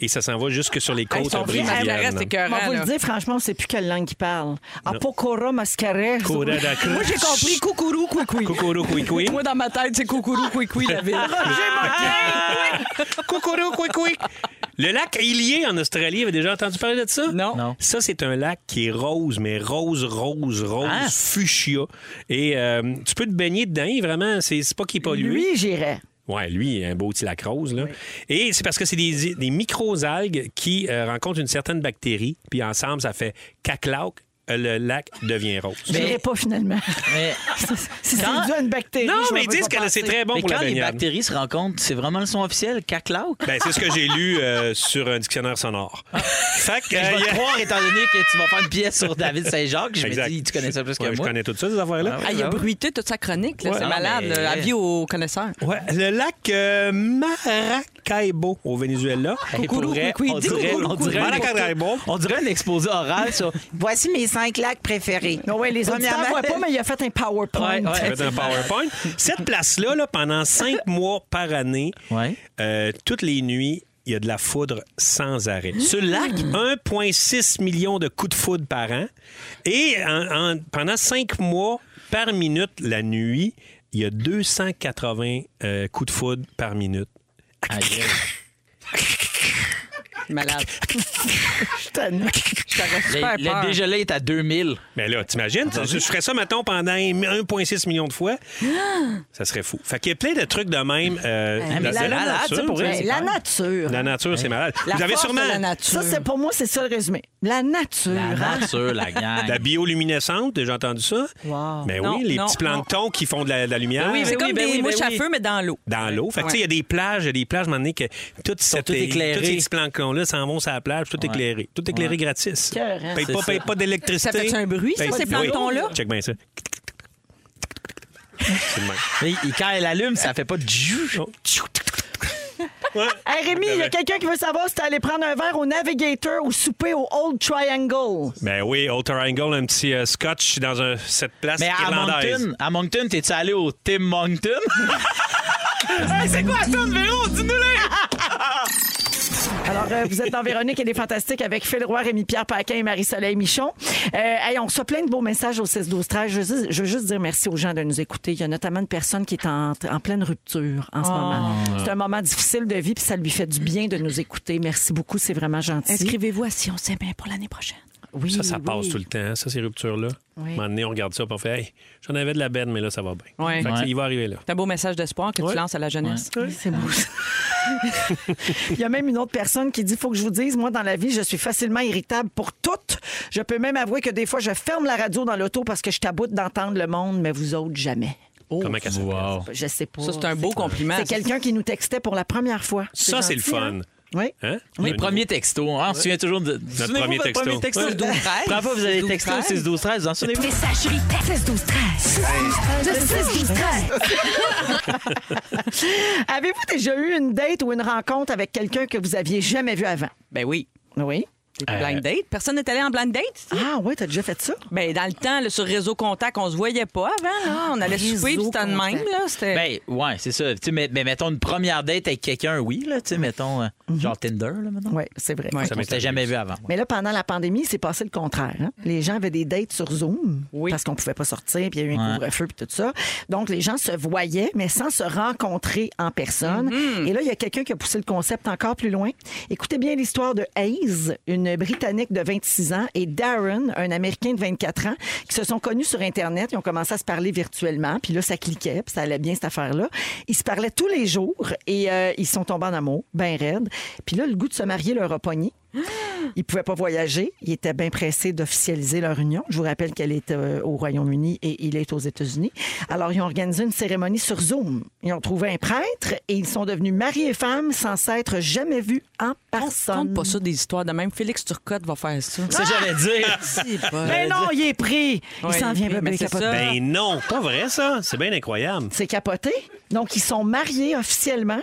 Speaker 3: Et ça s'en va jusque sur les
Speaker 6: Hey,
Speaker 3: côtes
Speaker 6: son mascaret,
Speaker 3: brésiliennes.
Speaker 6: c'est écœurant,
Speaker 4: On va vous
Speaker 6: là.
Speaker 4: le dire, franchement, on sait plus quelle langue il parle. Apokora mascaret.
Speaker 3: Cora da cruz.
Speaker 4: Moi, j'ai compris coucourou couicoui.
Speaker 3: Kokoro Kwikwi.
Speaker 6: Moi, dans ma tête, c'est coucourou, couicoui, la ville.
Speaker 3: Kokoro Kwikwi. Le lac Ilié en Australie, avez déjà entendu parler de ça?
Speaker 6: Non.
Speaker 5: Non.
Speaker 3: Ça, c'est un lac qui est rose, mais rose, rose, rose,
Speaker 5: Ah.
Speaker 3: fuchsia. Et euh, tu peux te baigner dedans, et vraiment, c'est c'est pas qu'il est pollué.
Speaker 4: Lui, j'irais.
Speaker 3: Ouais, lui, il a un beau petit lac rose, là. Et c'est parce que c'est des, des micro-algues qui euh, rencontrent une certaine bactérie, puis ensemble, ça fait caclauc, euh, le lac devient rose.
Speaker 4: J'irais pas finalement.
Speaker 5: Mais,
Speaker 4: si c'est
Speaker 5: Quand-
Speaker 4: dû à une bactérie.
Speaker 3: non,
Speaker 4: je m'en
Speaker 3: mais ils
Speaker 4: veux
Speaker 3: disent
Speaker 4: pas
Speaker 3: que là, c'est
Speaker 4: penser.
Speaker 3: très bon
Speaker 5: mais
Speaker 3: pour
Speaker 5: quand
Speaker 3: la
Speaker 5: les
Speaker 3: baignade.
Speaker 5: bactéries se rencontrent, c'est vraiment le son officiel, caclauc.
Speaker 3: Ben, c'est ce que j'ai lu euh, sur un dictionnaire sonore. Fait que,
Speaker 5: Ah. Je
Speaker 3: euh,
Speaker 5: vais
Speaker 3: il y
Speaker 5: te
Speaker 3: a-
Speaker 5: croire, étant donné que tu vas faire une pièce sur David Saint-Jacques. Je me
Speaker 3: Exact.
Speaker 5: dis, tu connais ça plus que
Speaker 3: Ouais, Je
Speaker 5: moi.
Speaker 3: connais tout ça, ces affaires-là.
Speaker 5: Ah
Speaker 6: Ah, il a
Speaker 5: Ouais.
Speaker 6: bruité toute sa chronique. là.
Speaker 5: Ouais.
Speaker 6: c'est
Speaker 5: Non,
Speaker 6: malade.
Speaker 5: mais-
Speaker 6: là. Avis aux connaisseurs.
Speaker 3: Ouais, le lac euh, Marac- Maracaibo au Venezuela.
Speaker 5: Hey, pour vrai, on dirait, on dirait-
Speaker 3: Maracaibo.
Speaker 5: on dirait un exposé oral sur Voici mes cinq lacs préférés.
Speaker 4: Non, ouais, les auditeurs ne
Speaker 5: Premièrement-
Speaker 4: voient pas, mais il a fait un PowerPoint.
Speaker 5: Ouais, ouais.
Speaker 3: Ça fait un PowerPoint. Cette place-là, là, pendant cinq mois par année,
Speaker 5: Ouais.
Speaker 3: euh, toutes les nuits, il y a de la foudre sans arrêt.
Speaker 5: Mmh.
Speaker 3: Ce lac, 1,6 million de coups de foudre par an. Et en- en- pendant cinq mois par minute, la nuit, il y a 280 euh, coups de foudre par minute. Ah,
Speaker 5: Aïe,
Speaker 6: Malade.
Speaker 4: Tellement.
Speaker 6: J'aurais
Speaker 5: aïe.
Speaker 6: super
Speaker 5: Le, le
Speaker 6: peur.
Speaker 5: dégelé est à 2000.
Speaker 3: Mais là, t'imagines, tu- je ferais ça, mettons, pendant 1,6 million de fois.
Speaker 6: Ah!
Speaker 3: ça serait fou. Fait qu'il y a plein de trucs de même. euh,
Speaker 5: mais
Speaker 3: dans-
Speaker 5: c'est
Speaker 3: dans
Speaker 5: malade,
Speaker 3: nature,
Speaker 5: ça, pour
Speaker 3: tu sais.
Speaker 5: vrai.
Speaker 4: Mais La nature.
Speaker 3: La nature, c'est malade.
Speaker 6: La
Speaker 3: Vous avez
Speaker 6: force
Speaker 3: sûrement
Speaker 6: de la
Speaker 4: Ça,
Speaker 6: nature.
Speaker 4: c'est pour moi, c'est ça le résumé. La nature.
Speaker 5: La
Speaker 4: hein?
Speaker 5: nature, la gang.
Speaker 3: La bioluminescente, déjà entendu ça?
Speaker 4: Wow.
Speaker 3: Mais
Speaker 6: Non,
Speaker 3: oui, les
Speaker 6: non,
Speaker 3: petits planctons qui font de la, de la lumière.
Speaker 4: Ah,
Speaker 5: Ben oui,
Speaker 6: Ah C'est
Speaker 5: ben
Speaker 6: comme
Speaker 5: oui, ben
Speaker 6: des
Speaker 5: oui, ben
Speaker 6: mouches à
Speaker 5: oui.
Speaker 6: feu, mais dans l'eau.
Speaker 3: Dans l'eau. Fait que, tu sais, il y a des plages, il y a des plages, à un moment donné, que toutes cette-
Speaker 5: toutes éclairées.
Speaker 3: tous ces petits planctons-là s'en vont sur la plage, tout éclairé. Tout éclairé gratis.
Speaker 4: Cœur, hein.
Speaker 3: Paye
Speaker 5: C'est
Speaker 3: pas,
Speaker 5: ça.
Speaker 3: paye pas d'électricité.
Speaker 6: Ça fait-tu un bruit, ça,
Speaker 3: Paye-
Speaker 6: ces
Speaker 3: Oui.
Speaker 6: planctons-là?
Speaker 3: Check bien ça. C'est le même.
Speaker 5: Mais il- quand elle allume, ça fait pas de jus.
Speaker 3: Ouais.
Speaker 4: Hey, Rémi, il y a quelqu'un qui veut savoir si t'es allé prendre un verre au Navigator ou souper au Old Triangle.
Speaker 3: Ben oui, Old Triangle, un petit euh, scotch dans un, cette place
Speaker 5: Mais à
Speaker 3: irlandaise.
Speaker 5: Moncton, à Moncton, t'es-tu allé au Tim Moncton?
Speaker 4: Ah,
Speaker 5: Hey, c'est quoi ça, Véro? Dis-nous-le!
Speaker 4: Alors, euh, vous êtes dans Véronique et les Fantastiques avec Phil Roy, Rémi-Pierre Paquin et Marie-Soleil Michon. Euh, hey, on reçoit plein de beaux messages au 16 12 13 je, veux juste- je veux juste dire merci aux gens de nous écouter. Il y a notamment une personne qui est en, en pleine rupture en ce
Speaker 3: Ah.
Speaker 4: moment. C'est un moment difficile de vie, puis ça lui fait du bien de nous écouter. Merci beaucoup, c'est vraiment gentil.
Speaker 6: Inscrivez-vous à Si on s'aimait pour l'année prochaine.
Speaker 4: Oui,
Speaker 3: Ça, ça
Speaker 4: oui.
Speaker 3: passe tout le temps, hein, ça, ces ruptures-là. À
Speaker 4: Oui.
Speaker 3: un moment donné, on regarde ça et on fait Hey, j'en avais de la bête, mais là, ça va bien.
Speaker 6: Ouais.
Speaker 3: Fait que
Speaker 5: Ouais.
Speaker 3: Il va arriver là.
Speaker 6: C'est un beau message d'espoir que
Speaker 3: Ouais.
Speaker 6: tu lances à la jeunesse.
Speaker 4: Oui, c'est beau. ça. Il y a même une autre personne qui dit faut que je vous dise, moi, dans la vie, je suis facilement irritable pour toutes. Je peux même avouer que des fois, je ferme la radio dans l'auto parce que je taboute d'entendre le monde, mais vous autres, jamais.
Speaker 3: Comment qu'elle s'appelle?
Speaker 5: Wow.
Speaker 4: Je sais pas.
Speaker 6: Ça, c'est un beau compliment.
Speaker 4: C'est quelqu'un qui nous textait pour la première fois.
Speaker 3: Ça, c'est le
Speaker 4: gentil, hein?
Speaker 3: fun.
Speaker 4: Oui.
Speaker 3: Hein?
Speaker 5: Les
Speaker 3: Un-
Speaker 5: premiers textos. hein, on se souvient toujours de. Notre
Speaker 3: premier texto.
Speaker 5: Premier texto.
Speaker 3: Ouais.
Speaker 5: 12-13. Première fois, vous avez texté au 6 12 13 vous en souvenez-vous?
Speaker 1: Messagerie texte 12 13. Le 6 12 13.
Speaker 4: Avez-vous déjà eu une date ou une rencontre avec quelqu'un que vous aviez jamais vu avant?
Speaker 6: Ben oui.
Speaker 4: Oui.
Speaker 6: Des
Speaker 5: Euh,
Speaker 6: Blind date. Personne n'est allé en blind date?
Speaker 4: Ah oui, t'as déjà fait ça?
Speaker 6: Ben, dans le temps, là, sur Réseau Contact, on se voyait pas avant. là. On allait
Speaker 4: Réseau
Speaker 6: souper, puis c'était de
Speaker 4: Contact.
Speaker 6: même. Là. C'était...
Speaker 5: Ben, ouais, c'est ça. Tu sais, mais, mais mettons une première date avec quelqu'un, oui, là, tu sais, mettons, euh, genre Tinder, là, mettons.
Speaker 4: Oui, c'est vrai.
Speaker 5: Ça m'était jamais vu avant.
Speaker 4: Mais là, pendant la pandémie, c'est passé le contraire. hein. Les gens avaient des dates sur Zoom
Speaker 6: Oui.
Speaker 4: parce qu'on pouvait pas sortir, puis il y a eu un
Speaker 5: Ouais.
Speaker 4: couvre-feu, puis tout ça. Donc, les gens se voyaient, mais sans se rencontrer en personne. Et là, il y a quelqu'un qui a poussé le concept encore plus loin. Écoutez bien l'histoire de Hayes, une Britannique de 26 ans, et Darren, un Américain de 24 ans, qui se sont connus sur Internet. Ils ont commencé à se parler virtuellement, puis là, ça cliquait, puis ça allait bien, cette affaire-là. Ils se parlaient tous les jours, et euh, ils sont tombés en amour, ben raide. Puis là, le goût de se marier leur a pogné. Ils pouvaient pas voyager. Ils étaient bien pressés d'officialiser leur union. Je vous rappelle qu'elle est euh, au Royaume-Uni et il est aux États-Unis. Alors, ils ont organisé une cérémonie sur Zoom. Ils ont trouvé un prêtre et ils sont devenus mari et femme sans s'être jamais vus en personne.
Speaker 6: Compte Ah, pas ça des histoires de même. Félix Turcotte va faire ça. Ben,
Speaker 5: Ça, j'allais dire.
Speaker 4: Mais non, il est pris. Il
Speaker 6: Ouais,
Speaker 4: s'en
Speaker 6: il est
Speaker 4: vient
Speaker 6: pris,
Speaker 4: bébé
Speaker 6: mais c'est
Speaker 4: capoté.
Speaker 6: ça.
Speaker 3: Ben non, pas vrai, ça. C'est bien incroyable.
Speaker 4: C'est capoté. Donc, ils sont mariés officiellement.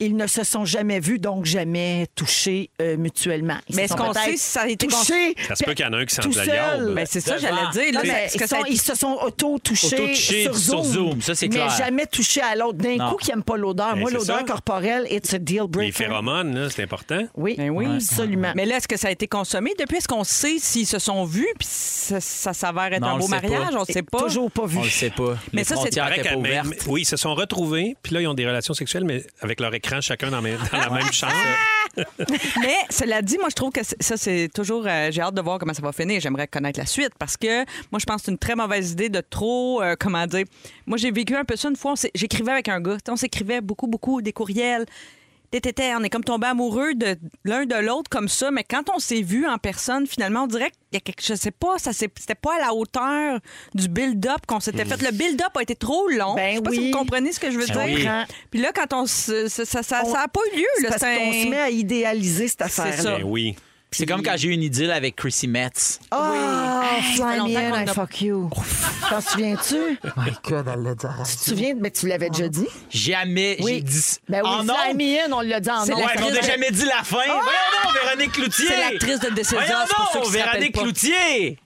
Speaker 4: Ils ne se sont jamais vus, donc jamais touchés euh, mutuellement. Ils
Speaker 6: Mais
Speaker 4: se
Speaker 6: est-ce
Speaker 4: sont
Speaker 6: qu'on
Speaker 4: peut-être
Speaker 6: sait si ça a été
Speaker 4: touchés?
Speaker 3: Ça se peut qu'il y en a un qui sent
Speaker 4: tout
Speaker 3: de la
Speaker 4: seul.
Speaker 3: garde.
Speaker 6: Ben, c'est ça, j'allais dire.
Speaker 4: Non,
Speaker 6: Là,
Speaker 4: mais
Speaker 6: Est-ce
Speaker 4: ils,
Speaker 6: que ça a
Speaker 4: sont-
Speaker 6: été-
Speaker 4: ils se sont auto-touchés
Speaker 5: Auto-touchés
Speaker 4: sur,
Speaker 5: sur Zoom, ça, c'est clair.
Speaker 4: Mais jamais touchés à l'autre. D'un
Speaker 5: Non.
Speaker 4: coup, qui n'aime pas l'odeur.
Speaker 3: Ben,
Speaker 4: Moi,
Speaker 3: c'est
Speaker 4: l'odeur
Speaker 3: ça.
Speaker 4: corporelle, it's a deal breaker.
Speaker 3: Les phéromones, là, c'est important.
Speaker 4: Oui,
Speaker 6: Ben oui.
Speaker 4: absolument.
Speaker 6: Mais là, est-ce que ça a été consommé depuis? Est-ce qu'on sait s'ils se sont vus? Puis ça, ça s'avère être
Speaker 5: Non, on
Speaker 6: un beau
Speaker 5: le sait pas.
Speaker 6: mariage? On ne sait pas.
Speaker 4: Toujours pas vu.
Speaker 5: On le sait pas.
Speaker 6: Mais
Speaker 5: Les
Speaker 6: ça, c'est-
Speaker 5: frontières
Speaker 3: Paraît
Speaker 5: étaient
Speaker 3: qu'à-
Speaker 5: pas
Speaker 3: mais-
Speaker 5: ouvertes.
Speaker 3: mais- oui, ils se sont retrouvés, puis là, ils ont des relations sexuelles, mais avec leur écran, chacun dans, ma- dans la même chambre.
Speaker 5: Ah!
Speaker 6: Mais cela dit, moi, je trouve que c'est- ça, c'est toujours. euh, J'ai hâte de voir comment ça va finir. J'aimerais connaître la suite parce que moi, je pense que c'est une très mauvaise idée de trop. euh, comment dire? Moi, j'ai vécu un peu ça une fois. on s'est- J'écrivais avec un gars. Tu sais, On s'écrivait beaucoup, beaucoup des courriels. Tétété, on est comme tombé amoureux de l'un de l'autre comme ça, mais quand on s'est vu en personne, finalement, on dirait qu'il y a quelque je sais pas, ça s'est- c'était pas à la hauteur du build-up qu'on s'était fait. Le build-up a été trop long.
Speaker 4: Ben
Speaker 6: je sais pas
Speaker 4: oui.
Speaker 6: si vous comprenez ce que je veux
Speaker 4: Mm. Je
Speaker 6: dire.
Speaker 4: comprends.
Speaker 6: Puis là, quand on se- ça, ça, ça, ça a pas eu lieu.
Speaker 4: C'est
Speaker 6: là,
Speaker 4: parce
Speaker 6: c'est
Speaker 4: qu'on
Speaker 6: un-
Speaker 4: se met à idéaliser cette
Speaker 6: C'est
Speaker 4: affaire
Speaker 6: ça.
Speaker 3: Ben oui.
Speaker 5: C'est comme quand j'ai eu une idylle avec Chrissy Metz.
Speaker 4: Oh,
Speaker 6: Hey, ça fait
Speaker 4: fly me
Speaker 6: longtemps qu'on
Speaker 4: in, I
Speaker 6: a-
Speaker 4: fuck you. T'en souviens-tu? Tu te souviens, mais tu l'avais déjà dit.
Speaker 5: Jamais j'ai
Speaker 4: Oui.
Speaker 5: dit.
Speaker 4: Ben oui,
Speaker 5: en
Speaker 4: fly
Speaker 5: ondes.
Speaker 4: me in, on l'a dit en
Speaker 5: Ouais,
Speaker 4: nom.
Speaker 5: mais on n'a jamais dit la fin. Voyons donc, Véronique Cloutier.
Speaker 6: C'est l'actrice de This Is
Speaker 5: Voyons
Speaker 6: Us, pour
Speaker 5: donc,
Speaker 6: ceux qui se rappellent
Speaker 5: Véronique
Speaker 6: pas.
Speaker 5: Cloutier.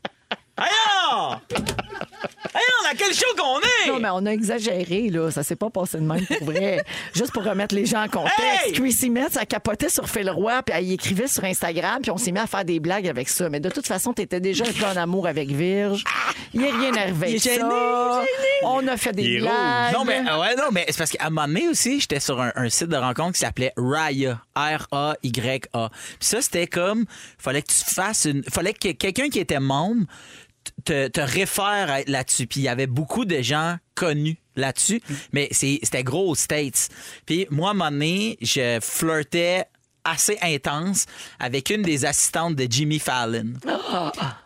Speaker 5: Voyons! Voyons, dans quel show qu'on est?
Speaker 4: Non, mais on a exagéré, là. Ça s'est pas passé de même pour vrai. Juste pour remettre les gens en contexte.
Speaker 5: Hey!
Speaker 4: Chrissy Metz, elle capotait sur Phil Roy, puis elle y écrivait sur Instagram, puis on s'est mis à faire des blagues avec ça. Mais de toute façon, t'étais déjà un peu en amour avec Virge. Il n'y a rien
Speaker 5: Ah! Il est
Speaker 4: arrivé. avec
Speaker 5: gêné,
Speaker 4: ça. On a fait
Speaker 3: Il
Speaker 4: des
Speaker 3: est
Speaker 4: blagues.
Speaker 5: Non,
Speaker 3: euh,
Speaker 5: mais, ah ouais, non, mais c'est parce qu'à un moment donné aussi, j'étais sur un, un site de rencontre qui s'appelait Raya. R-A-Y-A. Puis ça, c'était comme, fallait que tu fasses une. Fallait que quelqu'un qui était membre te, te réfère à- là-dessus. Puis il y avait beaucoup de gens connus là-dessus, mais c'est- c'était gros aux States. Puis moi, à un moment donné, je flirtais assez intense avec une des assistantes de Jimmy Fallon.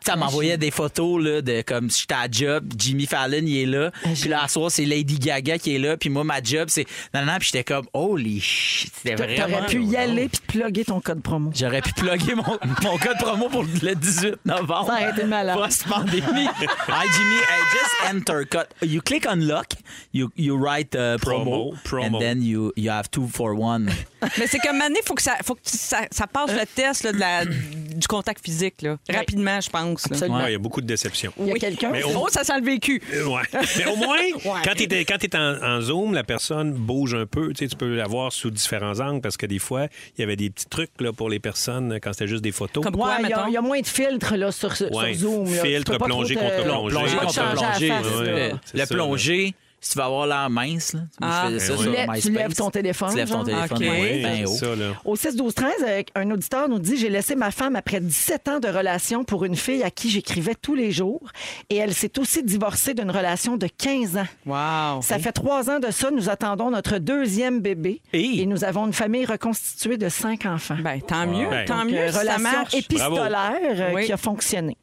Speaker 5: Ça m'envoyait des photos là, de comme j'étais à job, Jimmy Fallon il est là,
Speaker 4: Ah,
Speaker 5: puis là à soir c'est Lady Gaga qui est là, puis moi ma job c'est non non, non, puis j'étais comme holy shit, c'était vraiment
Speaker 4: T'aurais pu y aller puis te plugger ton code promo.
Speaker 5: J'aurais pu plugger mon, mon code promo pour le 18 novembre.
Speaker 4: Ça aurait été malade.
Speaker 5: Post-pandémie. Hi, Jimmy. Hey, just enter code. You click on lock, you, you write uh, promo,
Speaker 3: Promo, promo.
Speaker 5: and then you, you have two for one.
Speaker 6: Mais c'est comme Mané, il faut que, ça, faut que ça, ça passe le test là, de la- du contact physique, là. rapidement, je pense. là.
Speaker 4: Absolument.
Speaker 3: Ouais, il y a beaucoup de déceptions.
Speaker 4: Il y a quelqu'un.
Speaker 3: Mais
Speaker 6: Oh, ça sent le vécu.
Speaker 3: Euh, Ouais. Mais au moins, quand tu es, en, en Zoom, la personne bouge un peu. Tu, sais, tu peux la voir sous différents angles parce que des fois, il y avait des petits trucs là, pour les personnes quand c'était juste des photos.
Speaker 6: Comme
Speaker 4: Ouais,
Speaker 6: quoi,
Speaker 4: il y a-
Speaker 6: mettons?
Speaker 4: il y, a moins de filtres là, sur, sur
Speaker 3: Ouais,
Speaker 4: Zoom. là. Tu
Speaker 3: filtre,
Speaker 4: peux pas trop
Speaker 3: plongée
Speaker 4: te-
Speaker 3: contre plongée.
Speaker 4: Tu
Speaker 5: Plongée
Speaker 4: peux te
Speaker 5: contre
Speaker 4: changer
Speaker 5: plongée,
Speaker 4: la face,
Speaker 3: ouais,
Speaker 4: là.
Speaker 3: ouais.
Speaker 5: le
Speaker 3: C'est ça,
Speaker 5: plongé, si tu vas avoir l'air mince, là,
Speaker 6: Ah.
Speaker 5: je faisais ça
Speaker 3: Tu
Speaker 5: sur
Speaker 4: lèves- tu
Speaker 5: MySpace.
Speaker 4: lèves ton téléphone,
Speaker 5: Tu lèves ton
Speaker 4: genre?
Speaker 5: téléphone.
Speaker 6: Ok.
Speaker 5: ouais,
Speaker 3: Oui,
Speaker 5: ben
Speaker 3: Eh, c'est
Speaker 5: haut.
Speaker 3: ça, là.
Speaker 4: Au 6-12-13, euh, un auditeur nous dit J'ai laissé ma femme après 17 ans de relation pour une fille à qui j'écrivais tous les jours. Et elle s'est aussi divorcée d'une relation de 15 ans.
Speaker 6: Wow.
Speaker 4: Ça fait trois ans de ça. Nous attendons notre deuxième bébé.
Speaker 5: Hey.
Speaker 4: Et nous avons une famille reconstituée de cinq enfants.
Speaker 6: Ben, tant mieux,
Speaker 3: Ben,
Speaker 6: tant
Speaker 4: Donc,
Speaker 6: mieux,
Speaker 4: euh,
Speaker 6: si ça
Speaker 4: relation
Speaker 6: marche.
Speaker 4: épistolaire euh,
Speaker 6: Oui.
Speaker 4: qui a fonctionné.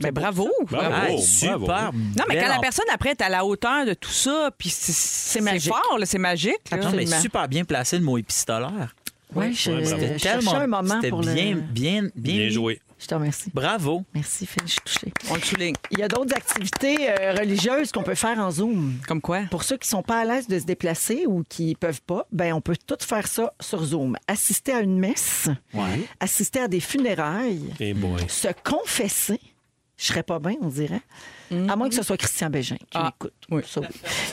Speaker 6: Ben, bravo.
Speaker 3: Bravo.
Speaker 5: Ah,
Speaker 3: Bravo.
Speaker 5: super.
Speaker 6: Non, mais
Speaker 5: belle
Speaker 6: quand la
Speaker 5: en-
Speaker 6: personne, après, est à la hauteur de tout ça, puis c'est- c'est
Speaker 4: magique.
Speaker 6: fort, là, c'est magique. là.
Speaker 5: Non, mais
Speaker 4: Absolument.
Speaker 5: super bien placé le mot épistolaire.
Speaker 4: Oui, je,
Speaker 3: ouais, bravo.
Speaker 4: je cherchais un moment
Speaker 5: c'était
Speaker 4: pour
Speaker 5: bien,
Speaker 4: le.
Speaker 5: bien, bien,
Speaker 3: Bien
Speaker 5: mis.
Speaker 3: joué.
Speaker 4: Je te remercie.
Speaker 5: Bravo.
Speaker 4: Merci, Phil, je suis touchée.
Speaker 6: On le souligne.
Speaker 4: Il y a d'autres activités euh, religieuses qu'on peut faire en Zoom.
Speaker 6: Comme quoi?
Speaker 4: Pour ceux qui sont pas à l'aise de se déplacer ou qui peuvent pas, ben on peut tout faire ça sur Zoom. Assister à une messe,
Speaker 5: Ouais.
Speaker 4: assister à des funérailles,
Speaker 3: Et Eh, boy.
Speaker 4: se confesser. Je serais pas bien, on dirait. À moins que ce soit Christian Bégin qui
Speaker 6: Ah,
Speaker 4: m'écoute.
Speaker 6: oui.
Speaker 4: Ça, oui.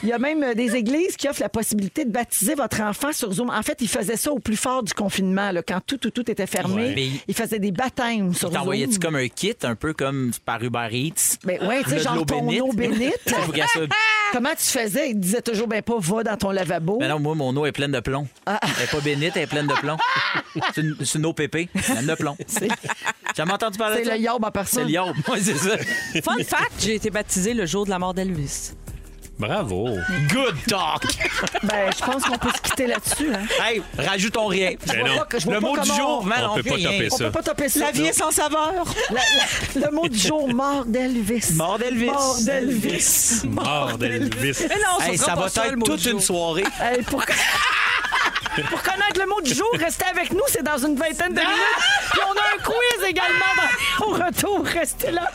Speaker 4: Il y a même euh, des églises qui offrent la possibilité de baptiser votre enfant sur Zoom. En fait, ils faisaient ça au plus fort du confinement, là, quand tout, tout, tout était fermé.
Speaker 5: Ouais. Mais il-
Speaker 4: Ils faisaient des baptêmes sur Zoom.
Speaker 5: T'envoyais-tu comme un kit, un peu comme par Uber Eats?
Speaker 4: Ben ouais, tu
Speaker 5: Là,
Speaker 4: sais,
Speaker 5: de
Speaker 4: genre
Speaker 5: l'eau
Speaker 4: ton
Speaker 5: bénite.
Speaker 4: eau bénite.
Speaker 5: Faut qu'elle soit-
Speaker 4: Comment tu faisais? Ils te disaient toujours, ben pas, va dans ton lavabo.
Speaker 5: Ben non, moi, mon eau est pleine de plomb.
Speaker 4: Ah.
Speaker 5: Elle n'est pas bénite, elle est pleine de plomb. C'est une, c'est une eau pépée, pleine de plomb.
Speaker 4: C'est-
Speaker 5: Jamais entendu parler
Speaker 4: C'est
Speaker 5: de ça?
Speaker 4: le yob en
Speaker 5: C'est
Speaker 4: personne.
Speaker 5: le yob. Moi, c'est ça.
Speaker 6: Fun fact, j'ai été baptisée le jour de la mort d'Elvis.
Speaker 3: Bravo.
Speaker 5: Good talk.
Speaker 4: Ben, je pense qu'on peut se quitter là-dessus. Hein.
Speaker 5: Hey, rajoutons rien.
Speaker 3: Ben
Speaker 4: vois
Speaker 3: non.
Speaker 4: pas que- je vois
Speaker 5: Le
Speaker 4: pas
Speaker 5: mot du
Speaker 4: comment
Speaker 5: jour, man,
Speaker 3: on
Speaker 5: on
Speaker 3: peut
Speaker 5: fait
Speaker 3: pas
Speaker 5: rien.
Speaker 3: taper
Speaker 4: On
Speaker 3: ça.
Speaker 4: peut pas taper ça.
Speaker 5: La vie est sans saveur.
Speaker 4: La- la- le mot du jour, mort d'Elvis.
Speaker 5: Mort d'Elvis.
Speaker 4: Mort d'Elvis.
Speaker 3: Mort d'Elvis.
Speaker 6: Mais non,
Speaker 5: Hey, ça va être toute une soirée.
Speaker 4: Hey, pour... pour connaître le mot du jour, restez avec nous. C'est dans une vingtaine de minutes. Puis on a un quiz également dans- au retour. Restez là.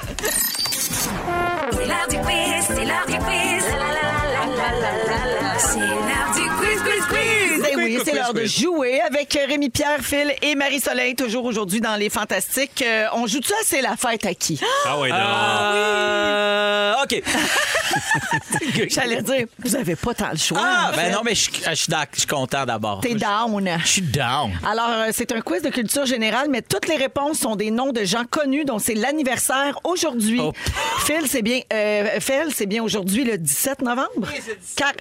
Speaker 1: C'est l'heure du quiz, c'est l'heure du quiz. La, la, la, la, la, la, la, la. C'est l'heure du quiz, quiz, quiz.
Speaker 4: Ben oui, c'est l'heure de jouer avec Rémi Pierre, Phil et Marie-Soleil, toujours aujourd'hui dans Les Fantastiques. Euh, on joue-tu à C'est la fête à qui?
Speaker 3: Ah ouais, non. Ah.
Speaker 5: Euh, OK.
Speaker 4: J'allais dire, vous avez pas tant le choix.
Speaker 5: Ah,
Speaker 4: en
Speaker 5: ben
Speaker 4: fait.
Speaker 5: non, mais je suis- je suis d'ac- je suis content d'abord.
Speaker 4: T'es down.
Speaker 5: Je suis down.
Speaker 4: Alors, euh, c'est un quiz de culture générale, mais toutes les réponses sont des noms de gens connus dont c'est l'anniversaire aujourd'hui.
Speaker 5: Oh.
Speaker 4: Phil, c'est bien, euh, Phil, c'est bien aujourd'hui le 17 novembre? Oui, c'est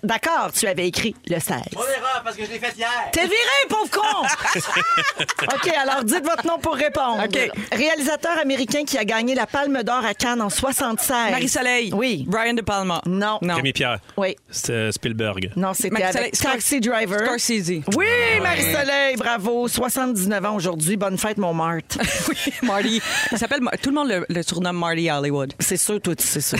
Speaker 4: D'accord, tu avais écrit le 16.
Speaker 5: erreur, parce que je l'ai fait hier.
Speaker 4: T'es viré, pauvre con! OK, alors dites votre nom pour répondre.
Speaker 6: OK.
Speaker 4: Réalisateur américain qui a gagné la Palme d'Or à Cannes en 76.
Speaker 6: Marie-Soleil.
Speaker 4: Oui.
Speaker 6: Brian De Palma.
Speaker 4: Non.
Speaker 6: Non.
Speaker 3: Rémi Pierre.
Speaker 4: Oui.
Speaker 3: C'est euh, Spielberg.
Speaker 4: Non, c'était
Speaker 6: Marie-Soleil,
Speaker 4: avec
Speaker 6: Scor-
Speaker 4: Taxi Driver.
Speaker 6: Scorsese.
Speaker 4: Oui, Marie-Soleil, bravo. 79 ans aujourd'hui. Bonne fête, mon Marthe.
Speaker 6: Oui, Marty. Il s'appelle. Mar- Tout le monde le, le surnomme Marty Hollywood.
Speaker 4: C'est sûr, toi, tu sais ça.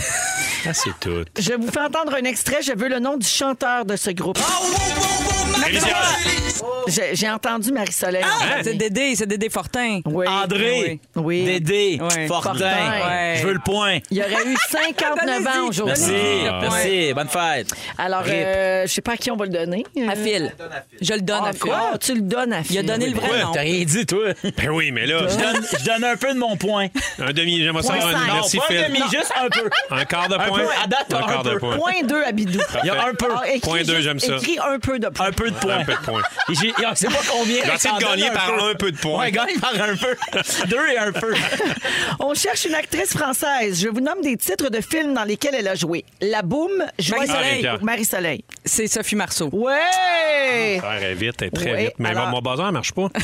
Speaker 3: Ah, c'est tout.
Speaker 4: Je vous fais entendre un extrait. Je veux le nom du chanteur de ce groupe.
Speaker 3: Rémi Pierre.
Speaker 4: J'ai j'ai entendu Marie-Soleil. en parler.
Speaker 6: C'est Dédé, c'est Dédé Fortin.
Speaker 4: Oui.
Speaker 5: André,
Speaker 4: Oui.
Speaker 5: Dédé,
Speaker 6: Oui.
Speaker 5: Fortin,
Speaker 4: Fortin.
Speaker 5: je veux le point.
Speaker 4: Il aurait eu 59 ans aujourd'hui.
Speaker 5: Merci, merci, bonne fête.
Speaker 4: Alors,
Speaker 5: Rip.
Speaker 4: euh, je sais pas à qui on va le donner. Euh,
Speaker 6: À Phil. Je le donne
Speaker 4: ah,
Speaker 6: à Phil.
Speaker 4: quoi? Tu le donnes à Phil.
Speaker 6: Il a donné le vrai
Speaker 5: Ouais,
Speaker 6: nom.
Speaker 5: T'as rien dit, toi.
Speaker 3: Ben oui, mais là,
Speaker 5: Je donne, je donne un peu de mon point.
Speaker 3: un demi, j'aimerais ça
Speaker 4: Point
Speaker 3: avoir un
Speaker 4: cinq.
Speaker 3: merci
Speaker 5: non, pas un
Speaker 3: Phil.
Speaker 5: demi, juste un peu.
Speaker 3: Un quart de
Speaker 5: Un
Speaker 3: point.
Speaker 5: point. À date,
Speaker 3: un
Speaker 5: un
Speaker 3: quart de
Speaker 5: peu.
Speaker 3: point.
Speaker 4: Point 2 à Bidou.
Speaker 5: Il y a un peu.
Speaker 4: Ah, écris
Speaker 3: Point deux,
Speaker 4: juste-
Speaker 3: j'aime ça.
Speaker 4: Écris un peu de point.
Speaker 5: Un peu de point.
Speaker 3: Un peu de point.
Speaker 5: Et j'ai- on sait pas combien. mais
Speaker 3: J'essaie
Speaker 5: t'en
Speaker 3: de gagner
Speaker 5: donnes
Speaker 3: par un peu de points.
Speaker 5: Ouais, gagne par un peu. Deux et un peu.
Speaker 4: On cherche une actrice française. Je vous nomme des titres de films dans lesquels elle a joué. La Boum, Joyeux
Speaker 6: Marie-Soleil.
Speaker 4: Marie-Soleil. Marie-Soleil.
Speaker 6: C'est Sophie Marceau.
Speaker 4: Ouais!
Speaker 3: Ah, elle est vite, elle est très
Speaker 4: Oui,
Speaker 3: vite. Mais
Speaker 4: alors-
Speaker 3: mon bazar ne marche pas.
Speaker 5: Ah,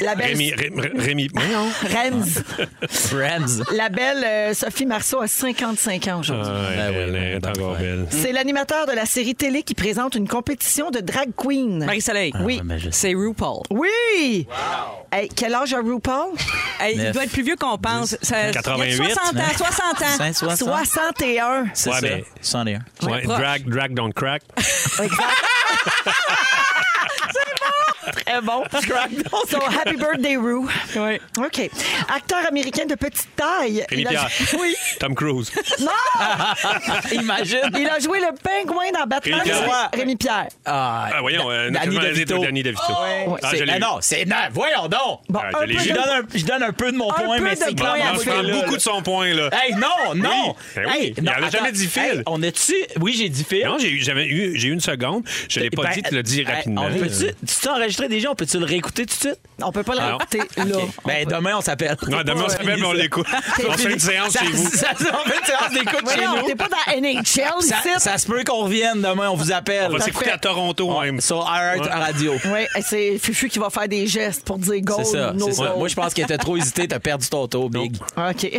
Speaker 4: La belle...
Speaker 3: Rémi, Ré- Ré- Rémi, voyons.
Speaker 4: Renz.
Speaker 5: Friends.
Speaker 4: La belle euh, Sophie Marceau a 55 ans aujourd'hui.
Speaker 3: Ah,
Speaker 5: Ben oui,
Speaker 3: elle est
Speaker 5: ben
Speaker 3: encore
Speaker 5: oui.
Speaker 3: belle.
Speaker 4: C'est l'animateur de la série télé qui présente une compétition de drag queen.
Speaker 6: Marie-Soleil.
Speaker 4: Oui.
Speaker 5: Ah, mais je sais.
Speaker 6: C'est RuPaul.
Speaker 4: Oui! Hey, quel âge a RuPaul?
Speaker 6: Hey, il
Speaker 5: Neuf.
Speaker 6: doit être plus vieux qu'on pense. Ça-
Speaker 3: 88,
Speaker 6: il y a 60 ans,
Speaker 5: hein?
Speaker 6: 60 ans.
Speaker 5: 560.
Speaker 4: 61.
Speaker 5: C'est
Speaker 3: Ouais,
Speaker 5: ça.
Speaker 3: mais-
Speaker 5: 61.
Speaker 3: Ouais,
Speaker 6: proche.
Speaker 3: drag, drag, don't crack.
Speaker 4: Très bon. So, happy birthday, Ru.
Speaker 6: Oui.
Speaker 4: OK. Acteur américain de petite taille.
Speaker 3: Rémi
Speaker 4: Il a-
Speaker 3: Pierre.
Speaker 4: Oui.
Speaker 3: Tom Cruise.
Speaker 4: Non!
Speaker 5: Ah, Imagine.
Speaker 4: Il a joué le pingouin dans Batman.
Speaker 3: Rémi Pierre.
Speaker 4: Rémi Pierre.
Speaker 5: Ah,
Speaker 3: Ah, voyons, euh,
Speaker 5: Danny
Speaker 3: naturellement,
Speaker 5: DeVito.
Speaker 3: Danny DeVito. Ah,
Speaker 5: C'est-
Speaker 3: je l'ai
Speaker 5: ah
Speaker 3: eu.
Speaker 5: non, c'est non, voyons donc.
Speaker 4: Bon,
Speaker 3: Ah,
Speaker 4: un
Speaker 3: je l'ai
Speaker 4: peu
Speaker 3: eu.
Speaker 5: Je
Speaker 4: de-
Speaker 5: donne, un, je donne un peu de mon
Speaker 4: Un
Speaker 5: point,
Speaker 4: peu
Speaker 5: mais
Speaker 4: de
Speaker 5: c'est
Speaker 4: point
Speaker 5: clairement
Speaker 4: à
Speaker 3: je
Speaker 4: Phil.
Speaker 5: pas
Speaker 3: parle
Speaker 5: là,
Speaker 3: beaucoup
Speaker 5: là.
Speaker 3: de son point, là.
Speaker 5: Hey, non, non.
Speaker 3: Ben oui.
Speaker 5: Hey,
Speaker 3: Il en a
Speaker 5: attends.
Speaker 3: jamais dit Phil.
Speaker 5: Hey, on a-tu. Oui, j'ai dit Phil.
Speaker 3: Non, j'ai eu, j'avais eu, j'ai eu une seconde. Je ne l'ai pas
Speaker 5: Ben,
Speaker 3: dit, tu l'as dit
Speaker 5: hey,
Speaker 3: rapidement. Euh,
Speaker 5: on peut-tu- Tu t'es enregistré déjà? On peut-tu le réécouter tout de suite?
Speaker 4: On peut pas le
Speaker 3: Ah, non.
Speaker 4: raconter là.
Speaker 5: OK. Ben, demain, on s'appelle.
Speaker 3: Non, demain, on s'appelle, mais on l'écoute. On fait une séance
Speaker 5: Ça-
Speaker 3: chez vous.
Speaker 5: ça- on fait une séance d'écoute chez
Speaker 4: Voyons,
Speaker 5: nous.
Speaker 4: t'es pas dans NHL ici.
Speaker 5: Ça, ça se peut qu'on revienne demain, on vous appelle.
Speaker 3: On va s'écouter à Toronto, même.
Speaker 5: Sur Heart
Speaker 3: Ouais.
Speaker 5: Radio.
Speaker 4: Oui, c'est Fufu qui va faire des gestes pour dire goal,
Speaker 5: C'est ça,
Speaker 4: no
Speaker 5: c'est ça.
Speaker 4: goal.
Speaker 5: Moi, je pense qu'il était trop hésité, t'as perdu ton tour, Big.
Speaker 4: OK.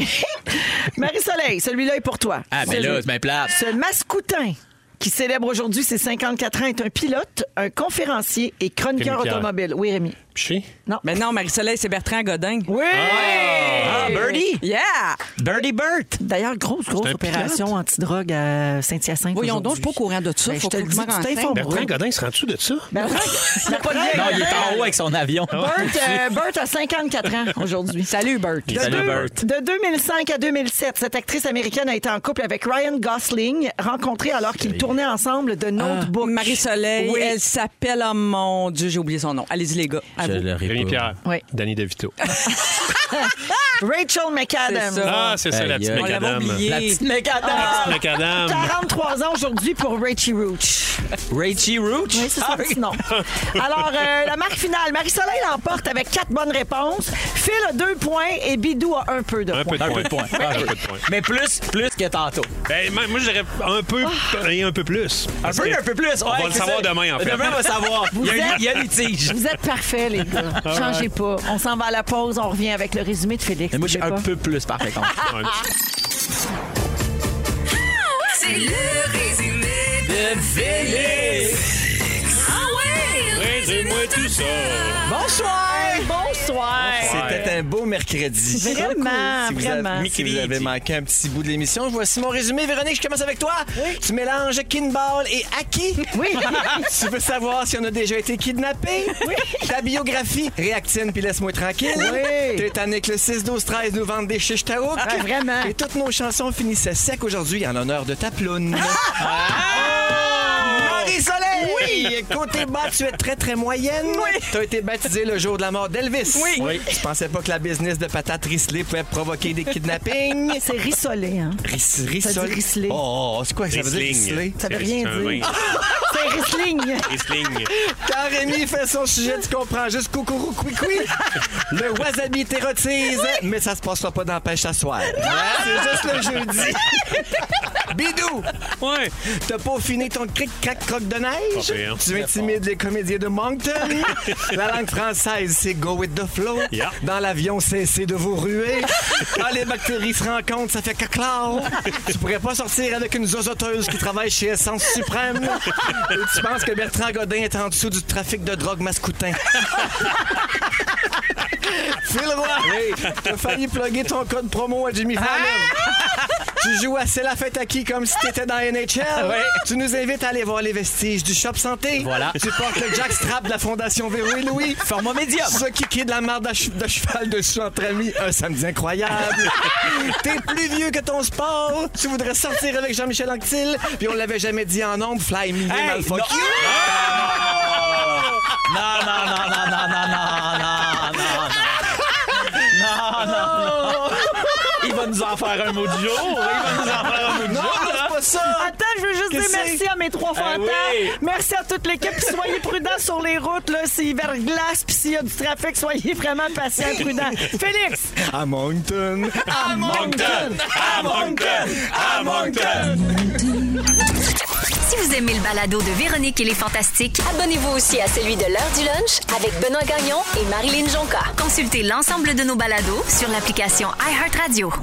Speaker 4: Marie-Soleil, celui-là est pour toi.
Speaker 5: Ah, ben
Speaker 4: Celui-
Speaker 5: là, c'est bien plate.
Speaker 4: Ce mascoutin qui célèbre aujourd'hui ses 54 ans est un pilote, un conférencier et chroniqueur
Speaker 3: Rémi Pierre.
Speaker 4: automobile. Oui, Rémi.
Speaker 3: Piché.
Speaker 6: Mais non, Marie-Soleil, c'est Bertrand Godin.
Speaker 4: Oui!
Speaker 5: Ah, Birdie!
Speaker 6: Yeah!
Speaker 5: Birdie Burt!
Speaker 4: D'ailleurs, grosse, grosse
Speaker 3: un
Speaker 4: opération antidrogue à Saint-Hyacinthe.
Speaker 6: Voyons donc, je suis pas au courant de ça.
Speaker 4: Ben,
Speaker 6: Faut
Speaker 4: je te
Speaker 6: que
Speaker 4: le
Speaker 6: je
Speaker 4: dis,
Speaker 6: me
Speaker 4: tu
Speaker 6: renseigne.
Speaker 5: Ah,
Speaker 4: t'informes.
Speaker 3: Bertrand Godin, il se rend-tu de ça?
Speaker 5: Non, il est en haut avec son avion.
Speaker 4: Bert, euh, Bert a 54 ans aujourd'hui.
Speaker 6: Salut, Bert.
Speaker 4: De,
Speaker 5: Salut,
Speaker 4: deux-
Speaker 5: Bert.
Speaker 4: de 2005 à 2007, cette actrice américaine a été en couple avec Ryan Gosling, rencontrée alors qu'ils tournaient ensemble de Notebook.
Speaker 6: Marie-Soleil,
Speaker 4: Oui.
Speaker 6: elle s'appelle, oh mon Dieu, j'ai oublié son nom. Allez-y, les gars. à
Speaker 5: Je
Speaker 6: vous.
Speaker 5: l'aurais
Speaker 3: Rémi
Speaker 5: pas.
Speaker 3: Pierre.
Speaker 4: Oui.
Speaker 3: Danny DeVito.
Speaker 4: Rachel McAdams.
Speaker 6: C'est ça.
Speaker 3: Ah, c'est ça, la
Speaker 5: Aïe,
Speaker 3: petite
Speaker 5: aïe.
Speaker 6: On l'avait
Speaker 3: macadam.
Speaker 6: oublié.
Speaker 5: La petite mécadam!
Speaker 3: Petite macadam.
Speaker 4: 43 ans aujourd'hui pour Rachie Rooch.
Speaker 5: Rachie Roach?
Speaker 4: Oui, c'est son petit nom. Alors, euh, la marque finale, Marie-Soleil l'emporte avec quatre bonnes réponses. Phil a deux points et Bidou a un peu de
Speaker 3: Un peu
Speaker 4: points.
Speaker 3: de
Speaker 5: Un
Speaker 3: point.
Speaker 5: peu de point.
Speaker 3: Un peu de point.
Speaker 5: Mais plus, plus que tantôt.
Speaker 3: Ben, moi, moi, je dirais un peu et un peu plus.
Speaker 5: Un peu, un peu plus.
Speaker 3: on va le savoir demain, en fait.
Speaker 5: Demain, on va savoir. Il y a,
Speaker 4: êtes-
Speaker 5: il y a des tiges.
Speaker 4: Vous êtes parfaits, les gars. Changez pas. On s'en va à la pause. On revient avec le résumé de Félix.
Speaker 5: Mais moi, je suis
Speaker 4: Bougez
Speaker 5: un
Speaker 4: pas.
Speaker 5: peu plus, par contre.
Speaker 3: Un petit-
Speaker 1: C'est le résumé de Félix. Ah ouais,
Speaker 3: Résumez-moi tout ça.
Speaker 4: Bonsoir! Bonsoir!
Speaker 11: C'était un beau mercredi.
Speaker 4: Vraiment,
Speaker 11: Si vous,
Speaker 4: vraiment.
Speaker 11: Avez, si vous avez manqué un petit bout de l'émission, voici mon résumé. Véronique, je commence avec toi. Tu mélanges Kinball et Aki.
Speaker 4: Oui.
Speaker 11: tu veux savoir si on a déjà été kidnappé? Oui. Ta biographie, réactine puis laisse-moi tranquille.
Speaker 4: Oui.
Speaker 11: T'es tanné que le 6-12-13 nous vendent des chiches taouk.
Speaker 4: Ah, vraiment.
Speaker 11: Et toutes nos chansons finissaient sec aujourd'hui en l'honneur de ta ploune. Marie-Soleil! Oui! Côté bas, tu es très, très moyenne. Oui! T'as été baptisé le jour de la mort d'Elvis.
Speaker 6: Oui. Oui.
Speaker 11: Tu pensais pas que la business de patates Risley pouvait provoquer des kidnappings?
Speaker 4: C'est rissolé, hein?
Speaker 11: Ris-
Speaker 4: Ça dit Risley.
Speaker 11: Oh, oh, c'est quoi ça veut dire Risley?
Speaker 3: Riesling.
Speaker 4: Ça veut
Speaker 3: C'est-
Speaker 4: rien
Speaker 3: c'est un
Speaker 4: dire.
Speaker 3: vin.
Speaker 4: C'est Riesling.
Speaker 3: Riesling.
Speaker 11: Quand Rémi fait son sujet, tu comprends juste coucourou coui coui. Le wasabi t'érotise, mais ça se passera pas dans la pêche à soir. C'est juste le jeudi. Bidou!
Speaker 3: Ouais.
Speaker 11: T'as peaufiné ton cric crac croc de
Speaker 3: Pas
Speaker 11: neige.
Speaker 3: pire.
Speaker 11: Tu intimides les comédiens de Moncton. La langue française, c'est go with the flow.
Speaker 3: Yeah.
Speaker 11: Dans l'avion, cessez de vous ruer. Quand les bactéries se rencontrent, ça fait caclao. Tu pourrais pas sortir avec une zozoteuse qui travaille chez Essence Suprême. Et tu penses que Bertrand Godin est en dessous du trafic de drogue mascoutin.
Speaker 3: Ah!
Speaker 11: Phil Roy, t'as failli plugger ton code promo à Jimmy Fallon.
Speaker 6: Tu joues à C'est la fête à qui comme si t'étais dans NHL.
Speaker 5: Ouais.
Speaker 6: Tu nous invites à aller voir les vestiges du Shop Santé.
Speaker 5: Voilà.
Speaker 6: Tu portes le jackstrap de la Fondation Véro et Louis.
Speaker 5: Format médium.
Speaker 6: Ce qui de la marde à che- de cheval dessus entre amis. Un samedi incroyable. T'es plus vieux que ton sport. Tu voudrais sortir avec Jean-Michel Anctil. Puis on l'avait jamais dit en nombre. Fly me,
Speaker 5: Hey,
Speaker 6: mal fuck
Speaker 5: non.
Speaker 6: you.
Speaker 5: Non, non, non, non, non, non, non, non, non, non. Non, non, non. Il va nous en faire un mot du jour. Il va nous en faire un mot du
Speaker 6: Non,
Speaker 5: jour.
Speaker 6: non, c'est pas ça.
Speaker 4: Ah, Attends, je veux juste
Speaker 6: Qu'est-ce
Speaker 4: dire merci à mes trois
Speaker 5: Ah
Speaker 4: fantasmes.
Speaker 5: oui.
Speaker 4: Merci à toute l'équipe. Puis Soyez prudents sur les routes. là. C'est verglas. Puis s'il y a du trafic, soyez vraiment patients, prudents. Félix!
Speaker 6: À Moncton. À
Speaker 3: Moncton! À Moncton! À Moncton!
Speaker 1: Si vous aimez le balado de Véronique et les Fantastiques, abonnez-vous aussi à celui de l'heure du lunch avec Benoît Gagnon et Marilyn Jonca. Consultez l'ensemble de nos balados sur l'application iHeartRadio.